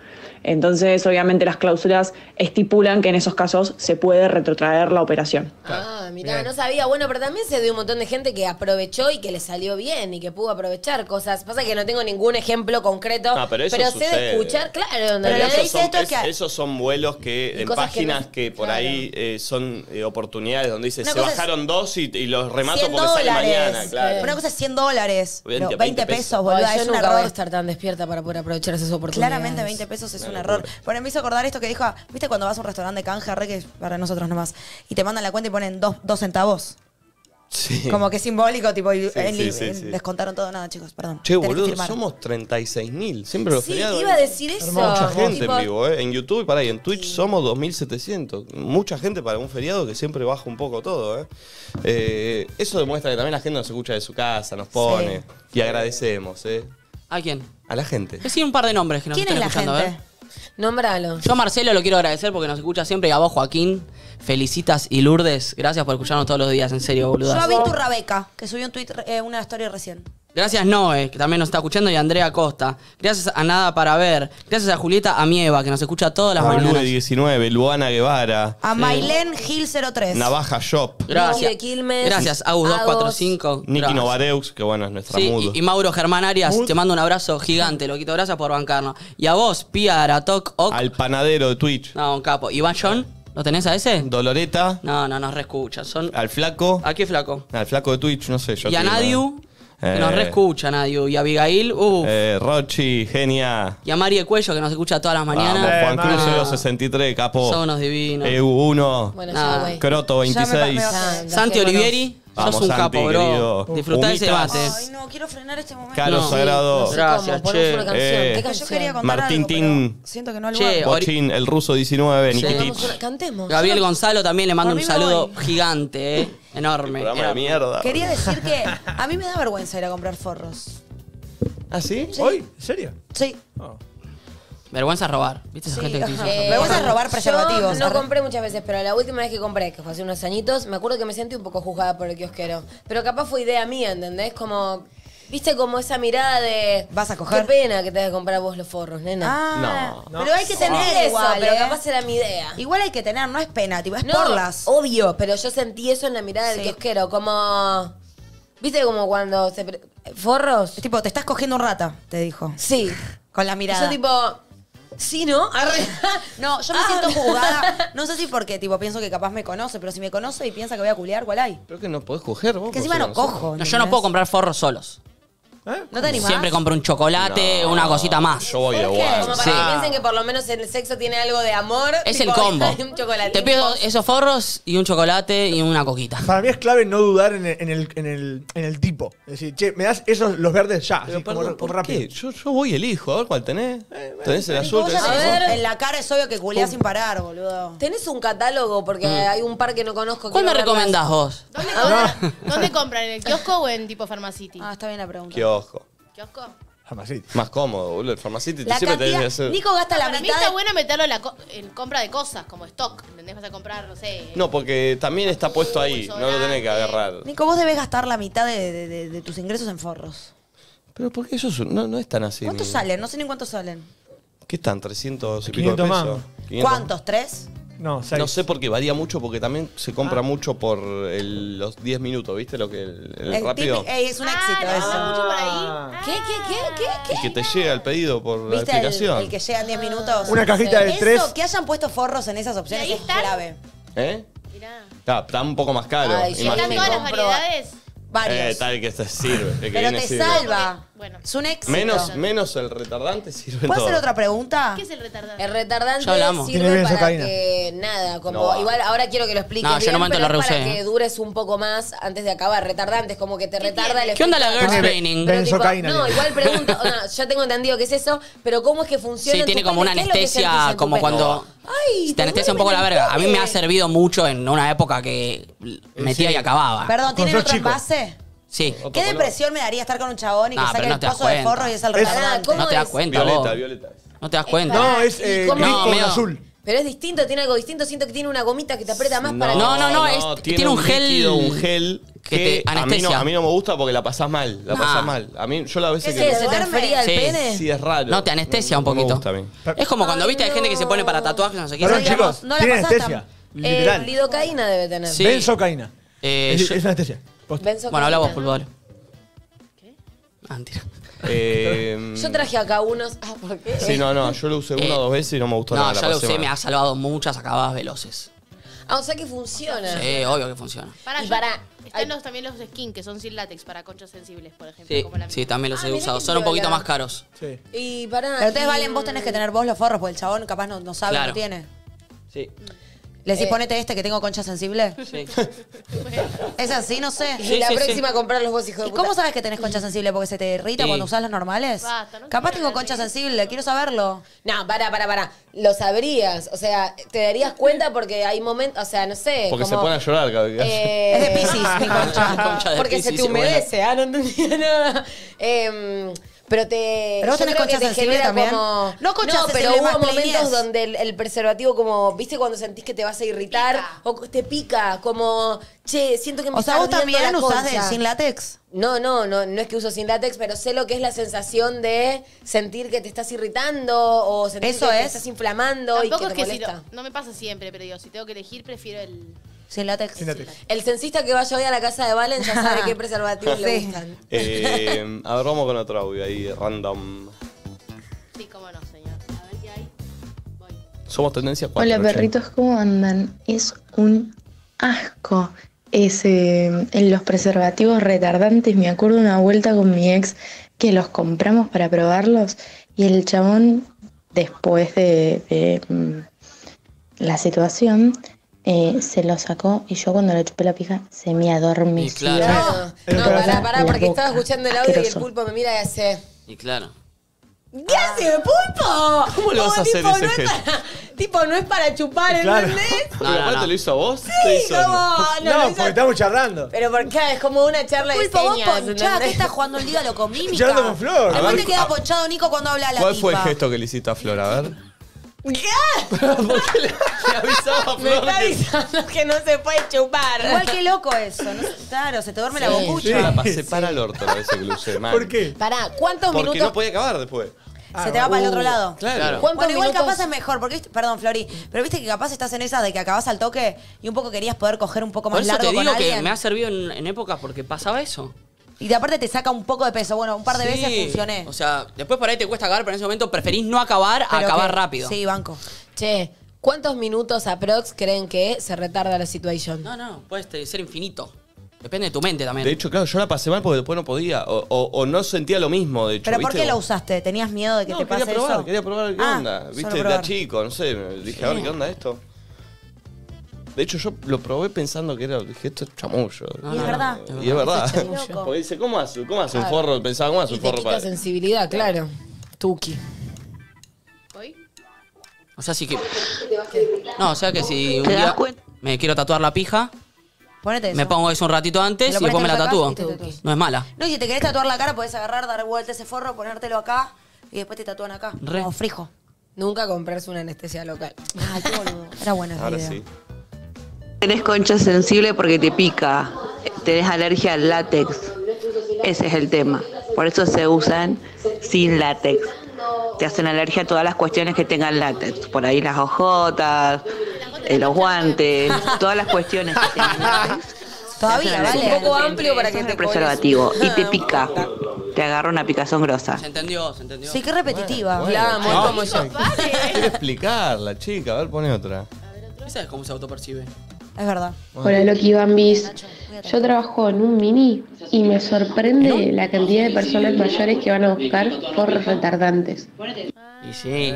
Speaker 12: Entonces, obviamente las cláusulas estipulan que en esos casos se puede retrotraer la operación.
Speaker 11: Ah, mirá, no sabía. Bueno, pero también se dio un montón de gente que aprovechó y que le salió bien y que pudo aprovechar cosas. Pasa que no tengo ningún ejemplo concreto.
Speaker 1: No, Ah, pero eso
Speaker 11: sé
Speaker 1: sucede.
Speaker 11: de escuchar, claro. donde la ley
Speaker 1: Eh, esos,
Speaker 11: dice
Speaker 1: son,
Speaker 11: esto es
Speaker 1: es-
Speaker 11: que-
Speaker 1: esos son vuelos que
Speaker 11: Y
Speaker 1: en
Speaker 11: cosas que
Speaker 1: páginas que,
Speaker 11: no-
Speaker 1: por ahí eh, son eh, oportunidades donde dice
Speaker 2: Una
Speaker 1: se
Speaker 2: cosa es-
Speaker 1: bajaron dos y, y los remato
Speaker 2: 100
Speaker 1: porque sale mañana,
Speaker 2: dólares.
Speaker 1: claro.
Speaker 2: Una cosa es 100 dólares.
Speaker 1: Veinte,
Speaker 2: No, 20,
Speaker 1: veinte
Speaker 2: pesos,
Speaker 1: pesos.
Speaker 2: boludo.
Speaker 11: Ay, yo
Speaker 2: es un
Speaker 11: nunca
Speaker 2: error.
Speaker 11: voy a estar tan despierta para poder aprovechar esas oportunidades.
Speaker 2: Claramente 20 pesos es un error. Bueno, me hizo acordar esto que dijo, ¿viste cuando vas a un restaurante de canje, re que es para nosotros nomás, y te mandan la cuenta y ponen dos, dos centavos? Como que es simbólico, tipo, y-
Speaker 1: Sí,
Speaker 2: él-
Speaker 1: sí, sí,
Speaker 2: él-
Speaker 1: sí.
Speaker 2: les contaron todo, nada, chicos, perdón.
Speaker 1: Che,
Speaker 2: Tenés que
Speaker 1: boludo,
Speaker 2: firmar.
Speaker 1: somos 36.000. Siempre los
Speaker 11: Sí,
Speaker 1: feriados-
Speaker 11: iba a decir eso.
Speaker 1: Mucha gente
Speaker 11: Tipo,
Speaker 1: en vivo, ¿eh? En YouTube y para ahí, en Twitch somos 2.700. Mucha gente para un feriado que siempre baja un poco todo, ¿eh? Eh, Eso demuestra que también la gente nos escucha de su casa, nos pone. Y agradecemos, ¿eh?
Speaker 6: ¿A quién?
Speaker 1: A la gente.
Speaker 6: Decí un par de nombres que nos están escuchando, a ver.
Speaker 11: Nómbralo.
Speaker 6: Yo a Marcelo lo quiero agradecer porque nos escucha siempre y a vos, Joaquín. Felicitas y Lourdes, gracias por escucharnos todos los días, en serio,
Speaker 2: Yo a
Speaker 6: boludas.
Speaker 2: Vintu Rabeca, que subió un tweet, eh, una historia recién.
Speaker 6: Gracias Noé, que también nos está escuchando, y Andrea Costa. Gracias a Nada para Ver. Gracias a Julieta Amieva, que nos escucha todas las
Speaker 1: A
Speaker 6: mañanas.
Speaker 1: Luis 19, Luana Guevara. eh,
Speaker 2: A
Speaker 6: Sí.
Speaker 2: Mailen Gil 03.
Speaker 1: Navaja Shop.
Speaker 6: Gracias.
Speaker 11: de Quilmes.
Speaker 6: Gracias, Agus
Speaker 11: Agos.
Speaker 6: 245.
Speaker 1: Nicky
Speaker 6: Gracias.
Speaker 1: Novareux, que bueno, es nuestra
Speaker 6: Sí,
Speaker 1: mudo.
Speaker 6: y, y Mauro Germán Arias, te mando un abrazo gigante, loquito. Gracias por bancarnos. Y a vos, Pia Aratok Oc.
Speaker 1: Al panadero de Twitch.
Speaker 6: No, un capo. Iván John, ¿lo tenés a ese?
Speaker 1: Doloreta.
Speaker 6: No, no, nos reescucha. Son...
Speaker 1: Al flaco.
Speaker 6: ¿A qué flaco?
Speaker 1: Al flaco de Twitch, no sé. Yo
Speaker 6: y a
Speaker 1: te digo,
Speaker 6: Nadiu, que nos
Speaker 1: Eh.
Speaker 6: reescucha, Nadiu. Y a Abigail, uff.
Speaker 1: Eh, Rochi, genia.
Speaker 6: Y a Marie Cuello, que nos escucha todas las mañanas.
Speaker 1: Vamos, Juan Cruz 063, capo.
Speaker 6: Son unos divinos.
Speaker 1: EU 1
Speaker 6: Bueno, ya, güey.
Speaker 1: Croto 26.
Speaker 6: Santi Olivieri,
Speaker 1: Vamos,
Speaker 6: sos un
Speaker 1: Santi,
Speaker 6: capo,
Speaker 1: querido.
Speaker 6: bro. Disfrutá ese
Speaker 1: Humitas.
Speaker 6: bate.
Speaker 2: Ay, no, quiero frenar este momento.
Speaker 1: Caro
Speaker 6: No.
Speaker 1: Sagrado.
Speaker 6: Sí, no sé Gracias, cómo, ponemos che. una canción.
Speaker 1: Eh,
Speaker 11: ¿Qué
Speaker 2: Yo quería contar
Speaker 1: Martín
Speaker 2: algo,
Speaker 1: Tin.
Speaker 2: pero siento que no lo
Speaker 6: Che,
Speaker 2: hago.
Speaker 1: Bochín, el ruso 19,
Speaker 6: Sí.
Speaker 1: Nikitich.
Speaker 11: Vamos, Cantemos.
Speaker 6: Gabriel Gonzalo también le mando
Speaker 2: Por
Speaker 6: un
Speaker 2: mí me
Speaker 6: saludo gigante, eh. Enorme.
Speaker 1: programa de
Speaker 6: enorme.
Speaker 1: mierda.
Speaker 2: Quería decir que a mí me da vergüenza ir a comprar forros.
Speaker 1: ¿Ah, sí?
Speaker 4: ¿Hoy? ¿En serio?
Speaker 2: Sí.
Speaker 6: Vergüenza robar. ¿Viste esa gente que te dice
Speaker 11: Eh,
Speaker 6: eso?
Speaker 2: Me gusta robar
Speaker 11: yo
Speaker 2: preservativos,
Speaker 11: No
Speaker 2: arre.
Speaker 11: compré muchas veces, pero la última vez que compré, que fue hace unos añitos, me acuerdo que me sentí un poco juzgada por el kiosquero. Pero capaz fue idea mía, ¿entendés? Como, viste como esa mirada de.
Speaker 2: ¿Vas a coger?
Speaker 11: Qué pena que te hayas comprado vos los forros, nena.
Speaker 2: Ah, Pero hay que tener
Speaker 11: eso,
Speaker 2: igual,
Speaker 11: pero
Speaker 2: ¿eh?
Speaker 11: capaz era mi idea.
Speaker 2: Igual hay que tener, no es pena, tipo, es
Speaker 11: No,
Speaker 2: porlas.
Speaker 11: Obvio, pero yo sentí eso en la mirada del
Speaker 2: Sí.
Speaker 11: kiosquero, como. ¿Viste como cuando se. pre- ¿Forros?
Speaker 2: Tipo, te estás cogiendo un rata, te dijo.
Speaker 11: Sí.
Speaker 2: Con la mirada.
Speaker 11: Yo tipo. Sí, ¿no? Arre. Ah.
Speaker 2: No, yo me siento jugada. No sé si porque, tipo, pienso que capaz me conoce, pero si me conoce y piensa que voy a culear, ¿cuál hay?
Speaker 1: Creo que no podés coger vos.
Speaker 2: Que encima no cojo.
Speaker 6: No, yo no puedo comprar forros solos.
Speaker 2: ¿No te animás?
Speaker 6: Siempre compro un chocolate, una cosita más.
Speaker 1: Yo voy
Speaker 11: ¿Por qué? Como para
Speaker 6: Sí.
Speaker 11: que piensen que por lo menos el sexo tiene algo de amor.
Speaker 6: Es
Speaker 11: tipo,
Speaker 6: el combo.
Speaker 11: un chocolate.
Speaker 6: Te pido eh, esos forros y un chocolate y una coquita.
Speaker 4: Para mí es clave no dudar en el, en el, en el, en el tipo. Es decir, che, me das esos, los verdes ya. así, como
Speaker 1: Perdón,
Speaker 4: como
Speaker 1: ¿por
Speaker 4: rápido.
Speaker 1: qué? Yo, yo voy elijo, a ver cuál tenés. ¿Tenés el
Speaker 2: Tipo,
Speaker 1: azul?
Speaker 2: vos
Speaker 1: ¿Tenés
Speaker 2: ya
Speaker 1: el
Speaker 2: tenés
Speaker 1: rojo?
Speaker 2: En la cara es obvio que culeas sin parar, boludo.
Speaker 11: ¿Tenés un catálogo? Porque hay un par que no conozco.
Speaker 6: ¿Cuál me
Speaker 11: quiero verlas.
Speaker 6: Mm. recomendás vos?
Speaker 3: ¿Dónde compran? ¿Dónde compran? ¿En el kiosco o en tipo Pharmacity?
Speaker 2: Ah, está bien la pregunta.
Speaker 1: Kiosco.
Speaker 3: ¿Kiosco?
Speaker 1: Más cómodo, boludo. El farmacity
Speaker 2: La
Speaker 1: siempre tenés
Speaker 2: cantidad-
Speaker 1: que hacer.
Speaker 2: Nico gasta la
Speaker 3: Para mí
Speaker 2: mitad.
Speaker 3: está
Speaker 2: de-
Speaker 3: bueno meterlo en, la co- en compra de cosas, como stock. ¿Entendés? Vas a comprar, no sé.
Speaker 1: No, porque también está puesto ahí. No lo tenés que agarrar.
Speaker 2: Nico, vos debés gastar la mitad de, de- de- de tus ingresos en forros.
Speaker 1: Pero porque eso es un- no, no es tan así.
Speaker 2: ¿Cuántos
Speaker 1: mi-
Speaker 2: salen? No sé ni cuántos salen.
Speaker 1: ¿Qué están? ¿300 y pico de
Speaker 4: 500 más.
Speaker 1: pesos? 500.
Speaker 2: ¿Cuántos? ¿Tres?
Speaker 4: No, seis. Ah.
Speaker 1: No sé por qué varía mucho porque también se compra mucho por el- los 10 minutos, ¿viste? Lo que el,
Speaker 6: Eh,
Speaker 1: el
Speaker 2: Es
Speaker 1: rápido.
Speaker 2: típico- ey, es un éxito eso.
Speaker 5: ¿Qué, qué, qué,
Speaker 6: Ah.
Speaker 5: qué?
Speaker 1: Y que te llega el pedido por la
Speaker 2: eh, ¿Viste el,
Speaker 1: explicación.
Speaker 2: el que llega en 10 minutos?
Speaker 1: Una cajita de
Speaker 2: Eso,
Speaker 1: tres.
Speaker 2: que hayan puesto forros en esas opciones es clave.
Speaker 1: ¿Eh? Está, está un poco más caro.
Speaker 2: Ay, yo
Speaker 1: imagino.
Speaker 2: también
Speaker 14: Todas las
Speaker 2: compro
Speaker 14: variedades.
Speaker 1: Eh, tal que te sirve. el que
Speaker 2: Pero
Speaker 1: viene
Speaker 2: te
Speaker 1: sirve.
Speaker 2: salva. Es un éxito.
Speaker 1: Menos, menos el retardante sirve
Speaker 2: ¿Puedo
Speaker 1: todo.
Speaker 2: hacer otra pregunta? ¿Qué
Speaker 14: es el retardante?
Speaker 5: El retardante
Speaker 1: Ya hablamos. Tiene
Speaker 5: sirve
Speaker 1: bien
Speaker 5: para
Speaker 1: socaína.
Speaker 5: que nada, como
Speaker 1: No.
Speaker 5: igual ahora quiero que lo expliques
Speaker 6: No, yo
Speaker 5: bien,
Speaker 6: en un momento
Speaker 5: pero
Speaker 6: lo
Speaker 5: es para
Speaker 6: rehusé,
Speaker 5: que
Speaker 6: ¿eh?
Speaker 5: dures un poco más antes de acabar. Retardante es como que te retarda el
Speaker 6: ¿Qué onda la
Speaker 5: efecto.
Speaker 6: girl training?
Speaker 5: Pero tipo,
Speaker 6: Benzocaína,
Speaker 5: No,
Speaker 6: bien.
Speaker 5: igual pregunto, o sea, yo tengo entendido que es eso, pero ¿cómo es que funciona?
Speaker 6: Sí,
Speaker 5: en
Speaker 6: tiene
Speaker 5: tu
Speaker 6: como una
Speaker 5: pene? ¿Qué es lo que sentís en
Speaker 6: anestesia,
Speaker 5: tu
Speaker 6: como
Speaker 5: pene?
Speaker 6: cuando.
Speaker 5: Ay,
Speaker 6: Te anestesia un poco la verga. A mí me ha servido mucho en una época que
Speaker 1: Eh,
Speaker 6: metía y acababa.
Speaker 2: Perdón, ¿tienen otro envase?
Speaker 6: Sí.
Speaker 2: ¿Qué depresión me daría estar con un chabón y que
Speaker 6: No,
Speaker 2: saque
Speaker 6: Ah, pero no
Speaker 2: el
Speaker 6: te das
Speaker 2: coso de
Speaker 6: cuenta.
Speaker 2: forro y es el
Speaker 6: Es-
Speaker 2: retardante?
Speaker 6: No te das cuenta,
Speaker 1: Violeta,
Speaker 6: vos.
Speaker 1: violeta.
Speaker 6: No te das cuenta.
Speaker 4: No, es eh,
Speaker 5: ¿Y cómo
Speaker 6: no,
Speaker 5: es?
Speaker 6: medio-
Speaker 5: Pero es distinto, tiene algo distinto. Siento que tiene una gomita que te aprieta más para
Speaker 6: No, no, no,
Speaker 5: no,
Speaker 6: es- tiene un gel-
Speaker 1: líquido, un gel
Speaker 6: que
Speaker 1: que,
Speaker 6: te
Speaker 1: a, mí no,
Speaker 6: anestesia. Ah.
Speaker 1: a mí no me gusta porque la pasás mal. La
Speaker 6: No.
Speaker 1: pasás mal. A mí, yo la veces
Speaker 6: ¿Qué
Speaker 1: que.
Speaker 6: es eso? ¿Te enfría el
Speaker 1: sí.
Speaker 6: pene?
Speaker 1: Sí, es raro.
Speaker 6: No, te anestesia un
Speaker 1: No me
Speaker 6: poquito.
Speaker 1: gusta a mí.
Speaker 6: Es como cuando viste, hay gente que se pone para tatuajes, no sé qué.
Speaker 4: Perdón,
Speaker 6: ¿sabes?
Speaker 4: chicos,
Speaker 5: no la
Speaker 4: tiene
Speaker 5: pasás
Speaker 4: anestesia.
Speaker 5: Eh,
Speaker 4: Literal.
Speaker 5: lidocaína debe tener.
Speaker 6: Sí.
Speaker 4: Benzocaína.
Speaker 6: Eh,
Speaker 4: es,
Speaker 6: yo-
Speaker 4: es anestesia.
Speaker 5: Benzocaína.
Speaker 6: Bueno, habla vos, fútbol. Ah, mentira.
Speaker 1: Eh,
Speaker 5: Yo traje acá unos. Ah, ¿por qué?
Speaker 1: Sí, no, no, yo lo usé una
Speaker 6: Eh,
Speaker 1: o dos veces y no me gustó
Speaker 6: No,
Speaker 1: nada.
Speaker 6: yo
Speaker 1: la
Speaker 6: lo
Speaker 1: pasé
Speaker 6: usé,
Speaker 1: mal.
Speaker 6: me ha salvado muchas acabadas veloces.
Speaker 5: Ah, o sea que
Speaker 3: Eh.
Speaker 5: funciona.
Speaker 6: Sí, obvio que funciona.
Speaker 14: Para,
Speaker 5: Y para-
Speaker 14: Están los, también los skin que son sin látex para conchas sensibles, por ejemplo.
Speaker 6: Sí,
Speaker 14: como la
Speaker 6: sí, también los
Speaker 14: Ah,
Speaker 6: he
Speaker 14: mirá
Speaker 6: usado.
Speaker 14: qué
Speaker 6: Son un poquito
Speaker 14: piola.
Speaker 6: más caros.
Speaker 4: Sí.
Speaker 5: Y pará.
Speaker 2: Pero ustedes
Speaker 5: y-
Speaker 2: valen, vos tenés que tener vos los forros, porque el chabón capaz no, no sabe,
Speaker 6: Claro.
Speaker 2: no tiene.
Speaker 6: Sí.
Speaker 2: ¿Le decís
Speaker 5: Eh.
Speaker 2: ponete este que tengo concha sensible?
Speaker 6: Sí.
Speaker 2: ¿Es así? No sé.
Speaker 5: Y la próxima comprar los vos, hijo de
Speaker 2: ¿Y
Speaker 5: puta.
Speaker 2: cómo sabes que tenés concha sensible? ¿Porque se te irrita
Speaker 6: Sí.
Speaker 2: cuando usás los normales?
Speaker 5: Basta, no
Speaker 2: Capaz tengo concha sensible, quiero saberlo.
Speaker 5: No, pará, pará, pará. Lo sabrías. O sea, te darías cuenta porque hay momentos. O sea, no
Speaker 2: Eh,
Speaker 5: sé.
Speaker 1: Porque se
Speaker 5: como-
Speaker 1: pone a llorar, cada vez que hace.
Speaker 5: Eh,
Speaker 2: Es de Piscis, mi concha.
Speaker 6: Concha de
Speaker 5: Porque se
Speaker 6: Piscis,
Speaker 5: te
Speaker 6: sí, bueno.
Speaker 5: humedece, ah, no entendía nada. Em, pero te.
Speaker 2: Pero vos
Speaker 5: yo
Speaker 2: tenés
Speaker 5: creo que
Speaker 2: concha
Speaker 5: te
Speaker 2: sensible
Speaker 5: genera
Speaker 2: también.
Speaker 5: Como,
Speaker 2: No concha sensible,
Speaker 5: pero
Speaker 2: más
Speaker 5: hubo
Speaker 2: plenies.
Speaker 5: momentos donde el, el preservativo, como, viste, cuando sentís que te vas a irritar o te pica, como, che, siento que me
Speaker 2: O
Speaker 5: está
Speaker 2: sea, vos
Speaker 5: ardiendo
Speaker 2: también
Speaker 5: la
Speaker 2: usás
Speaker 5: concha.
Speaker 2: del sin látex.
Speaker 5: No, no, no, no es que uso sin látex, pero sé lo que es la sensación de sentir que te estás irritando o sentir
Speaker 2: Eso
Speaker 5: que te
Speaker 2: es.
Speaker 5: estás inflamando
Speaker 14: Tampoco
Speaker 5: y
Speaker 14: es
Speaker 5: que
Speaker 14: que
Speaker 5: te
Speaker 14: si
Speaker 5: molesta.
Speaker 14: lo- no me pasa siempre, pero digo, si tengo que elegir, prefiero el.
Speaker 2: Sin látex. Ah.
Speaker 5: El censista que vaya hoy a la casa de Valen ya sabe qué preservativos le gustan.
Speaker 1: Eh, a ver, vamos con otro audio ahí, random.
Speaker 14: Sí, cómo no, señor. A ver qué hay.
Speaker 1: Somos tendencia 4.
Speaker 3: Hola perritos, ¿cómo andan? Es un asco. Ese, en los preservativos retardantes, me acuerdo una vuelta con mi ex que los compramos para probarlos y el chabón, después de, de, mm, la situación, eh, se los sacó y yo cuando le chupé la pija se me adormeció.
Speaker 5: No, no, pará, pará,
Speaker 3: La
Speaker 5: porque
Speaker 3: boca.
Speaker 5: estaba escuchando el audio y el
Speaker 3: asqueroso.
Speaker 5: pulpo me mira y hace.
Speaker 6: Y claro.
Speaker 5: ¿Qué hace, pulpo?
Speaker 1: ¿Cómo le vas a hacer
Speaker 5: tipo,
Speaker 1: ese
Speaker 5: no
Speaker 1: gesto?
Speaker 5: es para- Tipo, no es para chupar,
Speaker 1: Claro.
Speaker 5: ¿entendés?
Speaker 1: Pero aparte lo hizo a vos. Sí,
Speaker 5: no, no, lo
Speaker 4: No,
Speaker 5: hizo-
Speaker 4: porque estamos charlando.
Speaker 5: Pero porque es como una charla
Speaker 2: Pulpo,
Speaker 5: de
Speaker 2: vos
Speaker 5: señas.
Speaker 2: ponchá,
Speaker 5: ¿entendés?
Speaker 2: ¿qué estás jugando el día loco? Mímica.
Speaker 1: Charlando con Flor. A
Speaker 2: Además
Speaker 1: ver,
Speaker 2: te queda ponchado Nico cuando habla la
Speaker 1: ¿Cuál fue el
Speaker 2: tipa.
Speaker 1: gesto que le hiciste a Flor? A ver.
Speaker 6: Le avisaba a
Speaker 5: Me está avisando que no se puede chupar.
Speaker 2: Igual que loco eso. ¿no? Claro, se te duerme la
Speaker 5: Sí.
Speaker 2: bocucha.
Speaker 1: Yo la pasé para el orto la vez que lo usé, mal.
Speaker 4: ¿Por qué?
Speaker 5: Pará, ¿cuántos
Speaker 1: Porque
Speaker 5: minutos? Ah, uh,
Speaker 1: no podía acabar después.
Speaker 2: Se te va para el otro lado.
Speaker 1: Claro.
Speaker 2: Bueno, igual
Speaker 5: minutos?
Speaker 2: capaz es mejor, porque viste- perdón, Flori, pero viste que capaz estás en esas de que acabas al toque y un poco querías poder coger un poco
Speaker 6: Por
Speaker 2: más
Speaker 6: eso
Speaker 2: largo
Speaker 6: te digo
Speaker 2: con
Speaker 6: que
Speaker 2: alguien.
Speaker 6: me ha servido en, en épocas porque pasaba eso.
Speaker 2: Y de aparte te saca un poco de peso. Bueno, un par de
Speaker 6: Sí.
Speaker 2: veces funcioné.
Speaker 6: O sea, después por ahí te cuesta acabar, pero en ese momento preferís no acabar a
Speaker 2: Pero
Speaker 6: acabar
Speaker 2: que-
Speaker 6: rápido.
Speaker 2: Sí, banco.
Speaker 5: Che, ¿cuántos minutos aprox creen que se retarda la situación?
Speaker 6: No, no, puede este, ser infinito. Depende de tu mente también.
Speaker 1: De hecho, claro, yo la pasé mal porque después no podía. O, o- o no sentía lo mismo, de hecho.
Speaker 2: ¿Pero por
Speaker 1: ¿viste?
Speaker 2: qué lo usaste? ¿Tenías miedo de que
Speaker 1: No,
Speaker 2: te pase
Speaker 1: quería probar,
Speaker 2: eso?
Speaker 1: quería probar qué
Speaker 2: Ah,
Speaker 1: onda.
Speaker 2: solo
Speaker 1: Viste,
Speaker 2: probar.
Speaker 1: era chico, no sé. me Dije, a
Speaker 2: Sí.
Speaker 1: ver qué onda esto. De hecho, yo lo probé pensando que era. Dije, esto es chamullo.
Speaker 2: Y es verdad.
Speaker 1: Y es verdad.
Speaker 5: Esto es chamullo.
Speaker 1: Porque dice, ¿cómo hace, cómo hace un
Speaker 5: Claro.
Speaker 1: forro? Pensaba, ¿cómo hace
Speaker 5: Y
Speaker 1: un
Speaker 5: te
Speaker 1: forro
Speaker 5: quita
Speaker 1: para.?
Speaker 5: sensibilidad, claro. Tuki.
Speaker 6: O sea, sí que. No, o sea que si un
Speaker 2: ¿Te das
Speaker 6: día me quiero tatuar la pija,
Speaker 2: Ponete eso.
Speaker 6: me pongo eso un ratito antes
Speaker 2: Te lo
Speaker 6: y después me
Speaker 2: pones,
Speaker 6: la
Speaker 2: te lo
Speaker 6: tatúo.
Speaker 2: sacás y te tatúas.
Speaker 6: No es mala.
Speaker 2: No, y si te querés tatuar la cara, podés agarrar, dar vuelta ese forro, ponértelo acá y después te tatúan acá.
Speaker 6: Re.
Speaker 2: Como frijo.
Speaker 5: Nunca comprarse una anestesia local.
Speaker 2: Ay, Ah, qué boludo. Era bueno esa
Speaker 1: Ahora
Speaker 2: idea.
Speaker 1: sí.
Speaker 15: Tenés concha sensible porque te pica. Tenés alergia al látex. Ese es el tema. Por eso se usan sin látex. Te hacen alergia a todas las cuestiones que tengan látex. Por ahí las hojotas,
Speaker 16: eh, los guantes, todas las cuestiones que tengan
Speaker 5: Todavía,
Speaker 16: Claro,
Speaker 5: vale.
Speaker 16: es un poco
Speaker 5: amplio para que
Speaker 16: el preservativo y te pica. Te agarra una picazón grosa.
Speaker 6: entendió, se entendió.
Speaker 2: Sí, qué repetitiva.
Speaker 16: Bueno, bueno.
Speaker 2: Claro,
Speaker 16: No,
Speaker 2: Ah, como yo.
Speaker 1: Quiere explicarla, chica. A ver, pone otra.
Speaker 6: ¿Sabes cómo se autopercibe?
Speaker 2: Es verdad.
Speaker 3: Hola Loki Bambis. Yo trabajo en un mini y me sorprende la cantidad de personas mayores que van a buscar por retardantes.
Speaker 6: Y sí.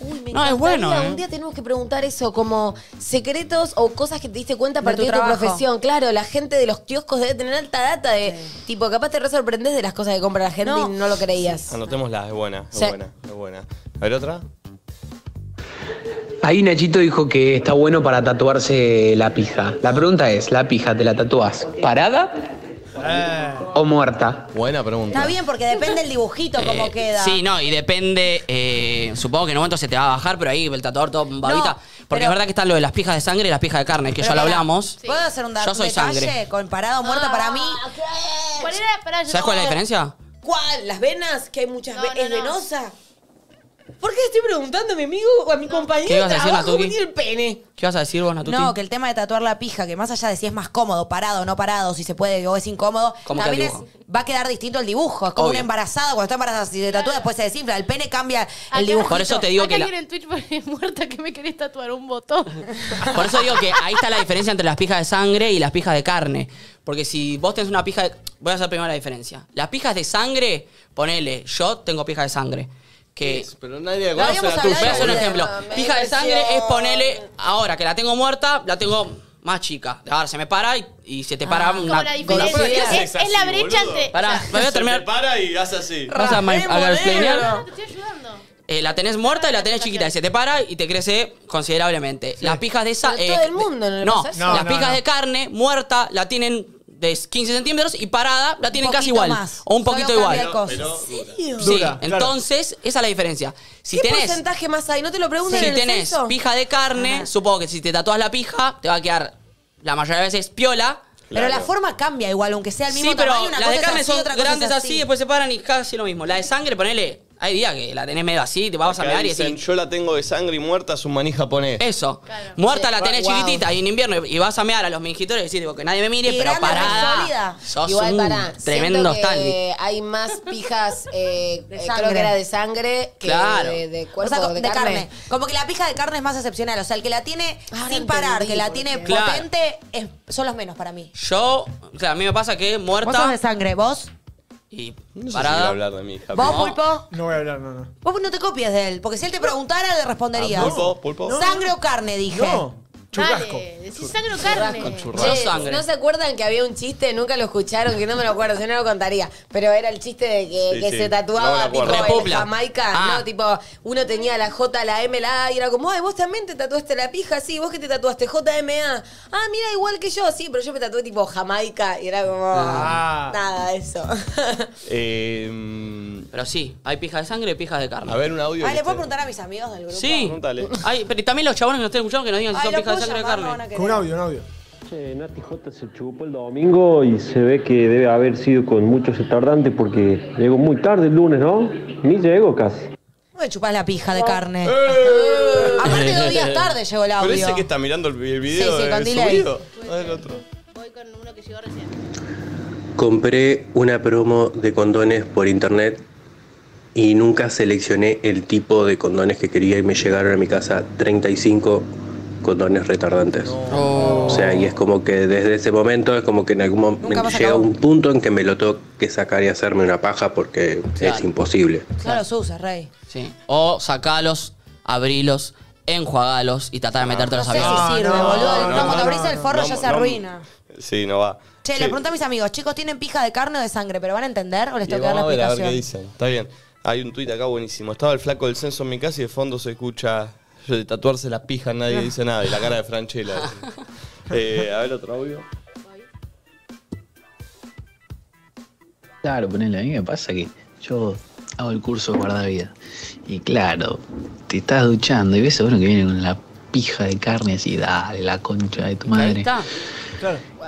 Speaker 5: Uy, me
Speaker 6: No, es
Speaker 5: encantaría.
Speaker 6: bueno, ¿eh?
Speaker 5: Un día tenemos que preguntar eso, como secretos o cosas que te diste cuenta a
Speaker 2: De
Speaker 5: partir
Speaker 2: tu
Speaker 5: de tu
Speaker 2: trabajo.
Speaker 5: profesión. Claro, la gente de los kioscos debe tener alta data de, tipo, capaz te re sorprendes de las cosas que compra la gente
Speaker 2: No.
Speaker 5: y no lo creías.
Speaker 1: Anotémosla, es buena, es
Speaker 5: Sí.
Speaker 1: buena, es buena. A ver, otra.
Speaker 4: Ahí Nachito dijo que está bueno para tatuarse la pija. La pregunta es, ¿la pija te la tatúas parada
Speaker 1: Ah.
Speaker 4: o muerta?
Speaker 1: Buena pregunta.
Speaker 2: Está bien, porque depende el dibujito
Speaker 6: Eh,
Speaker 2: cómo queda.
Speaker 6: Sí, no, y depende. eh, supongo que en un momento se te va a bajar, pero ahí el tatuador todo babita. porque es verdad que está lo de las pijas de sangre y las pijas de carne, que ya lo
Speaker 2: Pero pará,
Speaker 6: hablamos.
Speaker 2: ¿Puedo hacer un da-
Speaker 6: Yo soy
Speaker 2: detalle
Speaker 6: sangre. Ah.
Speaker 2: con parado muerta para mí?
Speaker 5: Ah,
Speaker 17: ¿Cuál era? Pará, yo
Speaker 6: ¿Sabes cuál es la
Speaker 17: tengo-
Speaker 6: diferencia?
Speaker 5: ¿Cuál? ¿Las venas? Que hay muchas
Speaker 17: No,
Speaker 5: venas.
Speaker 17: no,
Speaker 5: ¿Es
Speaker 17: no.
Speaker 5: venosa? ¿Por qué estoy preguntando a mi amigo o a mi compañero
Speaker 6: ¿Qué
Speaker 5: de
Speaker 6: ibas a decir,
Speaker 5: trabajo
Speaker 6: Natuki?
Speaker 5: cómo tiene el pene?
Speaker 6: ¿Qué vas a decir vos, Natuti?
Speaker 2: No, que el tema de tatuar la pija, que más allá de si es más cómodo, parado, no parado, si se puede o es incómodo,
Speaker 6: ¿Cómo queda
Speaker 2: también
Speaker 6: el
Speaker 2: es, va a quedar distinto el dibujo. Es como
Speaker 6: Obvio.
Speaker 2: una embarazada, cuando está embarazada, si se tatúa, después se desinfla, el pene cambia el dibujo.
Speaker 6: Por eso te digo
Speaker 17: Acá
Speaker 6: que la-
Speaker 17: alguien en Twitch pone muerta que me querés tatuar un botón.
Speaker 6: Por eso digo que ahí está la diferencia entre las pijas de sangre y las pijas de carne. Porque si vos tenés una pija de... Voy a hacer primero la diferencia. Las pijas de sangre, ponele, yo tengo pija de sangre. Que...
Speaker 1: Pero nadie
Speaker 6: Voy a
Speaker 1: conoce la tuya.
Speaker 6: hacer un
Speaker 1: boludo.
Speaker 6: ejemplo.
Speaker 1: Mami,
Speaker 6: Pija de
Speaker 1: versión.
Speaker 6: sangre es ponele, ahora que la tengo muerta, la tengo más chica. Ahora se me para y, y se te para
Speaker 17: Ah, como
Speaker 6: una...
Speaker 17: la diferencia.
Speaker 6: una-
Speaker 17: Es- es,
Speaker 1: así,
Speaker 17: la brecha
Speaker 1: boludo.
Speaker 17: entre.
Speaker 6: Pará, me voy a terminar.
Speaker 1: para y hace así.
Speaker 6: Vas a ma- a
Speaker 17: Boludo,
Speaker 6: explainear.
Speaker 17: Te estoy ayudando.
Speaker 6: Eh, la tenés muerta y la tenés chiquita y se te para y te crece considerablemente. Las pijas de esa. eh,
Speaker 5: Pero todo el mundo no le
Speaker 6: no,
Speaker 5: pasa eso.
Speaker 6: no, las
Speaker 5: No, no,
Speaker 6: pijas
Speaker 5: no.
Speaker 6: de carne muerta la tienen de 15 centímetros y parada la tienen casi
Speaker 2: poquito
Speaker 6: igual.
Speaker 2: más.
Speaker 6: O un poquito
Speaker 2: Solo cambia
Speaker 6: igual.
Speaker 2: el coso. Pero-
Speaker 6: Sí,
Speaker 2: Dura, claro.
Speaker 6: entonces esa es la diferencia. Si
Speaker 5: ¿Qué
Speaker 6: tenés,
Speaker 5: porcentaje más hay? ¿No te lo preguntan
Speaker 6: si
Speaker 5: en el
Speaker 6: tenés
Speaker 5: censo?
Speaker 6: pija de carne, supongo que si te tatúas la pija, te va a quedar la mayoría de veces piola.
Speaker 2: Pero la forma cambia igual, aunque sea el mismo
Speaker 6: Sí, pero
Speaker 2: tamaño, una
Speaker 6: las de
Speaker 2: cosa es
Speaker 6: carne
Speaker 2: así,
Speaker 6: son
Speaker 2: otra cosa es
Speaker 6: grandes así.
Speaker 2: así.
Speaker 6: después se paran y casi lo mismo. La de sangre, ponele, hay días que la tenés medio así, te vas a
Speaker 1: Acá
Speaker 6: mear y
Speaker 1: dicen,
Speaker 6: decís,
Speaker 1: yo la tengo de sangre y muerta, es un maní japonés.
Speaker 6: Eso. Muerta
Speaker 1: Sí.
Speaker 6: la tenés
Speaker 1: Wow.
Speaker 6: chiquitita y en invierno y vas a mear a los mingitores y decís, tipo, que nadie me mire,
Speaker 5: Y
Speaker 6: pero
Speaker 5: grande, re
Speaker 6: parada.
Speaker 5: sólida.
Speaker 6: Ah, Sos
Speaker 5: Igual
Speaker 6: un
Speaker 5: pará.
Speaker 6: tremendo
Speaker 5: Siento
Speaker 6: Stanley.
Speaker 5: que hay más pijas, eh, eh, creo
Speaker 2: sangre.
Speaker 5: que era de sangre, que
Speaker 6: Claro.
Speaker 5: de, de
Speaker 2: O
Speaker 5: cuerpo,
Speaker 2: sea, co-
Speaker 5: de, carne.
Speaker 2: Como que la pija de carne es más excepcional. O sea, el que la tiene
Speaker 5: ahora
Speaker 2: sin parar,
Speaker 5: Ah, entendí
Speaker 2: que la
Speaker 5: por
Speaker 2: tiene
Speaker 6: qué. Claro.
Speaker 2: potente, es- son los menos para mí.
Speaker 6: Yo, o sea, a mí me pasa que
Speaker 2: ¿Vos sos
Speaker 6: muerta
Speaker 2: de sangre? ¿Vos?
Speaker 6: y
Speaker 1: No sé si quiero
Speaker 6: parada.
Speaker 1: hablar de mi hija.
Speaker 2: ¿Vos,
Speaker 1: No.
Speaker 2: Pulpo?
Speaker 18: No voy a hablar, no, no.
Speaker 2: Vos no te copies de él, porque si él te preguntara, le responderías.
Speaker 1: Ah, Pulpo, pulpo.
Speaker 2: ¿Sangre o carne? Dije.
Speaker 1: No.
Speaker 18: Churrasco.
Speaker 17: Dale, decís sangre o carne.
Speaker 1: Churrasco.
Speaker 5: Che,
Speaker 1: sangre.
Speaker 5: ¿No se acuerdan que había un chiste? Nunca lo escucharon, que no me lo acuerdo, si no lo contaría. Pero era el chiste de que,
Speaker 1: Sí,
Speaker 5: que
Speaker 1: sí,
Speaker 5: se
Speaker 1: no me
Speaker 5: tatuaba
Speaker 1: lo acuerdo.
Speaker 5: tipo en
Speaker 1: Repopla.
Speaker 5: Jamaica,
Speaker 1: Ah.
Speaker 5: ¿no? Tipo, uno tenía la J, la M, la A, y era como, ay, vos también te tatuaste la pija, sí, vos que te tatuaste JMA. Ah, mira, igual que yo, sí, pero yo me tatué tipo Jamaica, y era como,
Speaker 1: Ah.
Speaker 5: nada, eso.
Speaker 6: Pero sí, hay pijas de sangre y pijas de carne.
Speaker 1: Eh, A ver, un audio. este.
Speaker 2: Ay, Ah, ¿le puedo preguntar a mis amigos del grupo?
Speaker 6: Sí. Ay, pero y también los chabones que nos estén escuchando que nos digan si
Speaker 2: Ay,
Speaker 6: son
Speaker 2: lo
Speaker 6: pijas de
Speaker 2: puedo
Speaker 6: sangre o
Speaker 2: llamar,
Speaker 6: de
Speaker 2: no
Speaker 6: carne.
Speaker 2: van a
Speaker 18: Con un audio, un audio.
Speaker 19: Che, Nati J se chupó el domingo y se ve que debe haber sido con muchos retardantes porque llegó muy tarde el lunes, ¿no? Ni llegó casi.
Speaker 2: No me chupás la pija de carne. Aparte, dos días tarde llegó el
Speaker 1: Eh. Pero ese
Speaker 2: audio.
Speaker 1: que está mirando el el video
Speaker 2: Sí, sí, con
Speaker 1: eh,
Speaker 2: delay.
Speaker 1: subido. Ah, el otro.
Speaker 20: Compré una promo de condones por internet y nunca seleccioné el tipo de condones que quería y me llegaron a mi casa 35 condones retardantes.
Speaker 6: Oh.
Speaker 20: O sea, y es como que desde ese momento es como que en algún momento
Speaker 2: más
Speaker 20: llega
Speaker 2: acabó.
Speaker 20: un punto en que me lo tengo que sacar y hacerme una paja porque es imposible.
Speaker 2: No los uses, Rey.
Speaker 6: Sí. O sacalos, abrilos, enjuagalos y tratar de metértelos
Speaker 2: No
Speaker 6: a
Speaker 2: sé
Speaker 6: veces.
Speaker 2: si sirve, boludo.
Speaker 1: Ah, no,
Speaker 2: No, cuando
Speaker 1: no,
Speaker 2: abrís el forro
Speaker 1: no,
Speaker 2: ya se
Speaker 1: no.
Speaker 2: arruina.
Speaker 1: Sí, no va.
Speaker 2: Che, le pregunté a mis amigos, chicos, ¿tienen pija de carne o de sangre? ¿Pero van a entender o les
Speaker 1: Y
Speaker 2: tengo que dar
Speaker 1: vamos
Speaker 2: la
Speaker 1: a ver, a ver
Speaker 2: explicación?
Speaker 1: qué dicen. Está bien. Hay un tuit acá buenísimo. Estaba el flaco del censo en mi casa y de fondo se escucha yo de tatuarse las pijas,
Speaker 2: Ah.
Speaker 1: nadie dice nada. Y la cara de Franchella. eh, a ver otro audio.
Speaker 21: Claro, ponele, a mí me pasa que yo hago el curso de guardavidas. Y claro, te estás duchando y ves a uno que viene con la pija de carne así, dale, la concha de tu madre.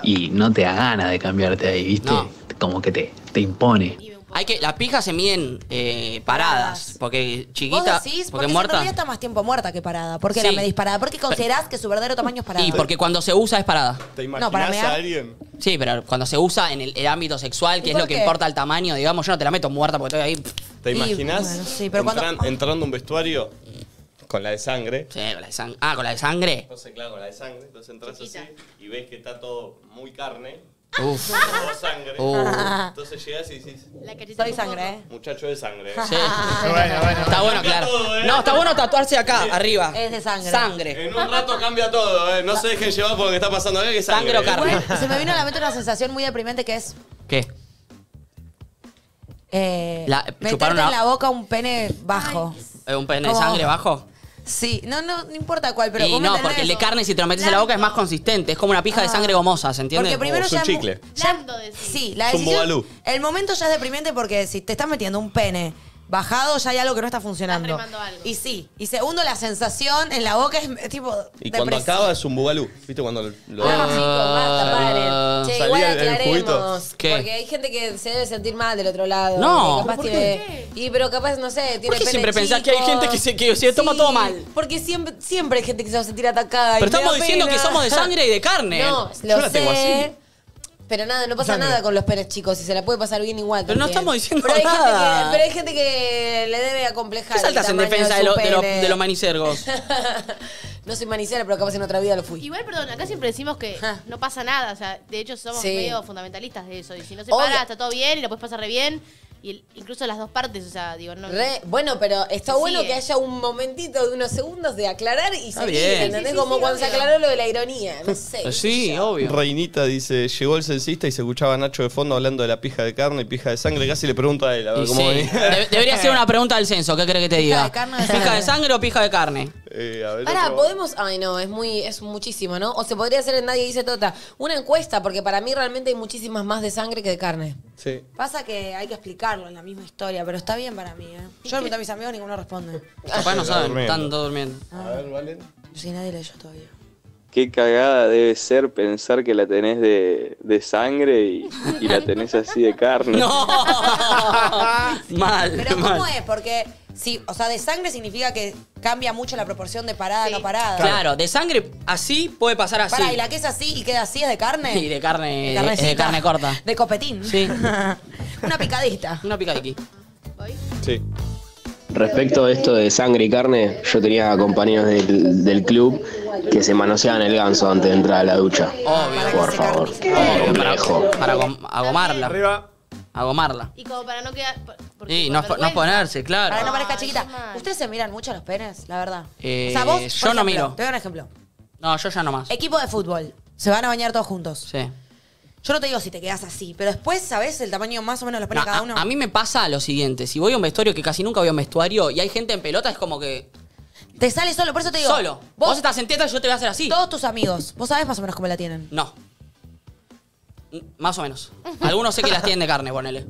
Speaker 21: Y no te da ganas de cambiarte ahí, ¿viste? Como que te, te impone.
Speaker 6: Hay que, las pijas se miden eh, paradas, porque
Speaker 2: Vos
Speaker 6: chiquita,
Speaker 2: decís, porque,
Speaker 6: porque
Speaker 2: si en
Speaker 6: muerta
Speaker 2: realidad está más tiempo muerta que parada. ¿Por qué
Speaker 6: Sí.
Speaker 2: la medís parada? Porque considerás que su verdadero tamaño es parada.
Speaker 6: y porque cuando se usa es parada.
Speaker 1: ¿Te
Speaker 2: No, para imaginás a mear.
Speaker 1: alguien?
Speaker 6: Sí, pero cuando se usa en el, el ámbito sexual, que
Speaker 2: ¿Y
Speaker 6: es lo
Speaker 2: por
Speaker 6: que
Speaker 2: qué?
Speaker 6: importa el tamaño, digamos, yo no te la meto muerta porque estoy ahí.
Speaker 1: ¿Te imaginas entrando a un vestuario con la de sangre?
Speaker 6: Sí, con la de sangre. Ah, con la de sangre.
Speaker 1: Entonces, claro, con la de sangre. Entonces entras así y ves que está todo muy carne.
Speaker 6: Uf.
Speaker 1: Todo sangre.
Speaker 6: Ah. Uh.
Speaker 1: Entonces llegas y dices,
Speaker 2: Soy sangre, ¿eh?
Speaker 1: muchacho de sangre. eh.
Speaker 6: Sí. Está ¿eh? bueno, claro. No, está bueno tatuarse acá, arriba.
Speaker 2: Es de sangre.
Speaker 6: Sangre.
Speaker 1: En un rato cambia todo, ¿eh? No se dejen llevar por lo que está pasando acá, que es sangre.
Speaker 6: Sangre o carne.
Speaker 1: ¿eh?
Speaker 2: Se me vino a la mente una sensación muy deprimente que es
Speaker 6: ¿Qué?
Speaker 2: eh,
Speaker 6: La- chupar
Speaker 2: meterte
Speaker 6: una-
Speaker 2: en la boca un pene bajo.
Speaker 6: Eh, ¿Un pene de
Speaker 2: ¿Cómo?
Speaker 6: sangre bajo?
Speaker 2: Sí, no, no, no importa cuál, pero
Speaker 6: y
Speaker 2: vos me
Speaker 6: no,
Speaker 2: entendés. Ah.
Speaker 6: porque el de carne, si te lo metes en la boca, es más consistente. Es como una pija de sangre gomosa, ¿se entiende?
Speaker 1: Oh,
Speaker 2: Porque primero ya es mu- ya- sí, la
Speaker 6: Es un
Speaker 2: decisión,
Speaker 6: bobalú.
Speaker 2: el momento ya es deprimente porque si te estás metiendo un pene bajado ya hay algo que no está funcionando. Y sí, y segundo la sensación en la boca es eh, tipo
Speaker 1: Y cuando
Speaker 2: depresiva.
Speaker 1: acaba es un bubalú. ¿Viste cuando lo...
Speaker 5: Ah,
Speaker 6: Ah.
Speaker 5: chicos, basta, paren. Che,
Speaker 1: Salía
Speaker 5: igual
Speaker 1: el- el
Speaker 5: aclaremos.
Speaker 1: juguito. ¿Qué?
Speaker 5: Porque hay gente que se debe sentir mal del otro lado.
Speaker 6: No.
Speaker 5: que capaz
Speaker 6: ¿Por
Speaker 5: tiene- Y pero capaz, no sé, tiene
Speaker 6: ¿Por qué
Speaker 5: pene
Speaker 6: siempre pensás que hay
Speaker 5: chico?
Speaker 6: gente que se, que se toma todo mal?
Speaker 5: Porque siempre, siempre hay gente que se va a sentir atacada. y
Speaker 6: Pero
Speaker 5: me da
Speaker 6: estamos diciendo
Speaker 5: pena.
Speaker 6: que somos de sangre y de carne.
Speaker 5: No,
Speaker 6: Yo
Speaker 5: lo
Speaker 6: la tengo
Speaker 5: sé.
Speaker 6: así.
Speaker 5: Pero nada, no pasa
Speaker 6: Sangre.
Speaker 5: nada con los penes chicos y se la puede pasar bien igual.
Speaker 6: Pero no
Speaker 5: también.
Speaker 6: estamos diciendo
Speaker 5: pero hay Gente
Speaker 6: nada.
Speaker 5: que, pero hay gente que le debe acomplejar.
Speaker 6: ¿Qué saltas
Speaker 5: el
Speaker 6: en
Speaker 5: tamaño
Speaker 6: defensa de,
Speaker 5: su
Speaker 6: lo- de lo-
Speaker 5: pene?
Speaker 6: de los manicergos?
Speaker 5: No soy manicera, pero capaz en otra vida lo fui.
Speaker 3: Igual, perdón, acá siempre decimos que no pasa nada. O sea, de hecho somos
Speaker 5: Sí.
Speaker 3: medio fundamentalistas de eso. Y si no se
Speaker 5: Obvio.
Speaker 3: para, está todo bien y lo puedes pasar re bien. Y el- incluso las dos partes, o sea, digo, no.
Speaker 5: Re- bueno, pero está
Speaker 3: Sí,
Speaker 5: bueno
Speaker 3: eh.
Speaker 5: que haya un momentito de unos segundos de aclarar y
Speaker 6: Está
Speaker 5: seguir,
Speaker 6: bien.
Speaker 5: ¿entendés?
Speaker 6: Sí, sí,
Speaker 5: Como
Speaker 6: sí,
Speaker 5: cuando se
Speaker 6: obvio.
Speaker 5: aclaró lo de la ironía, no sé.
Speaker 6: Sí, obvio.
Speaker 1: Reinita dice, llegó el censista y se escuchaba a Nacho de fondo hablando de la pija de carne y pija de sangre. Casi le pregunto a él a ver
Speaker 6: Y
Speaker 1: cómo
Speaker 6: sí.
Speaker 1: venía.
Speaker 6: De- debería ser una pregunta del censo, ¿qué crees que te diga?
Speaker 5: de carne o de
Speaker 6: ¿Pija
Speaker 5: sangre?
Speaker 6: de sangre o pija de carne?
Speaker 1: Eh, a ver,
Speaker 5: Ahora,
Speaker 1: otro-
Speaker 5: podemos. Ay, no, es muy, es muchísimo, ¿no? O se podría hacer en Nadie Dice Tota. Una encuesta, porque para mí realmente hay muchísimas más de sangre que de carne.
Speaker 1: Sí.
Speaker 2: Pasa que hay que explicarlo en la misma historia, pero está bien para mí, ¿eh? Yo le pregunté a mis amigos, ninguno responde.
Speaker 6: Capaz no
Speaker 22: Está
Speaker 6: saben,
Speaker 22: durmiendo.
Speaker 6: están todos durmiendo.
Speaker 1: A ver, Valen.
Speaker 2: Sí, nadie leyó todavía.
Speaker 22: Qué cagada debe ser pensar que la tenés de, de sangre y, y la tenés así de carne.
Speaker 6: Mal,
Speaker 2: Pero ¿cómo
Speaker 6: mal.
Speaker 2: es? Porque, si, o sea, de sangre significa que cambia mucho la proporción de parada a no parada.
Speaker 6: Claro, de sangre así puede pasar así.
Speaker 2: Pará, y la que es así y queda así es de carne.
Speaker 6: Y de carne,
Speaker 2: De
Speaker 6: de,
Speaker 2: carnecita.
Speaker 6: de carne corta.
Speaker 2: De copetín.
Speaker 6: Sí.
Speaker 2: Una picadita.
Speaker 6: Una picadiqui.
Speaker 1: Sí.
Speaker 19: Respecto a esto de sangre y carne, yo tenía compañeros del, del club que se manoseaban el ganso antes de entrar a la ducha.
Speaker 2: Ah,
Speaker 6: Obvio.
Speaker 19: Por favor. Complejo.
Speaker 6: Para agom- agomarla. Arriba. Agomarla.
Speaker 3: Y como para no quedar.
Speaker 6: Y no, po- no ponerse, claro.
Speaker 2: Para que no parezca chiquita. ¿Ustedes se miran mucho los penes? La verdad.
Speaker 6: Eh,
Speaker 2: o sea, vos, por
Speaker 6: yo no
Speaker 2: ejemplo,
Speaker 6: miro.
Speaker 2: Te doy un ejemplo.
Speaker 6: No, yo ya no más.
Speaker 2: Equipo de fútbol. Se van a bañar todos juntos.
Speaker 6: Sí.
Speaker 2: Yo no te digo si te quedás así, pero después sabés el tamaño más o menos de los
Speaker 6: No,
Speaker 2: penes de
Speaker 6: a,
Speaker 2: cada uno.
Speaker 6: a mí me pasa lo siguiente. Si voy a un vestuario que casi nunca voy a un vestuario y hay gente en pelota, es como que...
Speaker 2: Te sale solo, por eso te digo.
Speaker 6: Solo. Vos, estás en teta y yo te voy a hacer así.
Speaker 2: Todos tus amigos. Vos sabés más o menos cómo la tienen.
Speaker 6: No. N- Más o menos. Algunos sé que las tienen de carne, ponele.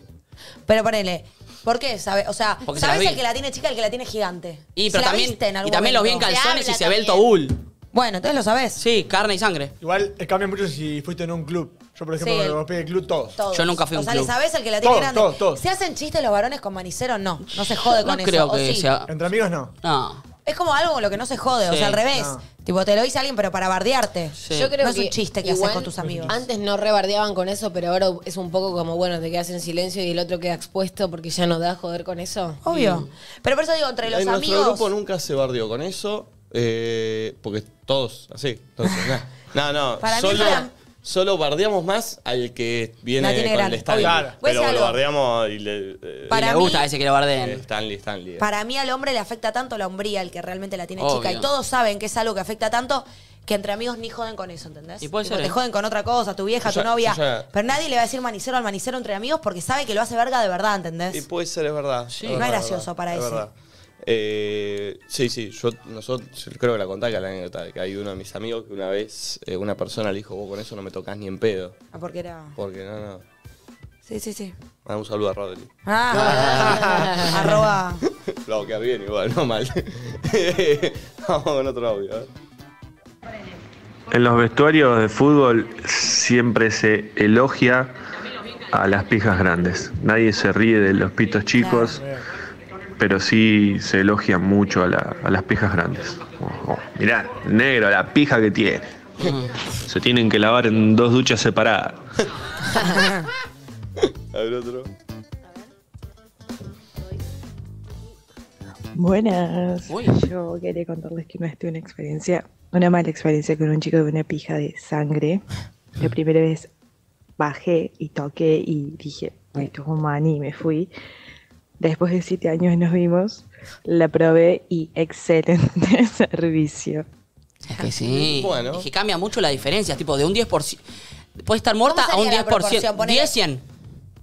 Speaker 2: Pero ponele. ¿Por qué? ¿Sabe? O sea,
Speaker 6: Porque se
Speaker 2: ¿sabés
Speaker 6: las vi.
Speaker 2: el que la tiene chica y el que la tiene gigante?
Speaker 6: Y
Speaker 2: Se
Speaker 6: pero
Speaker 2: la
Speaker 6: también,
Speaker 2: viste en algún
Speaker 6: y también los vi en
Speaker 2: momento.
Speaker 6: calzones y se ve el tobul.
Speaker 2: Bueno, entonces lo sabés.
Speaker 6: Sí, carne y sangre.
Speaker 4: Igual eh, cambia mucho si fuiste en un club. Yo, por ejemplo,
Speaker 2: Sí,
Speaker 4: me
Speaker 2: el-
Speaker 4: rompí el club todos.
Speaker 2: Todos.
Speaker 6: Yo nunca fui a
Speaker 2: O
Speaker 6: un
Speaker 2: sea, ¿le
Speaker 6: club.
Speaker 2: sabés el que la tiene
Speaker 4: Todos,
Speaker 2: grande?
Speaker 4: todos, todos.
Speaker 2: ¿Se hacen chistes los varones con manicero? No, no se jode con
Speaker 6: no
Speaker 2: eso.
Speaker 6: creo
Speaker 2: o
Speaker 6: que
Speaker 2: sí.
Speaker 6: sea...
Speaker 4: Entre amigos no.
Speaker 6: No.
Speaker 2: Es como algo con lo que no se jode, o
Speaker 6: Sí,
Speaker 2: sea, al revés.
Speaker 6: no.
Speaker 2: Tipo, te lo dice alguien, pero para bardearte.
Speaker 5: Yo creo
Speaker 2: no es
Speaker 5: que
Speaker 2: un chiste que
Speaker 5: igual
Speaker 2: haces con tus amigos.
Speaker 5: Antes no rebardeaban con eso, pero ahora es un poco como, bueno, te quedas en silencio y el otro queda expuesto porque ya no da joder con eso.
Speaker 2: Obvio. Pero por eso digo, entre los
Speaker 1: en
Speaker 2: amigos.
Speaker 1: nuestro grupo nunca se bardeó con eso, eh, porque todos así. Entonces, nah. no, no,
Speaker 2: Para mí
Speaker 1: solo,
Speaker 2: es una-
Speaker 1: solo bardeamos más al que viene
Speaker 2: La tiene
Speaker 1: con el
Speaker 2: grande.
Speaker 1: Stanley.
Speaker 2: Claro. Voy a
Speaker 1: Pero
Speaker 2: decir
Speaker 1: lo
Speaker 2: algo.
Speaker 1: bardeamos y le, eh,
Speaker 2: Para
Speaker 6: Y le gusta mí- ese que lo bardeen.
Speaker 1: Eh, Stanley, Stanley. eh.
Speaker 2: Para mí al hombre le afecta tanto la hombría, el que realmente la tiene
Speaker 1: Obvio.
Speaker 2: chica. Y todos saben que es algo que afecta tanto que entre amigos ni joden con eso, ¿entendés?
Speaker 6: Y puede
Speaker 2: Tipo,
Speaker 6: ser,
Speaker 2: te
Speaker 6: ¿eh?
Speaker 2: joden con otra cosa, tu vieja,
Speaker 1: Yo
Speaker 2: tu
Speaker 1: ya-
Speaker 2: novia.
Speaker 1: yo ya-
Speaker 2: Pero nadie le va a decir manicero al manicero entre amigos porque sabe que lo hace verga de verdad, ¿entendés?
Speaker 1: Y puede ser, es verdad. Sí,
Speaker 2: No es gracioso para eso.
Speaker 1: sí, sí, yo nosotros, yo creo que la conté que la anécdota, de que hay uno de mis amigos que una vez eh, una persona le dijo, vos con eso no me tocas ni en pedo.
Speaker 2: Ah, porque era.
Speaker 1: Porque no, no.
Speaker 2: Sí, sí, sí.
Speaker 1: Ah, un saludo a Rodri.
Speaker 2: Ah, arroba.
Speaker 1: Lo que bien igual, no mal. Vamos con otro audio. ¿eh?
Speaker 23: En los vestuarios de fútbol siempre se elogia a las pijas grandes. Nadie se ríe de los pitos chicos, pero sí se elogia mucho a, la- a las pijas grandes. Oh, oh, mirá, el negro, la pija que tiene. Se tienen que lavar en dos duchas separadas.
Speaker 20: A ver otro.
Speaker 24: Buenas.
Speaker 6: Uy.
Speaker 24: Yo quería contarles que una vez tuve una experiencia, una mala experiencia con un chico de una pija de sangre. La primera vez bajé y toqué y dije, esto es un maní y me fui. Después de siete años nos vimos, la probé y excelente servicio.
Speaker 6: Es que sí.
Speaker 23: Bueno.
Speaker 6: Es que cambia mucho la diferencia, tipo de un 10%. Puede estar muerta a
Speaker 2: ¿Cómo
Speaker 6: un
Speaker 2: sería la
Speaker 6: 10%.
Speaker 2: proporción? Ponele-
Speaker 6: 10, 100.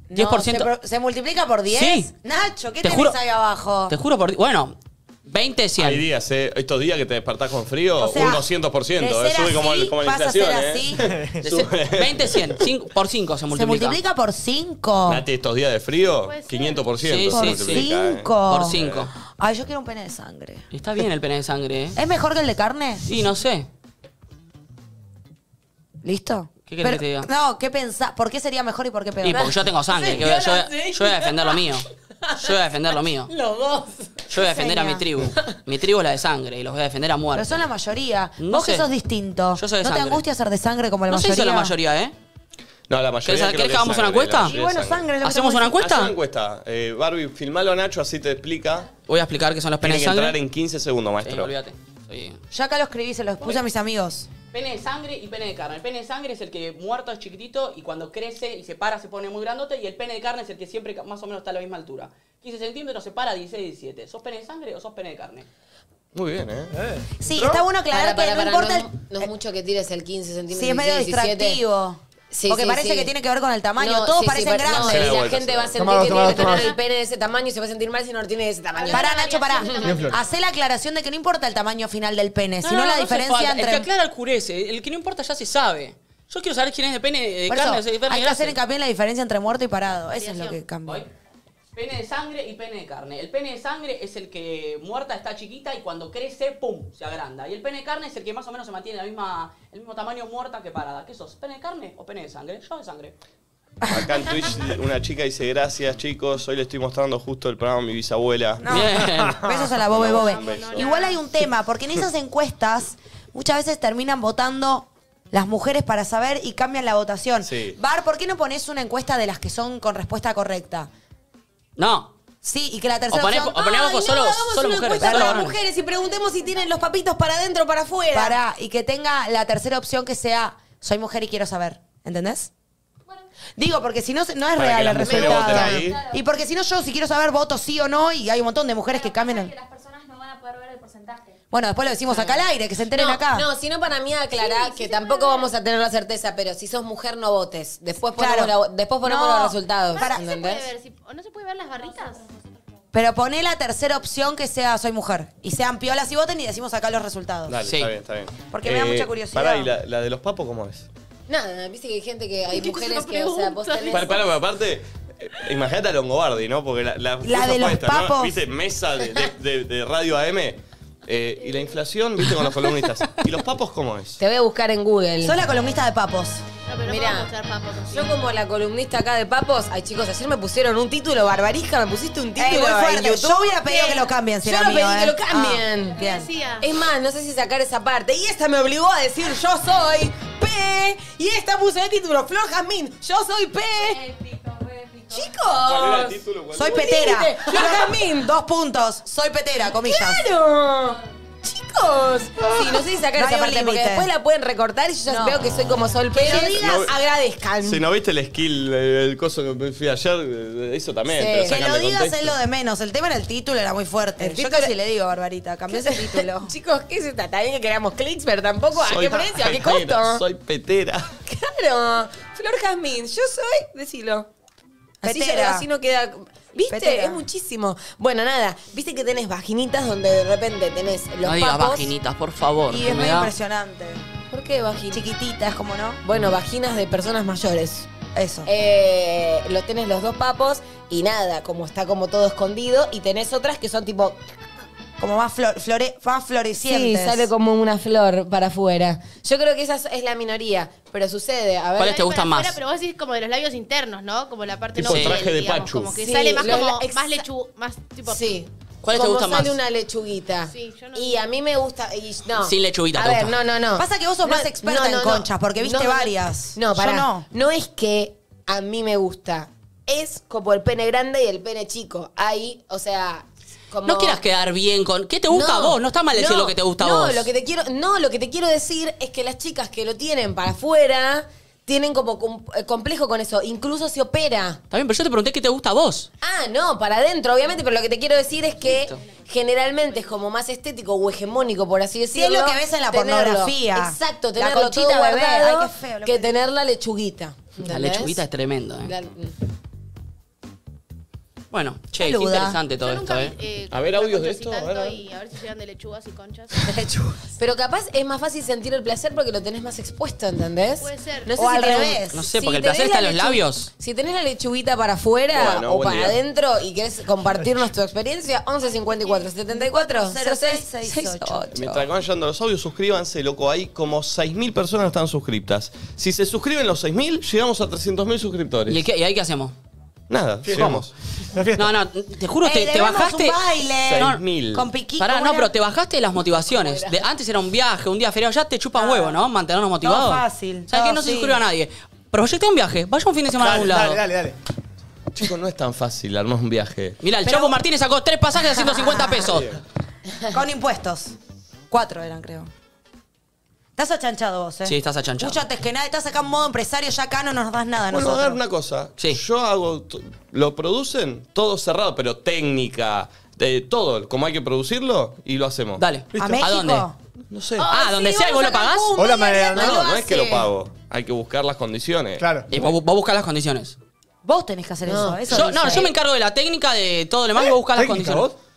Speaker 2: No,
Speaker 6: 10%.
Speaker 2: se, pro- se multiplica por 10?
Speaker 6: Sí.
Speaker 2: Nacho, ¿qué
Speaker 6: Te
Speaker 2: tenés
Speaker 6: juro-
Speaker 2: ahí abajo?
Speaker 6: Te juro por. Bueno, 20, 100.
Speaker 1: Hay días, ¿eh? Estos días que te despertás con frío,
Speaker 6: O sea,
Speaker 1: un 200%.
Speaker 6: de
Speaker 1: ¿eh?
Speaker 6: ser
Speaker 1: Sube como, el-
Speaker 6: así,
Speaker 1: como la
Speaker 6: pasa a ser
Speaker 1: inflación,
Speaker 6: De
Speaker 1: ¿eh?
Speaker 6: ce-
Speaker 1: Sube.
Speaker 6: 20, 100. Cinco- por 5 se
Speaker 2: ¿Se
Speaker 6: multiplica.
Speaker 2: multiplica por 5?
Speaker 1: Nati, estos días de frío, 500%.
Speaker 6: Sí,
Speaker 1: se
Speaker 6: sí,
Speaker 1: multiplica,
Speaker 6: sí.
Speaker 1: ¿eh?
Speaker 6: Por 5.
Speaker 2: Ay, yo quiero un pene de sangre.
Speaker 6: Está bien el pene de sangre, ¿eh?
Speaker 2: ¿Es mejor que el de carne?
Speaker 6: Sí, no sé.
Speaker 2: ¿Listo?
Speaker 6: ¿Qué querés que te diga?
Speaker 2: No, ¿qué pensás? ¿Por qué sería mejor y por qué peor?
Speaker 6: Y porque yo tengo sangre. que voy a- yo, voy a- yo voy a defender lo mío. Yo voy a defender lo mío.
Speaker 2: Los dos.
Speaker 6: Yo voy a defender a mi tribu. Mi tribu es la de sangre y los voy a defender a
Speaker 2: Pero
Speaker 6: muerte.
Speaker 2: son la mayoría.
Speaker 6: No
Speaker 2: Vos que
Speaker 6: sé.
Speaker 2: sos distinto. Yo
Speaker 6: soy de
Speaker 2: ¿No te
Speaker 6: sangre.
Speaker 2: angustia ser de sangre como la
Speaker 6: No sé
Speaker 2: mayoría?
Speaker 6: si son la mayoría, ¿eh?
Speaker 1: No, la mayoría.
Speaker 6: ¿Querés-
Speaker 1: creo
Speaker 6: querés
Speaker 1: que
Speaker 6: que hagamos
Speaker 1: es
Speaker 6: una encuesta?
Speaker 1: la mayoría
Speaker 6: Y bueno,
Speaker 1: es
Speaker 6: sangre, lo que ¿Hacemos te voy a una decir. encuesta?
Speaker 1: Hacemos una encuesta. Eh, Barbie, filmalo a Nacho, así te explica.
Speaker 6: Voy a explicar qué son los
Speaker 1: Tiene
Speaker 6: penes
Speaker 1: que
Speaker 6: de sangre.
Speaker 1: entrar en 15 segundos, maestro.
Speaker 6: Sí, olvídate. Sí.
Speaker 2: Yo acá lo escribí, se los puse a mis amigos.
Speaker 6: Pene de sangre y pene de carne. El pene de sangre es el que muerto es chiquitito y cuando crece y se para se pone muy grandote. Y el pene de carne es el que siempre ca- más o menos está a la misma altura. 15 centímetros se para 16, 17. ¿Sos pene de sangre o sos pene de carne?
Speaker 1: Muy bien, ¿eh?
Speaker 2: Sí, está bueno aclarar
Speaker 5: Para,
Speaker 2: que
Speaker 5: para,
Speaker 2: no
Speaker 5: para,
Speaker 2: importa eh,
Speaker 5: No, no es mucho que tires el 15 centímetros.
Speaker 2: Sí, es medio
Speaker 5: 16, 17.
Speaker 2: distractivo.
Speaker 5: Sí,
Speaker 2: Porque
Speaker 5: sí,
Speaker 2: parece
Speaker 5: sí.
Speaker 2: que tiene que ver con el tamaño.
Speaker 5: No,
Speaker 2: Todos
Speaker 5: sí, sí,
Speaker 2: parecen
Speaker 5: pare- no,
Speaker 2: grandes.
Speaker 5: y la
Speaker 1: Vuelta,
Speaker 5: gente va a sentir
Speaker 2: Tomalo,
Speaker 5: que tiene que
Speaker 2: tomalo,
Speaker 5: tener
Speaker 2: tomalo.
Speaker 5: el pene de ese tamaño y se va a sentir mal si no lo tiene de ese tamaño.
Speaker 2: Pará, Nacho, pará. Hacé
Speaker 5: Hacé
Speaker 2: la aclaración de que no importa el tamaño final del pene, sino Eh, la
Speaker 6: hace
Speaker 2: diferencia
Speaker 6: falta. El que
Speaker 2: entre.
Speaker 6: aclara el curece. El que no importa ya se sabe. Yo quiero saber quién es de pene de
Speaker 2: Por eso,
Speaker 6: carne. o sea, de pene
Speaker 2: hay
Speaker 6: de
Speaker 2: que hacer
Speaker 6: grasa.
Speaker 2: hincapié en la diferencia entre muerto y parado. Eso es lo que cambia.
Speaker 6: Pene de sangre y pene de carne. El pene de sangre es el que muerta está chiquita y cuando crece, ¡pum! se agranda. Y el pene de carne es el que más o menos se mantiene la misma, el mismo tamaño muerta que parada. ¿Qué sos? ¿Pene de carne o pene de sangre? Yo de sangre.
Speaker 1: Acá en Twitch una chica dice, gracias chicos, hoy le estoy mostrando justo el programa a mi bisabuela.
Speaker 2: Besos a la Bobe Bobe.
Speaker 1: Un beso.
Speaker 2: Igual hay un tema, porque en esas encuestas muchas veces terminan votando las mujeres para saber y cambian la votación.
Speaker 6: Sí.
Speaker 2: Bar, ¿por qué no pones una encuesta de las que son con respuesta correcta?
Speaker 6: No.
Speaker 2: Sí, y que la tercera
Speaker 6: O poné-
Speaker 2: opción-
Speaker 6: o poné
Speaker 2: ¡Ay,
Speaker 6: vos solo-
Speaker 2: hagamos
Speaker 6: solo
Speaker 2: una
Speaker 6: mujeres,
Speaker 2: encuesta
Speaker 6: solo
Speaker 2: para
Speaker 6: varones.
Speaker 2: mujeres y preguntemos si tienen los papitos para adentro o para afuera. Pará, y que tenga la tercera opción que sea soy mujer y quiero saber. ¿Entendés? Digo, porque si no, se- no es
Speaker 1: Para que
Speaker 2: real
Speaker 1: las
Speaker 2: el
Speaker 1: mujeres
Speaker 2: resultado.
Speaker 1: voten ahí. Claro.
Speaker 2: Y porque si no, yo si quiero saber, voto sí o no, y hay un montón de mujeres que cambian. el- Bueno, después lo decimos acá al aire, que se enteren
Speaker 5: no,
Speaker 2: acá.
Speaker 5: No, sino para mí aclarar que tampoco vamos a tener la certeza, pero si sos mujer no votes. Después ponemos,
Speaker 2: Claro.
Speaker 5: la- después ponemos
Speaker 2: No,
Speaker 5: los resultados.
Speaker 2: para-
Speaker 5: ¿entendés?
Speaker 3: ¿No se puede ver las barritas?
Speaker 2: Pero poné la tercera opción que sea soy mujer. Y sean piolas y voten y decimos acá los resultados.
Speaker 1: Dale, está bien, está bien.
Speaker 2: Porque me da mucha curiosidad.
Speaker 1: Pará, ¿y la, la de los papos cómo es?
Speaker 5: Nada, viste que hay gente que hay
Speaker 2: ¿Qué te
Speaker 5: mujeres
Speaker 2: hizo
Speaker 5: que, o sea, vos tenés.
Speaker 1: Pará, pará, pero aparte, eh, imagínate a Longobardi, ¿no? Porque la, la, cosa
Speaker 5: de los
Speaker 1: fue esta, ¿no?
Speaker 5: papos.
Speaker 1: Viste, mesa de, de- de- de Radio AM eh, y la inflación, viste, con los columnistas. ¿Y los papos cómo es?
Speaker 5: Te voy a buscar en Google.
Speaker 2: Soy la columnista de papos.
Speaker 5: Mirá, yo como la columnista acá de papos, ay chicos, ayer me pusieron un título, barbarija, me pusiste un título.
Speaker 2: Ey, Eh, muy
Speaker 5: en
Speaker 2: fuerte.
Speaker 5: YouTube.
Speaker 2: Yo hubiera pedido que lo cambien, si
Speaker 5: Yo
Speaker 2: era
Speaker 5: no
Speaker 2: mío,
Speaker 5: pedí
Speaker 2: ¿eh?
Speaker 5: que lo cambien.
Speaker 2: Ah, bien.
Speaker 5: Es más, no sé si sacar esa parte. Y esta me obligó a decir yo soy P. Y esta puso de título, Flor Jazmín, yo soy P.
Speaker 2: ¿Cuál era el
Speaker 5: Chicos.
Speaker 1: título?
Speaker 2: Soy
Speaker 5: Un
Speaker 2: petera.
Speaker 5: límite. Flor Jazmín.
Speaker 2: Dos puntos. Soy petera, comillas.
Speaker 5: ¡Claro! Chicos, sí, no sé si sacar
Speaker 2: No hay
Speaker 5: esa
Speaker 2: un
Speaker 5: parte porque
Speaker 2: límite.
Speaker 5: después la pueden recortar y yo ya
Speaker 2: No.
Speaker 5: veo que soy como Sol P.
Speaker 1: lo digas-
Speaker 5: agradezcan.
Speaker 1: Si no viste el skill, eh, el coso que me fui ayer, eh, eso también. te
Speaker 2: Que
Speaker 1: sacan
Speaker 2: lo
Speaker 1: de
Speaker 2: digas es
Speaker 1: contexto.
Speaker 2: lo de menos. El tema era el título, era muy fuerte. Yo casi le digo, Barbarita, cambió ese título.
Speaker 5: Chicos, ¿qué es esta? Está bien que queramos clics, pero tampoco a
Speaker 1: Soy
Speaker 5: qué precio, a qué
Speaker 1: petera,
Speaker 5: costo.
Speaker 1: Soy petera.
Speaker 5: Claro. Flor Jazmín, yo soy, decilo. Así,
Speaker 2: Petera.
Speaker 5: ya- así no queda. ¿Viste?
Speaker 2: Petera.
Speaker 5: Es muchísimo. Bueno, nada, viste que tenés vaginitas donde de repente tenés los
Speaker 6: no digas
Speaker 5: papos.
Speaker 6: vaginitas, por favor.
Speaker 5: Y
Speaker 6: que
Speaker 5: es
Speaker 6: me
Speaker 5: medio
Speaker 6: da-
Speaker 5: impresionante.
Speaker 2: Impresionante.
Speaker 5: ¿Por qué vaginitas?
Speaker 2: Chiquititas, como no.
Speaker 5: Bueno, vaginas de personas mayores.
Speaker 2: Eso.
Speaker 5: Eh, los tenés los dos papos y nada, como está como todo escondido. Y tenés otras que son tipo.
Speaker 2: como más, flor, flore, más florecientes.
Speaker 5: Sí, sale como una flor para afuera. Yo creo que esa es la minoría, pero sucede. A ver.
Speaker 6: ¿Cuáles te gustan más?
Speaker 3: Ahora, pero vos decís como de los labios internos, ¿no? Como la parte
Speaker 6: Tipo
Speaker 3: no
Speaker 6: traje de
Speaker 3: digamos,
Speaker 6: Pachu.
Speaker 3: Como que
Speaker 5: Sí,
Speaker 3: sale más
Speaker 5: lo-
Speaker 3: como
Speaker 5: exa-
Speaker 3: más lechu, más tipo
Speaker 5: Sí.
Speaker 6: ¿Cuáles te
Speaker 5: Como
Speaker 6: gustan
Speaker 5: sale
Speaker 6: más?
Speaker 5: una lechuguita. y a mí me gusta. Y no.
Speaker 6: Sin lechuguita,
Speaker 5: A
Speaker 6: ¿te
Speaker 5: ver,
Speaker 6: gusta?
Speaker 5: no, no, no.
Speaker 2: Pasa que vos sos más experta en conchas, porque viste varias.
Speaker 5: No,
Speaker 2: Yo
Speaker 5: pará.
Speaker 2: no.
Speaker 5: No. es que a mí me gusta. Es como el pene grande y el pene chico. Ahí, o sea. Como...
Speaker 6: No quieras quedar bien con. ¿Qué te gusta a vos? No está mal decir
Speaker 5: no,
Speaker 6: lo que te gusta a
Speaker 5: no,
Speaker 6: vos.
Speaker 5: Lo que te quiero, no, lo que te quiero decir es que las chicas que lo tienen para afuera tienen como com- eh, complejo con eso. Incluso se opera.
Speaker 6: Está bien, pero yo te pregunté qué te gusta a vos.
Speaker 5: Ah, no, para adentro, obviamente, pero lo que te quiero decir es que generalmente es como más estético o hegemónico, por así
Speaker 2: Sí, es
Speaker 5: decirlo.
Speaker 2: lo que ves en la
Speaker 5: tenerlo.
Speaker 2: pornografía.
Speaker 5: Exacto,
Speaker 2: La
Speaker 5: tenerlo
Speaker 2: conchita
Speaker 5: todo
Speaker 2: bebé,
Speaker 5: guardado
Speaker 2: ay, qué feo lo
Speaker 5: que tener la lechuguita.
Speaker 6: La
Speaker 5: ¿entendés?
Speaker 6: lechuguita es tremendo, ¿eh?
Speaker 5: La-
Speaker 6: Bueno, che, qué
Speaker 5: Boluda.
Speaker 6: interesante todo
Speaker 5: Yo
Speaker 6: esto,
Speaker 5: nunca
Speaker 6: ¿eh?
Speaker 3: eh, conchas y tanto, y a ver si llegan de lechugas y conchas.
Speaker 5: Pero capaz es más fácil sentir el placer porque lo tenés más expuesto, ¿entendés? Puede
Speaker 3: ser.
Speaker 5: No sé
Speaker 2: O
Speaker 5: si
Speaker 2: al
Speaker 5: tenés-
Speaker 2: revés.
Speaker 6: No sé,
Speaker 5: si
Speaker 6: porque el
Speaker 5: tenés
Speaker 6: placer
Speaker 5: la
Speaker 6: está en los
Speaker 5: lechu-
Speaker 6: labios.
Speaker 5: Si tenés la lechuguita para afuera
Speaker 6: Bueno,
Speaker 5: o
Speaker 6: buen
Speaker 5: para
Speaker 6: día.
Speaker 5: adentro y querés compartirnos tu experiencia, 11 54 74 06 68.
Speaker 1: Mientras que van llegando los audios, suscríbanse, loco. Hay como 6.000 personas que están suscriptas. Si se suscriben los 6.000, llegamos a 300.000 suscriptores.
Speaker 6: ¿Y, el qué- y ahí qué hacemos?
Speaker 1: Nada, llegamos.
Speaker 6: No, no, te juro,
Speaker 2: Ey,
Speaker 6: te, te
Speaker 2: debemos
Speaker 6: bajaste.
Speaker 2: un baile.
Speaker 6: No,
Speaker 1: 6.000.
Speaker 2: Con piquito.
Speaker 6: Pará, no,
Speaker 2: una-
Speaker 6: pero te bajaste de las motivaciones. De, antes era un viaje, un día feriado, ya te chupa huevo, ¿no? Mantenernos motivados.
Speaker 2: Todo fácil,
Speaker 6: ¿Sabes
Speaker 2: todo
Speaker 6: qué? No se
Speaker 2: sí.
Speaker 6: suscribe a nadie. Proyecta un viaje, vaya un fin de semana a algún lado.
Speaker 1: dale. Chicos, no es tan fácil armar un viaje.
Speaker 6: Mirá, el
Speaker 2: Pero-
Speaker 6: Chapo Martínez sacó tres pasajes a 150 pesos.
Speaker 2: Con impuestos. Cuatro eran, creo. Estás achanchado vos, ¿eh?
Speaker 6: Sí, estás achanchado.
Speaker 2: Mucho antes que nada, estás acá en modo empresario, ya acá no nos das nada a
Speaker 1: Bueno, a ver
Speaker 2: nosotros.
Speaker 1: una cosa. Yo hago. t- Lo producen todo cerrado, pero técnica, eh, todo, como hay que producirlo, y lo hacemos.
Speaker 6: Dale.
Speaker 2: ¿A México?
Speaker 1: No sé.
Speaker 6: Ah, donde sea, y vos lo pagás.
Speaker 1: Hola, Mariana.
Speaker 2: Mariana,
Speaker 1: No,
Speaker 2: lo
Speaker 1: no es que
Speaker 2: hace.
Speaker 1: lo pago. Hay que buscar las condiciones.
Speaker 6: Claro. Y vos, vos buscás las condiciones.
Speaker 2: Vos tenés que hacer
Speaker 5: No.
Speaker 2: eso. eso
Speaker 6: yo, no,
Speaker 2: dice.
Speaker 6: yo me encargo de la técnica, de todo lo demás, y vos buscás las
Speaker 1: ¿Técnica,
Speaker 6: condiciones.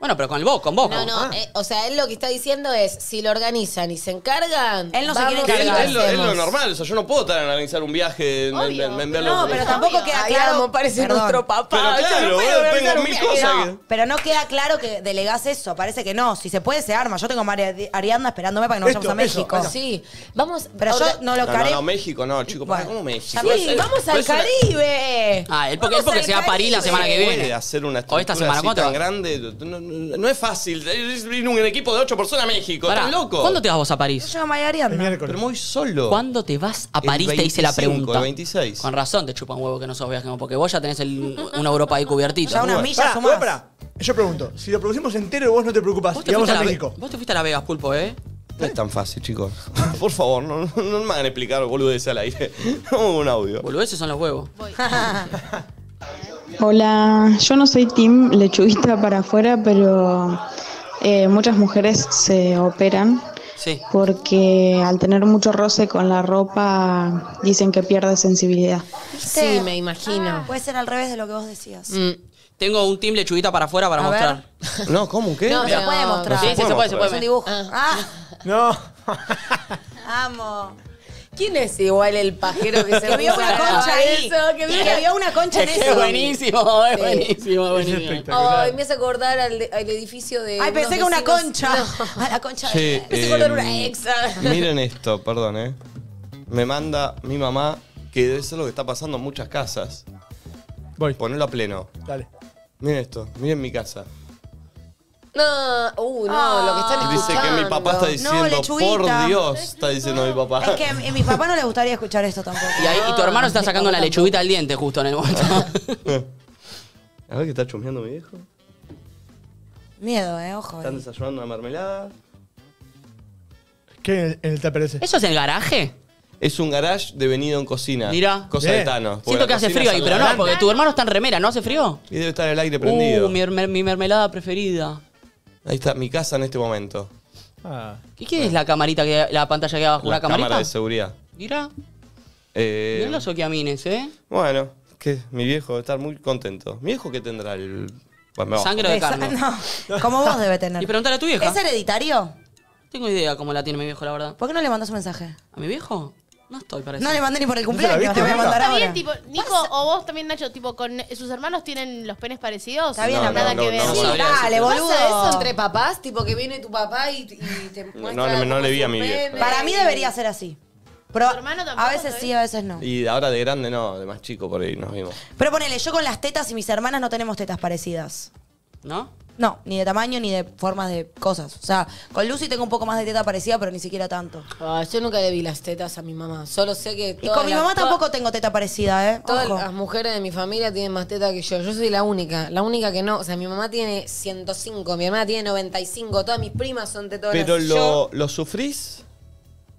Speaker 6: Bueno, pero con el vos, con vos.
Speaker 5: No,
Speaker 6: con-
Speaker 5: no, eh, o sea, él lo que está diciendo es, si lo organizan y se encargan,
Speaker 2: Él no se quiere
Speaker 1: Que Es,
Speaker 2: encargar.
Speaker 1: es lo, es lo normal, o sea, yo no puedo estar a analizar un viaje en, en- en- en ver
Speaker 2: No,
Speaker 1: los-
Speaker 2: pero tampoco queda
Speaker 5: Ahí
Speaker 2: claro.
Speaker 5: Adam parece nuestro papá.
Speaker 1: Pero
Speaker 5: yo no puedo
Speaker 1: claro, boludo,
Speaker 5: organizar
Speaker 1: tengo
Speaker 5: un
Speaker 1: mil
Speaker 5: viaje.
Speaker 1: cosas que-
Speaker 2: No, pero no queda claro que delegás eso. Parece que no. Si se puede, se arma. Yo tengo a Mari- Ariadna esperándome para que nos
Speaker 1: Esto,
Speaker 2: vayamos a
Speaker 1: eso,
Speaker 2: México.
Speaker 1: eso.
Speaker 5: Sí, vamos.
Speaker 2: Pero yo no lo
Speaker 1: No, no,
Speaker 2: haré.
Speaker 1: no, México, no, chicos, ¿para ¿cómo México?
Speaker 5: Sí,
Speaker 1: Es-
Speaker 5: vamos al
Speaker 1: es una-
Speaker 5: Caribe.
Speaker 6: Ah, él porque,
Speaker 5: Vamos
Speaker 6: él porque
Speaker 5: al
Speaker 6: se va a París la
Speaker 5: Caribe.
Speaker 6: semana que
Speaker 1: puede
Speaker 6: viene.
Speaker 1: hacer una
Speaker 6: O esta
Speaker 1: estructura
Speaker 6: semana,
Speaker 1: así
Speaker 6: ¿cuándo te
Speaker 1: tan
Speaker 6: vas?
Speaker 1: grande, no, no- no es fácil. Es ir un equipo de ocho personas a México,
Speaker 6: Pará,
Speaker 1: ¿estás loco?
Speaker 6: ¿Cuándo te vas vos a
Speaker 2: Yo
Speaker 6: París?
Speaker 2: llevo a Mari Ariadna.
Speaker 1: Pero muy solo.
Speaker 6: ¿Cuándo te vas a
Speaker 1: El
Speaker 6: París? te hice la
Speaker 1: 25,
Speaker 6: pregunta.
Speaker 1: el 26.
Speaker 6: Con razón te chupan huevo que no sos viajero, porque vos ya tenés el- una Europa ahí cubiertita.
Speaker 4: Pará, pará, pará. Yo pregunto, si lo producimos entero, vos no te preocupas.
Speaker 6: Vos te,
Speaker 4: Y vamos
Speaker 6: fuiste a
Speaker 4: a
Speaker 6: la Ve-
Speaker 4: México.
Speaker 6: vos te fuiste a Las Vegas, pulpo, ¿eh?
Speaker 1: No es tan fácil, chicos. Por favor, no, no- no me hagan explicar boludeces al aire. Vamos con un audio.
Speaker 6: Boludeces son los huevos.
Speaker 12: Hola, yo no soy team lechuguita para afuera, pero eh, muchas mujeres se operan
Speaker 6: Sí.
Speaker 12: porque al tener mucho roce con la ropa dicen que pierde sensibilidad.
Speaker 5: Sí, me imagino.
Speaker 2: Puede ser al revés de lo que vos decías.
Speaker 6: Mm, Tengo un team lechuguita para afuera para
Speaker 2: A ver.
Speaker 6: mostrar.
Speaker 1: No, ¿cómo? ¿Qué?
Speaker 2: No, se puede mostrar.
Speaker 6: Sí, sí, se puede, se
Speaker 2: Es un
Speaker 6: puede.
Speaker 2: dibujo.
Speaker 4: No.
Speaker 2: Ah, amo.
Speaker 5: ¿Quién es igual el pajero que se
Speaker 2: Que vio
Speaker 5: puso
Speaker 2: una
Speaker 5: a grabar
Speaker 2: concha ahí.
Speaker 5: eso? Que
Speaker 2: Y que vio una concha en
Speaker 6: Es
Speaker 2: eso.
Speaker 6: buenísimo, es
Speaker 5: Sí.
Speaker 6: buenísimo, es buenísimo.
Speaker 5: Ay, me hace acordar al, de- al edificio de.
Speaker 2: Ay, pensé
Speaker 5: unos
Speaker 2: que una
Speaker 5: vecinos.
Speaker 2: concha. A la concha.
Speaker 1: Sí,
Speaker 2: de-
Speaker 5: Me hace
Speaker 1: eh,
Speaker 5: acordar una exa.
Speaker 1: Miren esto, perdón, ¿eh? Me manda mi mamá, que debe ser lo que está pasando en muchas casas.
Speaker 4: Voy.
Speaker 1: Ponelo a pleno.
Speaker 4: Dale.
Speaker 1: Miren esto, miren mi casa.
Speaker 5: No, uh, no, lo que
Speaker 2: Ah.
Speaker 5: están
Speaker 1: Y dice
Speaker 5: escuchando.
Speaker 1: que mi papá está
Speaker 2: No,
Speaker 1: diciendo,
Speaker 2: lechuguita.
Speaker 1: por Dios, está diciendo mi papá.
Speaker 2: Es que a mi a mi papá no le gustaría escuchar esto tampoco.
Speaker 6: Y, ahí, y tu hermano está sacando la lechuguita al diente justo en el momento.
Speaker 1: A ver qué está chusmeando mi viejo.
Speaker 2: Miedo, eh, ojo.
Speaker 1: Están desayunando una mermelada.
Speaker 4: ¿Qué en el, en el tupper ese?
Speaker 6: ¿Eso es el garaje?
Speaker 1: Es un garage devenido en cocina.
Speaker 6: Mirá.
Speaker 1: Cosa
Speaker 6: Bien.
Speaker 1: de Thanos. porque
Speaker 6: Siento
Speaker 1: la
Speaker 6: que hace
Speaker 1: cocina
Speaker 6: frío
Speaker 1: es
Speaker 6: ahí,
Speaker 1: al
Speaker 6: pero
Speaker 1: lado.
Speaker 6: no, porque tu hermano está en remera, ¿no hace frío?
Speaker 1: Y debe estar el aire prendido.
Speaker 6: Uh, mi, herme- mi mermelada preferida.
Speaker 1: Ahí está mi casa en este momento.
Speaker 6: ¿Y qué es la camarita, que la pantalla que hay abajo?
Speaker 1: Ah. la
Speaker 6: ¿Una
Speaker 1: cámara
Speaker 6: camarita?
Speaker 1: de seguridad.
Speaker 6: Mira,
Speaker 1: Eh,
Speaker 6: mirá los oquiamines, ¿eh?
Speaker 1: Bueno, que mi viejo debe estar muy contento. ¿Mi viejo qué tendrá el. Bueno, me bajo.
Speaker 6: Sangre de carne.
Speaker 2: No, como vos debe tener.
Speaker 6: Y preguntale a tu vieja.
Speaker 2: ¿Es hereditario?
Speaker 6: No tengo idea cómo la tiene mi viejo, la verdad.
Speaker 2: ¿Por qué no le mandas un mensaje?
Speaker 6: ¿A mi viejo? No estoy para eso.
Speaker 2: No le mandé ni por el cumpleaños, te voy a mandar
Speaker 3: Está
Speaker 2: ahora.
Speaker 3: bien, tipo, Nico, o vos también, Nacho, tipo, con sus hermanos tienen los penes parecidos.
Speaker 2: Está bien,
Speaker 3: No,
Speaker 2: la
Speaker 3: nada
Speaker 1: no,
Speaker 3: que
Speaker 1: no,
Speaker 3: ver.
Speaker 1: no Sí, sabría
Speaker 2: dale,
Speaker 11: ¿Pasa
Speaker 2: boludo.
Speaker 11: eso entre papás? Tipo que viene tu papá y, y te
Speaker 1: No,
Speaker 11: muestra
Speaker 1: no, le- no le vi a mi vieja.
Speaker 2: Para mí debería ser así. Pero a veces sí, a veces no.
Speaker 1: Y ahora de grande no, de más chico por ahí nos vimos.
Speaker 2: Pero ponele, yo con las tetas y mis hermanas no tenemos tetas parecidas.
Speaker 6: ¿No?
Speaker 2: No, ni de tamaño ni de formas de cosas. O sea, con Lucy tengo un poco más de teta parecida, pero ni siquiera tanto.
Speaker 5: Ah, yo nunca le vi las tetas a mi mamá. Solo sé que.
Speaker 2: Y
Speaker 5: todas
Speaker 2: con mi
Speaker 5: las-
Speaker 2: mamá
Speaker 5: todas-
Speaker 2: tampoco tengo teta parecida, ¿eh?
Speaker 5: Todas
Speaker 2: Ojo.
Speaker 5: las mujeres de mi familia tienen más teta que yo. Yo soy la única. La única que no. O sea, mi mamá tiene 105, mi hermana tiene 95. Todas mis primas son tetonas.
Speaker 1: Pero
Speaker 5: Yo-
Speaker 1: lo, lo sufrís.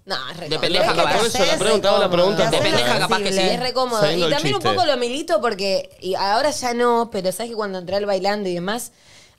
Speaker 5: No, es re
Speaker 1: De
Speaker 5: cómodo.
Speaker 1: pendeja,
Speaker 5: Es que
Speaker 1: capaz.
Speaker 5: te
Speaker 1: Por eso la
Speaker 5: haces
Speaker 1: pregunta, hago la
Speaker 5: incómoda.
Speaker 1: pregunta
Speaker 5: Te
Speaker 1: posta.
Speaker 5: haces
Speaker 1: Pendeja, capaz que
Speaker 5: sensible.
Speaker 1: sí.
Speaker 5: Es re cómodo.
Speaker 1: Sabiendo
Speaker 5: Y
Speaker 1: el
Speaker 5: también un
Speaker 1: chiste.
Speaker 5: poco lo milito porque y ahora ya no, pero sabes que cuando entré al bailando y demás,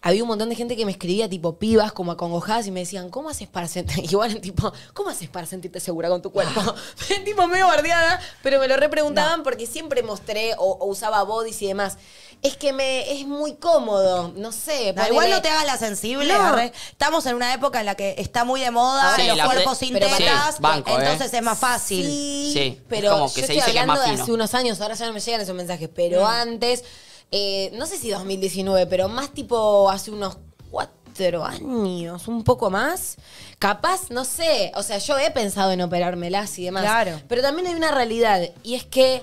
Speaker 5: había un montón de gente que me escribía tipo pibas como acongojadas y me decían, ¿cómo haces para sentirte? Igual tipo, ¿cómo haces para sentirte segura con tu cuerpo?
Speaker 2: Ah.
Speaker 5: tipo medio bardeada, pero me lo repreguntaban porque siempre mostré o, o usaba bodies y demás. Es que me es muy cómodo, no sé.
Speaker 2: No, igual
Speaker 5: ponele-
Speaker 2: no te hagas la sensible.
Speaker 5: No.
Speaker 2: agarré. Estamos en una época en la que está muy de moda
Speaker 5: Sí,
Speaker 2: los
Speaker 5: la
Speaker 2: cuerpos
Speaker 5: pre-
Speaker 2: sin
Speaker 5: pero
Speaker 2: tetas,
Speaker 5: sí, banco, ¿eh?
Speaker 2: entonces es más fácil.
Speaker 6: Sí,
Speaker 5: pero
Speaker 6: es como que
Speaker 5: yo
Speaker 6: se
Speaker 5: estoy
Speaker 6: dice que es
Speaker 5: hablando
Speaker 6: más
Speaker 5: de
Speaker 6: fino.
Speaker 5: hace unos años, ahora ya no me llegan esos mensajes, pero
Speaker 2: Mm.
Speaker 5: antes, eh, no sé si 2019, pero más tipo hace unos cuatro años, un poco más, capaz, no sé, o sea, yo he pensado en operármelas y demás,
Speaker 2: Claro.
Speaker 5: pero también hay una realidad y es que...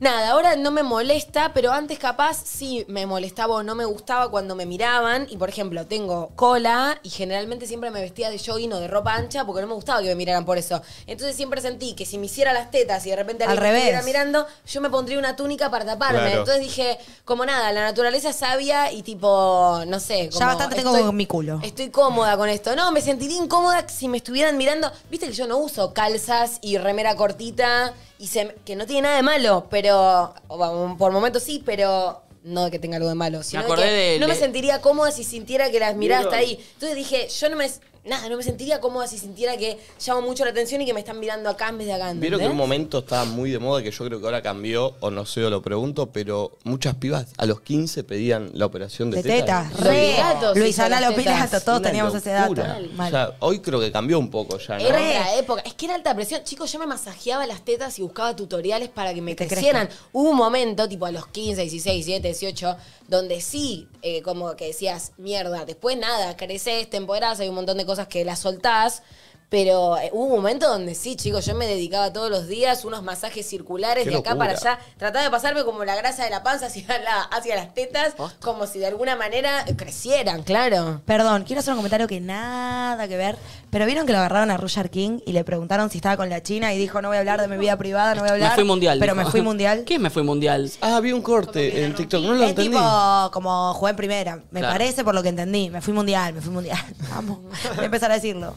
Speaker 5: Nada, ahora no me molesta, pero antes capaz sí me molestaba o no me gustaba cuando me miraban. Y por ejemplo, tengo cola y generalmente siempre me vestía de jogging o de ropa ancha porque no me gustaba que me miraran por eso. Entonces siempre sentí que si me hiciera las tetas y de repente
Speaker 2: Al
Speaker 5: alguien me estuviera
Speaker 2: revés.
Speaker 5: mirando, yo me pondría una túnica para taparme.
Speaker 2: Claro.
Speaker 5: Entonces dije, como nada, la naturaleza es sabia y tipo, no sé. como
Speaker 2: ya bastante tengo
Speaker 5: estoy-
Speaker 2: con mi culo.
Speaker 5: Estoy cómoda con esto. No, me sentiría incómoda si me estuvieran mirando. Viste que yo no uso calzas y remera cortita, y se, me- que no tiene nada de malo, pero o, bueno, por momentos sí, pero no que tenga algo de malo. Sino
Speaker 6: acordé
Speaker 5: que
Speaker 6: de-
Speaker 5: no me
Speaker 6: de-
Speaker 5: sentiría cómoda si sintiera que las miradas
Speaker 6: Diego.
Speaker 5: está ahí. Entonces dije, yo no me... Nada, no me sentiría cómoda si sintiera que llamo mucho la atención y que me están mirando acá en vez de acá. ¿entendés?
Speaker 1: Vieron que en un momento estaba muy de moda, que yo creo que ahora cambió, o no sé, o lo pregunto, pero muchas pibas a los 15 pedían la operación de,
Speaker 2: De
Speaker 1: teta.
Speaker 2: tetas, re.
Speaker 5: Gatos,
Speaker 2: Luis
Speaker 5: sí,
Speaker 2: Ana
Speaker 5: las
Speaker 2: López
Speaker 5: tetas.
Speaker 2: Lato, todos
Speaker 1: Una
Speaker 2: teníamos ese dato.
Speaker 1: locura. O sea, hoy creo que cambió un poco ya, ¿no?
Speaker 5: Era otra época. Es que era alta presión. Chicos, yo me masajeaba las tetas y buscaba tutoriales para que me
Speaker 2: Que te
Speaker 5: crecieran.
Speaker 2: crezcan.
Speaker 5: Hubo un momento, tipo a los 15, 16, 17, 18, donde sí, eh, como que decías, mierda, después nada, creces, te empoderás, hay un montón de cosas que las soltás. Pero eh, hubo un momento donde sí, chicos, yo me dedicaba todos los días unos masajes circulares
Speaker 2: Qué
Speaker 5: de acá
Speaker 2: locura.
Speaker 5: para allá. Trataba de pasarme como la grasa de la panza hacia, la- hacia las tetas, como si de alguna manera crecieran, claro.
Speaker 2: Perdón, quiero hacer un comentario que nada que ver, pero vieron que lo agarraron a Roger King y le preguntaron si estaba con la China y dijo, no voy a hablar de mi vida privada, no voy a hablar.
Speaker 6: Me fui mundial.
Speaker 2: Pero
Speaker 6: dijo.
Speaker 2: me fui mundial.
Speaker 6: ¿Qué es me fui mundial?
Speaker 1: Ah, vi un corte en TikTok, no lo
Speaker 2: Es
Speaker 1: entendí.
Speaker 2: tipo como jugué en primera, me
Speaker 1: Claro.
Speaker 2: parece por lo que entendí. Me fui mundial, me fui mundial. Vamos, voy a empezar a decirlo.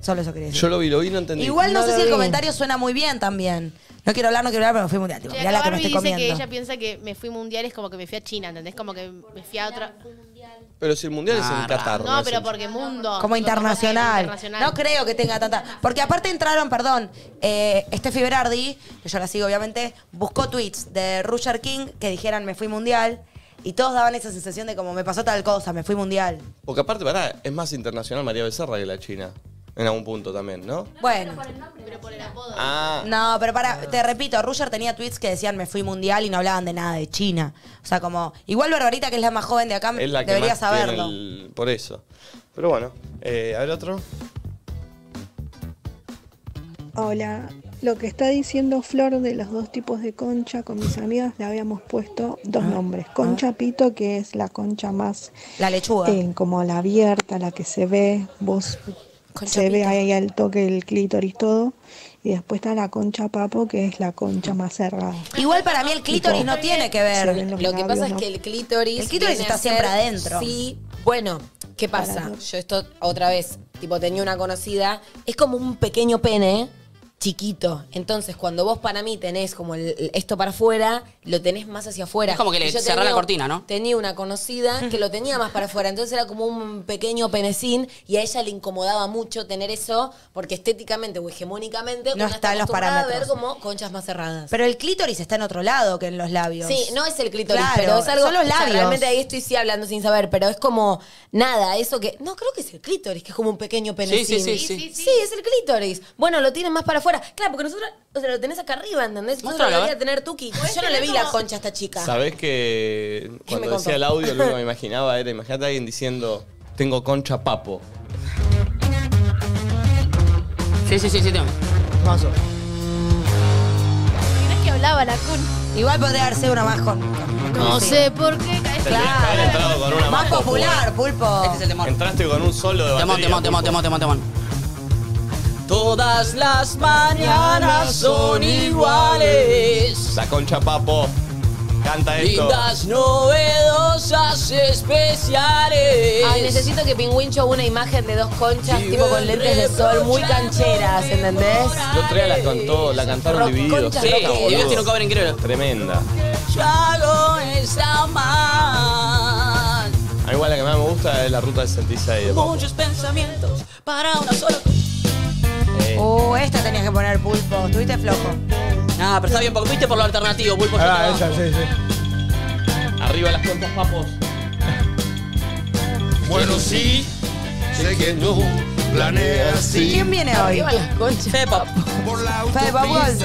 Speaker 2: Solo eso quería decir.
Speaker 1: Yo lo vi, lo vi, no entendí.
Speaker 2: Igual no, sé si el
Speaker 1: comentario
Speaker 2: comentario suena muy bien también. No quiero hablar, no quiero hablar, pero me fui mundial. Tipo,
Speaker 3: Che,
Speaker 2: mirá
Speaker 3: acá
Speaker 2: la que me
Speaker 3: Barbie
Speaker 2: estoy
Speaker 3: dice que
Speaker 2: comiendo.
Speaker 3: ella piensa que me fui mundial, es como que me fui a China, ¿entendés? Como que me fui a otra.
Speaker 1: Pero si el mundial es en Qatar.
Speaker 3: Ah, No,
Speaker 1: es
Speaker 3: pero
Speaker 1: en-
Speaker 3: porque mundo.
Speaker 2: Como internacional.
Speaker 3: internacional.
Speaker 2: No creo que tenga tanta. Porque aparte entraron, perdón, eh, Steffi Berardi, que yo la sigo obviamente, buscó tweets de Roger King que dijeran me fui mundial. Y todos daban esa sensación de como me pasó tal cosa, me fui mundial.
Speaker 1: Porque aparte, pará, es más internacional María Becerra que la China. En algún punto también, ¿no?
Speaker 2: Bueno.
Speaker 1: Ah,
Speaker 2: No, pero para, te repito, Ruger tenía tweets que decían me fui mundial y no hablaban de nada de China. O sea, como, igual Barbarita, que es la más joven de acá,
Speaker 1: es la que
Speaker 2: debería
Speaker 1: más tiene
Speaker 2: saberlo.
Speaker 1: el- por eso. Pero bueno, eh, a ver otro.
Speaker 7: Hola, lo que está diciendo Flor de los dos tipos de concha con mis amigas le habíamos puesto dos nombres. Concha pito, que es la concha más...
Speaker 2: La lechuga.
Speaker 7: eh, como la abierta, la que se ve, vos se ve ahí al toque el clítoris todo. Y después está la concha papo, que es la concha más cerrada.
Speaker 2: Igual para mí el clítoris no tiene que ver.
Speaker 5: Lo que pasa es que el clítoris.
Speaker 2: El clítoris
Speaker 5: viene
Speaker 2: está
Speaker 5: a ser-
Speaker 2: siempre adentro.
Speaker 5: Sí. Bueno, ¿qué pasa? Yo esto otra vez, tipo, tenía una conocida. Es como un pequeño pene chiquito. Entonces, cuando vos para mí tenés como el- el- esto para afuera, lo tenés más hacia afuera.
Speaker 6: Es como que le
Speaker 5: Y yo
Speaker 6: cerrá la
Speaker 5: tenía-
Speaker 6: cortina, ¿no?
Speaker 5: Tenía una conocida que lo tenía más para afuera, entonces era como un pequeño penecín y a ella le incomodaba mucho tener eso porque estéticamente o hegemónicamente
Speaker 2: No está en los
Speaker 5: acostumbrada a ver
Speaker 2: parámetros.
Speaker 5: como conchas más cerradas.
Speaker 2: Pero el clítoris está en otro lado que en los labios.
Speaker 5: Sí, no es el clítoris,
Speaker 2: Claro,
Speaker 5: pero es algo.
Speaker 2: son los
Speaker 5: o sea,
Speaker 2: labios.
Speaker 5: realmente ahí estoy sí hablando sin saber, pero es como nada, eso que. No, creo que es el clítoris, que es como un pequeño penecín.
Speaker 6: Sí, sí, sí, sí.
Speaker 5: es el clítoris. Bueno, lo tienen más para afuera. ahora. Claro, porque nosotros, o sea, lo tenés acá arriba, ¿entendés? Yo no
Speaker 1: Mostralo,
Speaker 5: lo
Speaker 1: a
Speaker 5: voy a
Speaker 1: ver.
Speaker 5: tener Tuki. Yo no le vi la concha a esta chica.
Speaker 1: Sabés que cuando
Speaker 5: contó?
Speaker 1: decía el audio, lo único que me imaginaba era, imagínate a alguien diciendo, tengo concha papo.
Speaker 6: Sí, sí, sí, sí, tengo.
Speaker 4: Paso.
Speaker 3: Mirá que hablaba la con.
Speaker 2: Igual podría haber sido una más con.
Speaker 3: No
Speaker 2: Sí.
Speaker 3: sé por qué.
Speaker 1: Tendrías que haber entrado con una
Speaker 2: Más
Speaker 1: más
Speaker 2: popular, pulpo. Este es el temor.
Speaker 1: Entraste con un solo de
Speaker 6: Temón,
Speaker 1: batería.
Speaker 6: temón, temón, temón, temón, temón. Todas las mañanas son iguales.
Speaker 1: La concha papo. Canta esto.
Speaker 6: Lindas novedosas especiales.
Speaker 5: Ay, necesito que Pingüincho una imagen de dos conchas, tipo con lentes de sol, muy cancheras, ¿entendés?
Speaker 1: El otro día la cantó, la cantaron
Speaker 5: Rock,
Speaker 1: divididos.
Speaker 5: concha,
Speaker 1: Loca,
Speaker 5: rock,
Speaker 1: boludo.
Speaker 5: Divididos tiene un cover
Speaker 6: increíble.
Speaker 1: Tremenda.
Speaker 6: Ya no está mal.
Speaker 1: A mí igual la que más me gusta es la ruta del 66 de Papo.
Speaker 6: Muchos pensamientos para una sola.
Speaker 1: Eh,
Speaker 2: Uh, esta tenías que poner pulpo. Estuviste flojo.
Speaker 6: Nada, pero está bien, porque viste por lo alternativo, pulpo. yo
Speaker 4: Ah,
Speaker 6: te
Speaker 4: esa,
Speaker 6: banco.
Speaker 4: sí, sí.
Speaker 1: Arriba las cuentas, papos.
Speaker 10: Bueno, sí, sé que tú planeas sí.
Speaker 2: ¿Quién viene hoy?
Speaker 10: Arriba
Speaker 2: las conchas. Fepa. Fepa Waltz.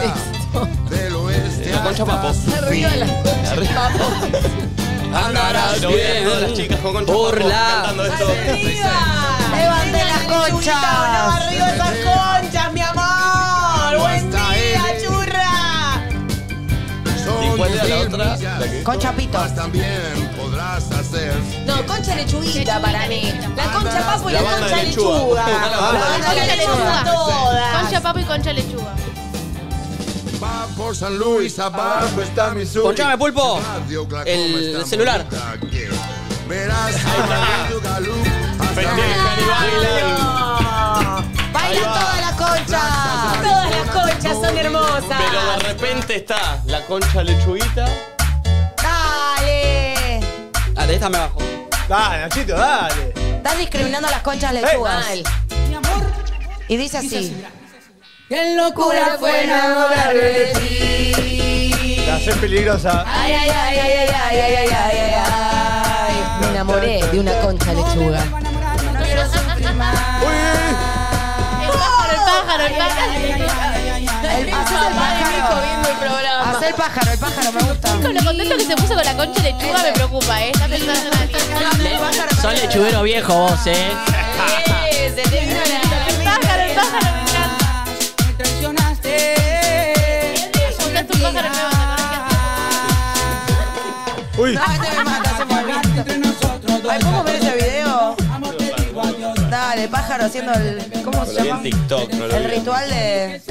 Speaker 10: Del oeste
Speaker 1: La concha papo.
Speaker 10: Arriba las
Speaker 1: Arriba.
Speaker 10: Andarás
Speaker 1: Lo voy a todas las chicas con concha papo cantando esto.
Speaker 2: ¡Levante las conchas!
Speaker 25: ¡Arriba esas conchas, mi amor! ¡Buen día, churra!
Speaker 1: ¿Y cuál era la otra?
Speaker 2: Concha pito.
Speaker 10: También podrás hacer.
Speaker 5: No, concha lechuguita para mí. La concha papo y
Speaker 10: Ah, La
Speaker 5: la
Speaker 10: banda
Speaker 5: concha
Speaker 10: de lechuga.
Speaker 5: lechuga.
Speaker 10: La banda de
Speaker 5: La concha lechuga
Speaker 10: lechuga.
Speaker 5: todas.
Speaker 3: Concha papo y concha lechuga.
Speaker 10: Va por San Luis, abajo está mi sur.
Speaker 6: Ponchame, pulpo. El celular.
Speaker 10: Verás
Speaker 2: ¡Baila toda la concha!
Speaker 5: Todas las conchas son
Speaker 1: Pero
Speaker 5: hermosas.
Speaker 1: de repente está la concha lechuguita.
Speaker 2: ¡Dale!
Speaker 1: Ah,
Speaker 6: Dale, esta me bajo.
Speaker 4: Dale, Nachito, dale.
Speaker 2: Estás discriminando a las conchas lechugas.
Speaker 4: Ey.
Speaker 2: Mi amor. Y dice así.
Speaker 25: ¡Qué
Speaker 2: locura fue enamorarme de
Speaker 25: ti!
Speaker 4: La haces peligrosa.
Speaker 25: ¡Ay, ay, ay, ay, ay, ay, ay, ay, ay, ay, ay!
Speaker 5: Me enamoré de una concha lechuga.
Speaker 25: No quiero sufrir más.
Speaker 3: El pájaro, el pájaro, el pájaro.
Speaker 2: El pájaro, el pájaro.
Speaker 5: viendo el programa.
Speaker 2: Hacé el pájaro, el pájaro me gusta.
Speaker 3: Con lo contento que se puso con la concha lechuga me preocupa, ¿eh? Está pensando en alguien.
Speaker 6: Son lechuguero viejo vos, eh.
Speaker 25: Se te vino la
Speaker 3: Pájaro, el pájaro me encanta.
Speaker 25: Me traicionaste.
Speaker 3: Ponte tu pájaro me vas a
Speaker 4: Uy.
Speaker 2: este Ay, ¿cómo ver ese video? Dale, pájaro haciendo el. ¿Cómo se
Speaker 1: Lo vi
Speaker 2: llama?
Speaker 1: en TikTok, no lo
Speaker 2: El
Speaker 1: vi.
Speaker 2: ritual de.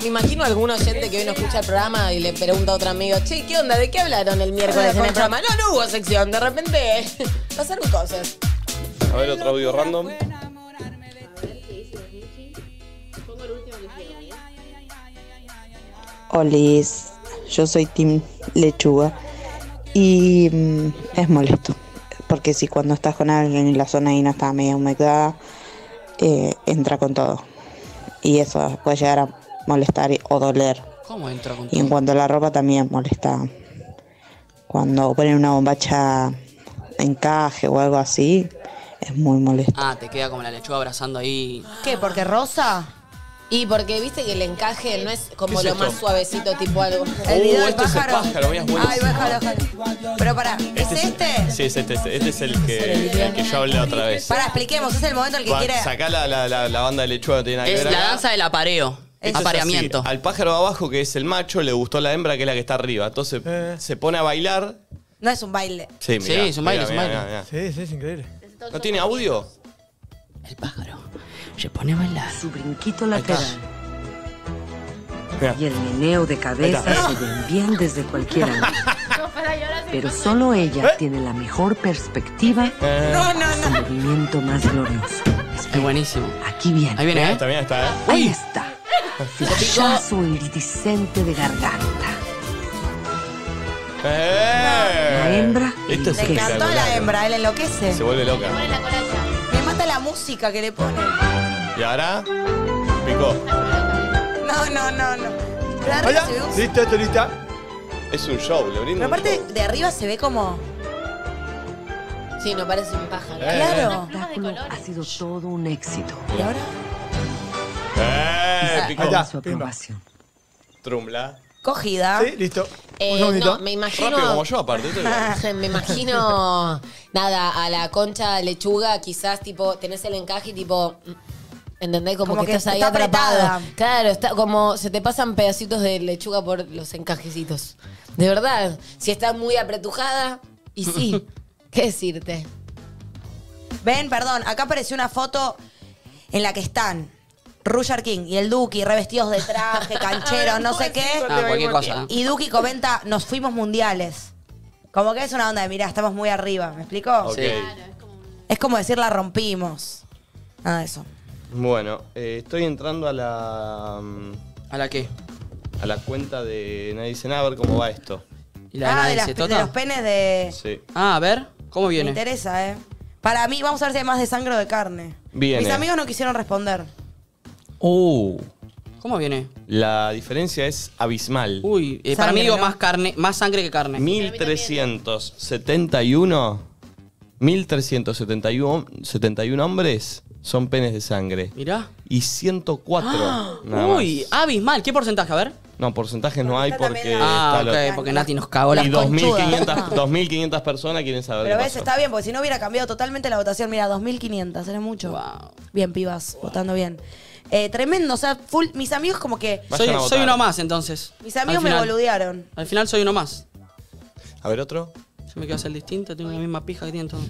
Speaker 5: Me imagino a algún oyente que hoy no escucha el programa y le pregunta a otro amigo, che, ¿qué onda? ¿De qué hablaron el miércoles en el programa? No, no hubo sección, de repente pasaron cosas.
Speaker 1: A ver, otro audio random.
Speaker 9: Olis, yo soy Team Lechuga y mm, es molesto, porque si cuando estás con alguien y la zona ahí no está media humectada, eh, entra con todo. Y eso puede llegar a molestar y- o doler.
Speaker 6: ¿Cómo entra con
Speaker 9: Y en cuanto a la ropa también molesta. Cuando ponen una bombacha encaje o algo así, es muy molesto.
Speaker 6: Ah, te queda como la lechuga abrazando ahí.
Speaker 2: ¿Qué? ¿Porque rosa?
Speaker 5: Ah. Y porque viste que el encaje no es como
Speaker 6: ¿Qué es
Speaker 5: lo
Speaker 6: esto?
Speaker 5: más suavecito, tipo algo.
Speaker 1: El Uh, video del este es el pájaro. pájaro, mirá, es buenísimo.
Speaker 2: Ay, bájalo, bájalo. Pero pará, ¿es este?
Speaker 1: Sí, es este, este es el que, el que yo hablé otra vez.
Speaker 2: Pará, expliquemos, es el momento en el que
Speaker 1: Va,
Speaker 2: quiere.
Speaker 1: Sacá la, la, la, la banda de lechuga que tiene nada que
Speaker 6: Es
Speaker 1: ver
Speaker 6: la
Speaker 1: acá.
Speaker 6: danza del apareo.
Speaker 1: Esto es
Speaker 6: Apareamiento.
Speaker 1: así. Al pájaro abajo, que es el macho, le gustó la hembra, que es la que está arriba. Entonces se pone a bailar.
Speaker 2: No es un baile.
Speaker 1: Sí, mirá,
Speaker 6: Sí, es un baile,
Speaker 1: mirá,
Speaker 6: es un
Speaker 1: mirá,
Speaker 6: baile.
Speaker 1: mirá,
Speaker 4: Sí, sí, es increíble.
Speaker 1: mirá. ¿No tiene audio?
Speaker 6: Se pone a bailar.
Speaker 24: Su brinquito lateral. Y el meneo de cabeza
Speaker 1: Ahí está.
Speaker 24: se ven bien desde cualquier ángulo. Pero solo ella
Speaker 1: ¿Eh?
Speaker 24: tiene la mejor perspectiva
Speaker 1: No,
Speaker 24: no, su movimiento más glorioso.
Speaker 6: Es buenísimo.
Speaker 24: Aquí viene.
Speaker 6: Ahí viene, ¿eh?
Speaker 1: También está, ¿eh?
Speaker 24: Ahí está. Flechazo iridiscente de garganta.
Speaker 6: Eh.
Speaker 1: La
Speaker 24: hembra.
Speaker 1: Esto es
Speaker 2: Le encantó a la
Speaker 1: espectacular.
Speaker 2: hembra, él enloquece.
Speaker 1: Se vuelve loca.
Speaker 2: Me mata la música que le pone.
Speaker 1: Y ahora, picó.
Speaker 2: No, no, no, no. Pero arriba
Speaker 4: Hola,
Speaker 2: se ve un-
Speaker 4: listo, esto lista.
Speaker 1: Es un show, le
Speaker 2: Pero
Speaker 1: brindo. un
Speaker 2: aparte, de arriba se ve como.
Speaker 5: Sí, no parece un pájaro.
Speaker 2: Eh,
Speaker 24: El espectáculo ha sido todo un éxito.
Speaker 2: ¿Y ahora?
Speaker 1: ¡Eh!
Speaker 4: le picó.
Speaker 26: Ahí está,
Speaker 4: Su
Speaker 26: pimba.
Speaker 4: Trumla.
Speaker 5: Cogida.
Speaker 26: Sí, listo.
Speaker 5: Eh,
Speaker 26: Un segundito.
Speaker 5: no, me imagino.
Speaker 4: Rápido como yo, aparte. esto es-
Speaker 5: me imagino. Nada, a la concha lechuga, quizás, tipo, tenés el encaje y, tipo. ¿Entendés? Como,
Speaker 2: Como
Speaker 5: que,
Speaker 2: que
Speaker 5: estás ahí
Speaker 2: está
Speaker 5: atrapado.
Speaker 2: apretada.
Speaker 5: Claro, está como se te pasan pedacitos de lechuga por los encajecitos. De verdad. Si estás muy apretujada, y sí. ¿Qué decirte?
Speaker 2: Ven, perdón, acá apareció una foto en la que están Roger King y el Duki revestidos de traje, cancheros, no sé qué.
Speaker 6: Ah, cualquier cosa.
Speaker 2: Y Duki comenta, nos fuimos mundiales. Como que es una onda de, mirá, estamos muy arriba, ¿me explico?
Speaker 1: Ok.
Speaker 2: Es como decir, la rompimos. Nada de eso.
Speaker 1: Bueno, eh, estoy entrando a la. mm,
Speaker 6: ¿A la qué?
Speaker 1: A la cuenta de Nadie dice nada, a ver cómo va esto.
Speaker 6: ¿Y
Speaker 2: ah, de, las- de los penes de...
Speaker 1: Sí.
Speaker 6: Tota? Ah, a ver, ¿cómo
Speaker 2: Me
Speaker 6: viene?
Speaker 2: interesa, ¿eh? Para mí, vamos a ver si hay más de sangre o de carne.
Speaker 1: Viene.
Speaker 2: Mis amigos no quisieron responder.
Speaker 6: Uh. ¿Cómo viene?
Speaker 1: La diferencia es abismal.
Speaker 6: Uy, Eh, para mí digo más carne, más sangre que carne.
Speaker 1: 1371. 1371 71 hombres son penes de sangre.
Speaker 6: Mirá.
Speaker 1: Y 104.
Speaker 6: Ah,
Speaker 1: nada
Speaker 6: uy,
Speaker 1: más.
Speaker 6: abismal, ¿qué porcentaje? A ver.
Speaker 1: No, porcentajes no hay porque.
Speaker 6: Ah,
Speaker 1: está
Speaker 6: ok,
Speaker 1: lo-
Speaker 6: porque Nati nos cagó la
Speaker 1: Y
Speaker 6: conchuda.
Speaker 1: 2500 2.500 personas quieren saber.
Speaker 2: Pero
Speaker 1: qué
Speaker 2: ves,
Speaker 1: pasó.
Speaker 2: está bien, porque si no hubiera cambiado totalmente la votación. Mira, 2.500, era mucho. Bien, pibas, votando bien. Eh, tremendo, o sea, full, mis amigos como que...
Speaker 6: Soy, soy uno más entonces.
Speaker 2: Mis amigos
Speaker 6: Al
Speaker 2: me
Speaker 6: final.
Speaker 2: boludearon.
Speaker 6: Al final soy uno más.
Speaker 1: A ver, otro.
Speaker 6: Yo me quiero hacer el distinto, tengo la misma pija que tienen todos.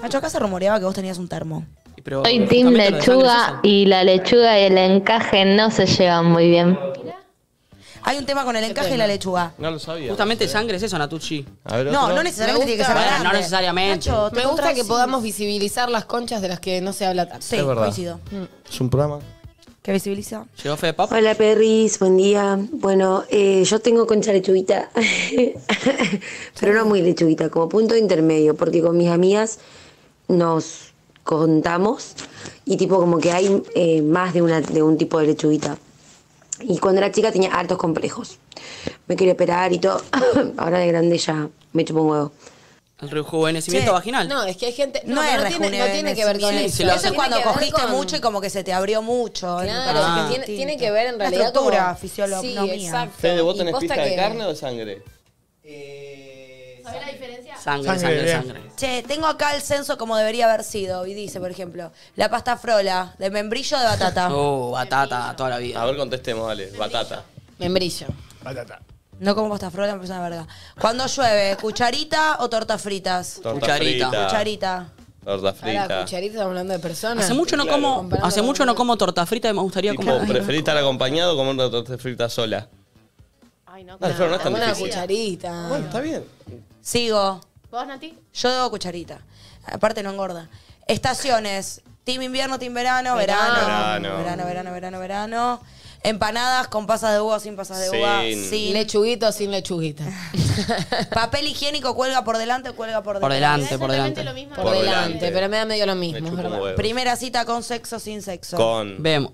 Speaker 2: Nacho, acá se rumoreaba que vos tenías un termo.
Speaker 6: Y pero-
Speaker 3: Soy Team
Speaker 6: justamente lo de sangre es
Speaker 3: Lechuga y la lechuga y el encaje no se llevan muy bien.
Speaker 2: Hay un tema con el encaje y la lechuga.
Speaker 1: No lo sabía.
Speaker 6: Justamente sangre es eso, Natucci.
Speaker 2: No, no necesariamente
Speaker 5: Me
Speaker 2: tiene que ser
Speaker 5: gusta-
Speaker 2: grande.
Speaker 6: Bueno, no necesariamente.
Speaker 2: Nacho, te
Speaker 5: Me gusta
Speaker 2: encontrás
Speaker 5: que
Speaker 2: sin-
Speaker 5: podamos visibilizar las conchas de las que no se habla tanto. Mm.
Speaker 2: Sí,
Speaker 1: Es verdad.
Speaker 2: coincido.
Speaker 1: Es un programa.
Speaker 2: Que visibiliza.
Speaker 6: Llegó Fede Pop.
Speaker 3: Hola Perris, buen día. Bueno, eh, yo tengo concha lechuguita, pero no muy lechuguita, como punto intermedio, porque con mis amigas nos contamos y tipo como que hay eh, más de, una, de un tipo de lechuguita. Y cuando era chica tenía hartos complejos. Me quería operar y todo. Ahora de grande ya me chupo un huevo.
Speaker 6: El rejuvenecimiento
Speaker 3: Sí.
Speaker 6: vaginal.
Speaker 5: No, es que hay gente. No,
Speaker 2: No,
Speaker 5: pero
Speaker 2: es
Speaker 5: no, tiene, no tiene que ver con
Speaker 6: Sí,
Speaker 5: eso.
Speaker 6: se lo
Speaker 2: Eso
Speaker 6: hace-
Speaker 2: es cuando
Speaker 5: Tiene que ver
Speaker 2: cogiste
Speaker 5: con-
Speaker 2: mucho y como que se te abrió mucho.
Speaker 5: Claro,
Speaker 1: Ah.
Speaker 5: es que tiene, tiene que ver en realidad.
Speaker 2: La estructura
Speaker 5: como-
Speaker 2: fisiológica.
Speaker 5: Sí, exacto.
Speaker 1: Fede, ¿vos
Speaker 5: Y
Speaker 1: tenés
Speaker 5: posta
Speaker 1: pija de
Speaker 5: que-
Speaker 1: carne o de sangre?
Speaker 27: ¿Sabés la diferencia?
Speaker 6: Sangre,
Speaker 1: Eh, Sangre,
Speaker 6: sangre,
Speaker 1: bien.
Speaker 6: sangre.
Speaker 2: Che, tengo acá el censo como debería haber sido. Y dice, por ejemplo, la pasta frola de membrillo de batata.
Speaker 6: Oh, batata toda la vida.
Speaker 1: A ver, contestemos, dale. Batata.
Speaker 5: Membrillo.
Speaker 1: Batata.
Speaker 2: No como pasta frola, me parece una verga. Cuando llueve, cucharita o tortas fritas.
Speaker 1: Torta Cucharita. frita.
Speaker 2: Cucharita.
Speaker 1: Torta
Speaker 5: Ahora,
Speaker 1: frita.
Speaker 5: cucharita, estamos hablando de personas.
Speaker 6: Hace mucho no
Speaker 1: Claro.
Speaker 6: como, hace mucho no como torta frita y me gustaría
Speaker 1: Tipo,
Speaker 6: comer.
Speaker 1: ¿preferís estar acompañado o comer una torta frita sola?
Speaker 27: Ay, no.
Speaker 1: Dale, Flor, no es tan
Speaker 5: Una
Speaker 1: difícil.
Speaker 5: cucharita.
Speaker 1: Bueno, está bien.
Speaker 2: Sigo.
Speaker 27: ¿Vos, Nati?
Speaker 2: Yo debo cucharita. Aparte no engorda. Estaciones. Team invierno, team verano, verano.
Speaker 5: Verano.
Speaker 2: Verano, verano, verano, verano. Empanadas con pasas de uva o sin pasas de uva.
Speaker 5: Sin.
Speaker 2: Sin.
Speaker 5: Lechuguita o sin lechuguita.
Speaker 2: Papel higiénico cuelga por delante o cuelga por detrás.
Speaker 6: Por delante, por delante.
Speaker 5: Por, delante, pero me da medio lo mismo. es verdad.
Speaker 6: huevo.
Speaker 2: Primera cita con sexo sin sexo.
Speaker 6: Con. Vemos.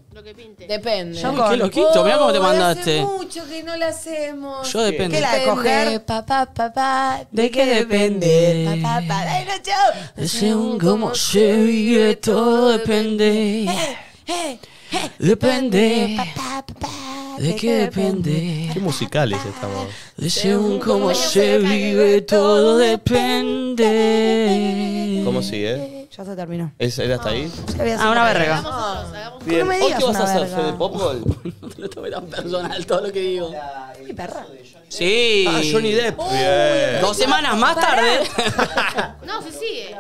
Speaker 5: Depende.
Speaker 6: Yo Uy, con- qué loquito, mirá cómo te
Speaker 5: Oh,
Speaker 6: mandaste.
Speaker 5: Hace mucho que no la hacemos.
Speaker 6: Yo depende.
Speaker 5: ¿Qué la de coger? Papá, papá, ¿de qué depende? Papá, papá, dale, no, chao.
Speaker 6: Según cómo se vive, todo depende.
Speaker 2: Eh,
Speaker 6: Depende. ¿De qué depende?
Speaker 1: Qué musicales estamos.
Speaker 6: Según cómo se vive, todo depende.
Speaker 1: ¿Cómo sigue?
Speaker 2: Ya se terminó.
Speaker 1: ¿eh? ¿Es, ¿Era hasta ahí?
Speaker 6: Ah, una verga.
Speaker 1: Bien.
Speaker 2: me
Speaker 1: ¿Vos
Speaker 2: digas
Speaker 1: qué vas
Speaker 2: una
Speaker 1: a hacer,
Speaker 2: verga.
Speaker 1: Fede Popol?
Speaker 6: No te lo tomé tan personal todo lo que digo.
Speaker 2: perra.
Speaker 6: Sí.
Speaker 1: Ah, Johnny Depp.
Speaker 6: Uy,
Speaker 1: Bien.
Speaker 6: Dos semanas más tarde.
Speaker 27: No, se sigue.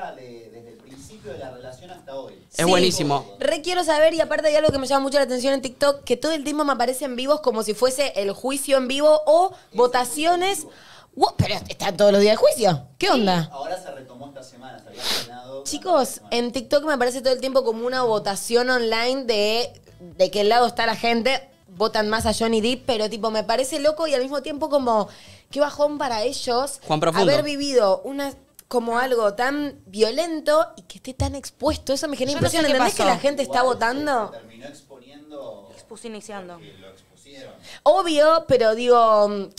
Speaker 6: Es buenísimo.
Speaker 5: Re quiero saber, y aparte hay algo que me llama mucho la atención en TikTok, que todo el tiempo me aparecen vivos como si fuese el juicio en vivo o votaciones. Wow, pero están todos los días el juicio. ¿Qué onda?
Speaker 28: Ahora se retomó esta semana, se había terminado.
Speaker 5: Chicos, en TikTok me aparece todo el tiempo como una votación online de de qué lado está la gente. Votan más a Johnny Depp, pero tipo, me parece loco y al mismo tiempo como, qué bajón para ellos
Speaker 6: Juan Profundo.
Speaker 5: haber vivido una como algo tan violento y que esté tan expuesto. Eso me genera
Speaker 2: Yo no sé
Speaker 5: impresión.
Speaker 2: qué
Speaker 5: ¿Entendés
Speaker 2: pasó.
Speaker 5: que la gente está votando?
Speaker 2: Expuse iniciando.
Speaker 5: Obvio, pero digo, mm,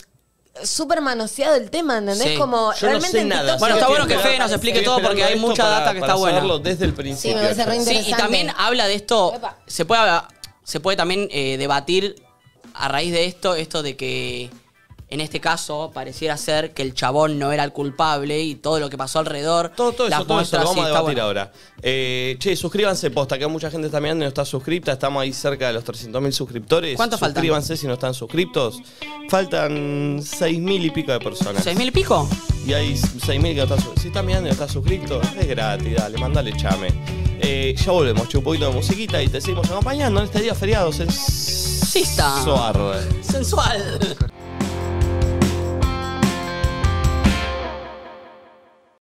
Speaker 5: súper manoseado el tema, ¿entendés?
Speaker 6: Sí.
Speaker 5: Como
Speaker 1: Yo no
Speaker 5: realmente
Speaker 1: sé
Speaker 5: en
Speaker 1: nada.
Speaker 5: TikTok
Speaker 1: así
Speaker 6: Bueno, está bueno que
Speaker 1: estoy
Speaker 6: Fede
Speaker 1: esperando-
Speaker 6: nos explique
Speaker 1: estoy
Speaker 6: todo porque hay
Speaker 1: esperando
Speaker 6: mucha
Speaker 1: esto
Speaker 6: data
Speaker 1: para-
Speaker 6: que está
Speaker 1: para
Speaker 6: buena.
Speaker 1: saberlo desde el principio.
Speaker 5: me parece re
Speaker 6: Sí, y
Speaker 5: interesante.
Speaker 6: también habla de esto. Se puede, se puede también eh, debatir a raíz de esto, esto de que en este caso pareciera ser que el chabón no era el culpable y todo lo que pasó alrededor.
Speaker 1: Todo, todo
Speaker 6: las
Speaker 1: eso, todo eso,
Speaker 6: muestras,
Speaker 1: lo
Speaker 6: sí,
Speaker 1: vamos a
Speaker 6: está
Speaker 1: debatir
Speaker 6: bueno.
Speaker 1: ahora. Eh, che, suscríbanse, posta, que mucha gente está mirando y no está suscripta. Estamos ahí cerca de los 300.000 suscriptores.
Speaker 6: ¿Cuánto faltan?
Speaker 1: Suscríbanse si no están suscriptos. Faltan 6.000 y pico de personas.
Speaker 6: ¿6.000 y pico?
Speaker 1: Y hay 6.000 que no están suscritos. Si están mirando y no están suscriptos, es gratis, dale, mandale chame. Eh, ya volvemos, che, un poquito de musiquita y te seguimos acompañando en este día feriado. Sensista.
Speaker 6: Sensual.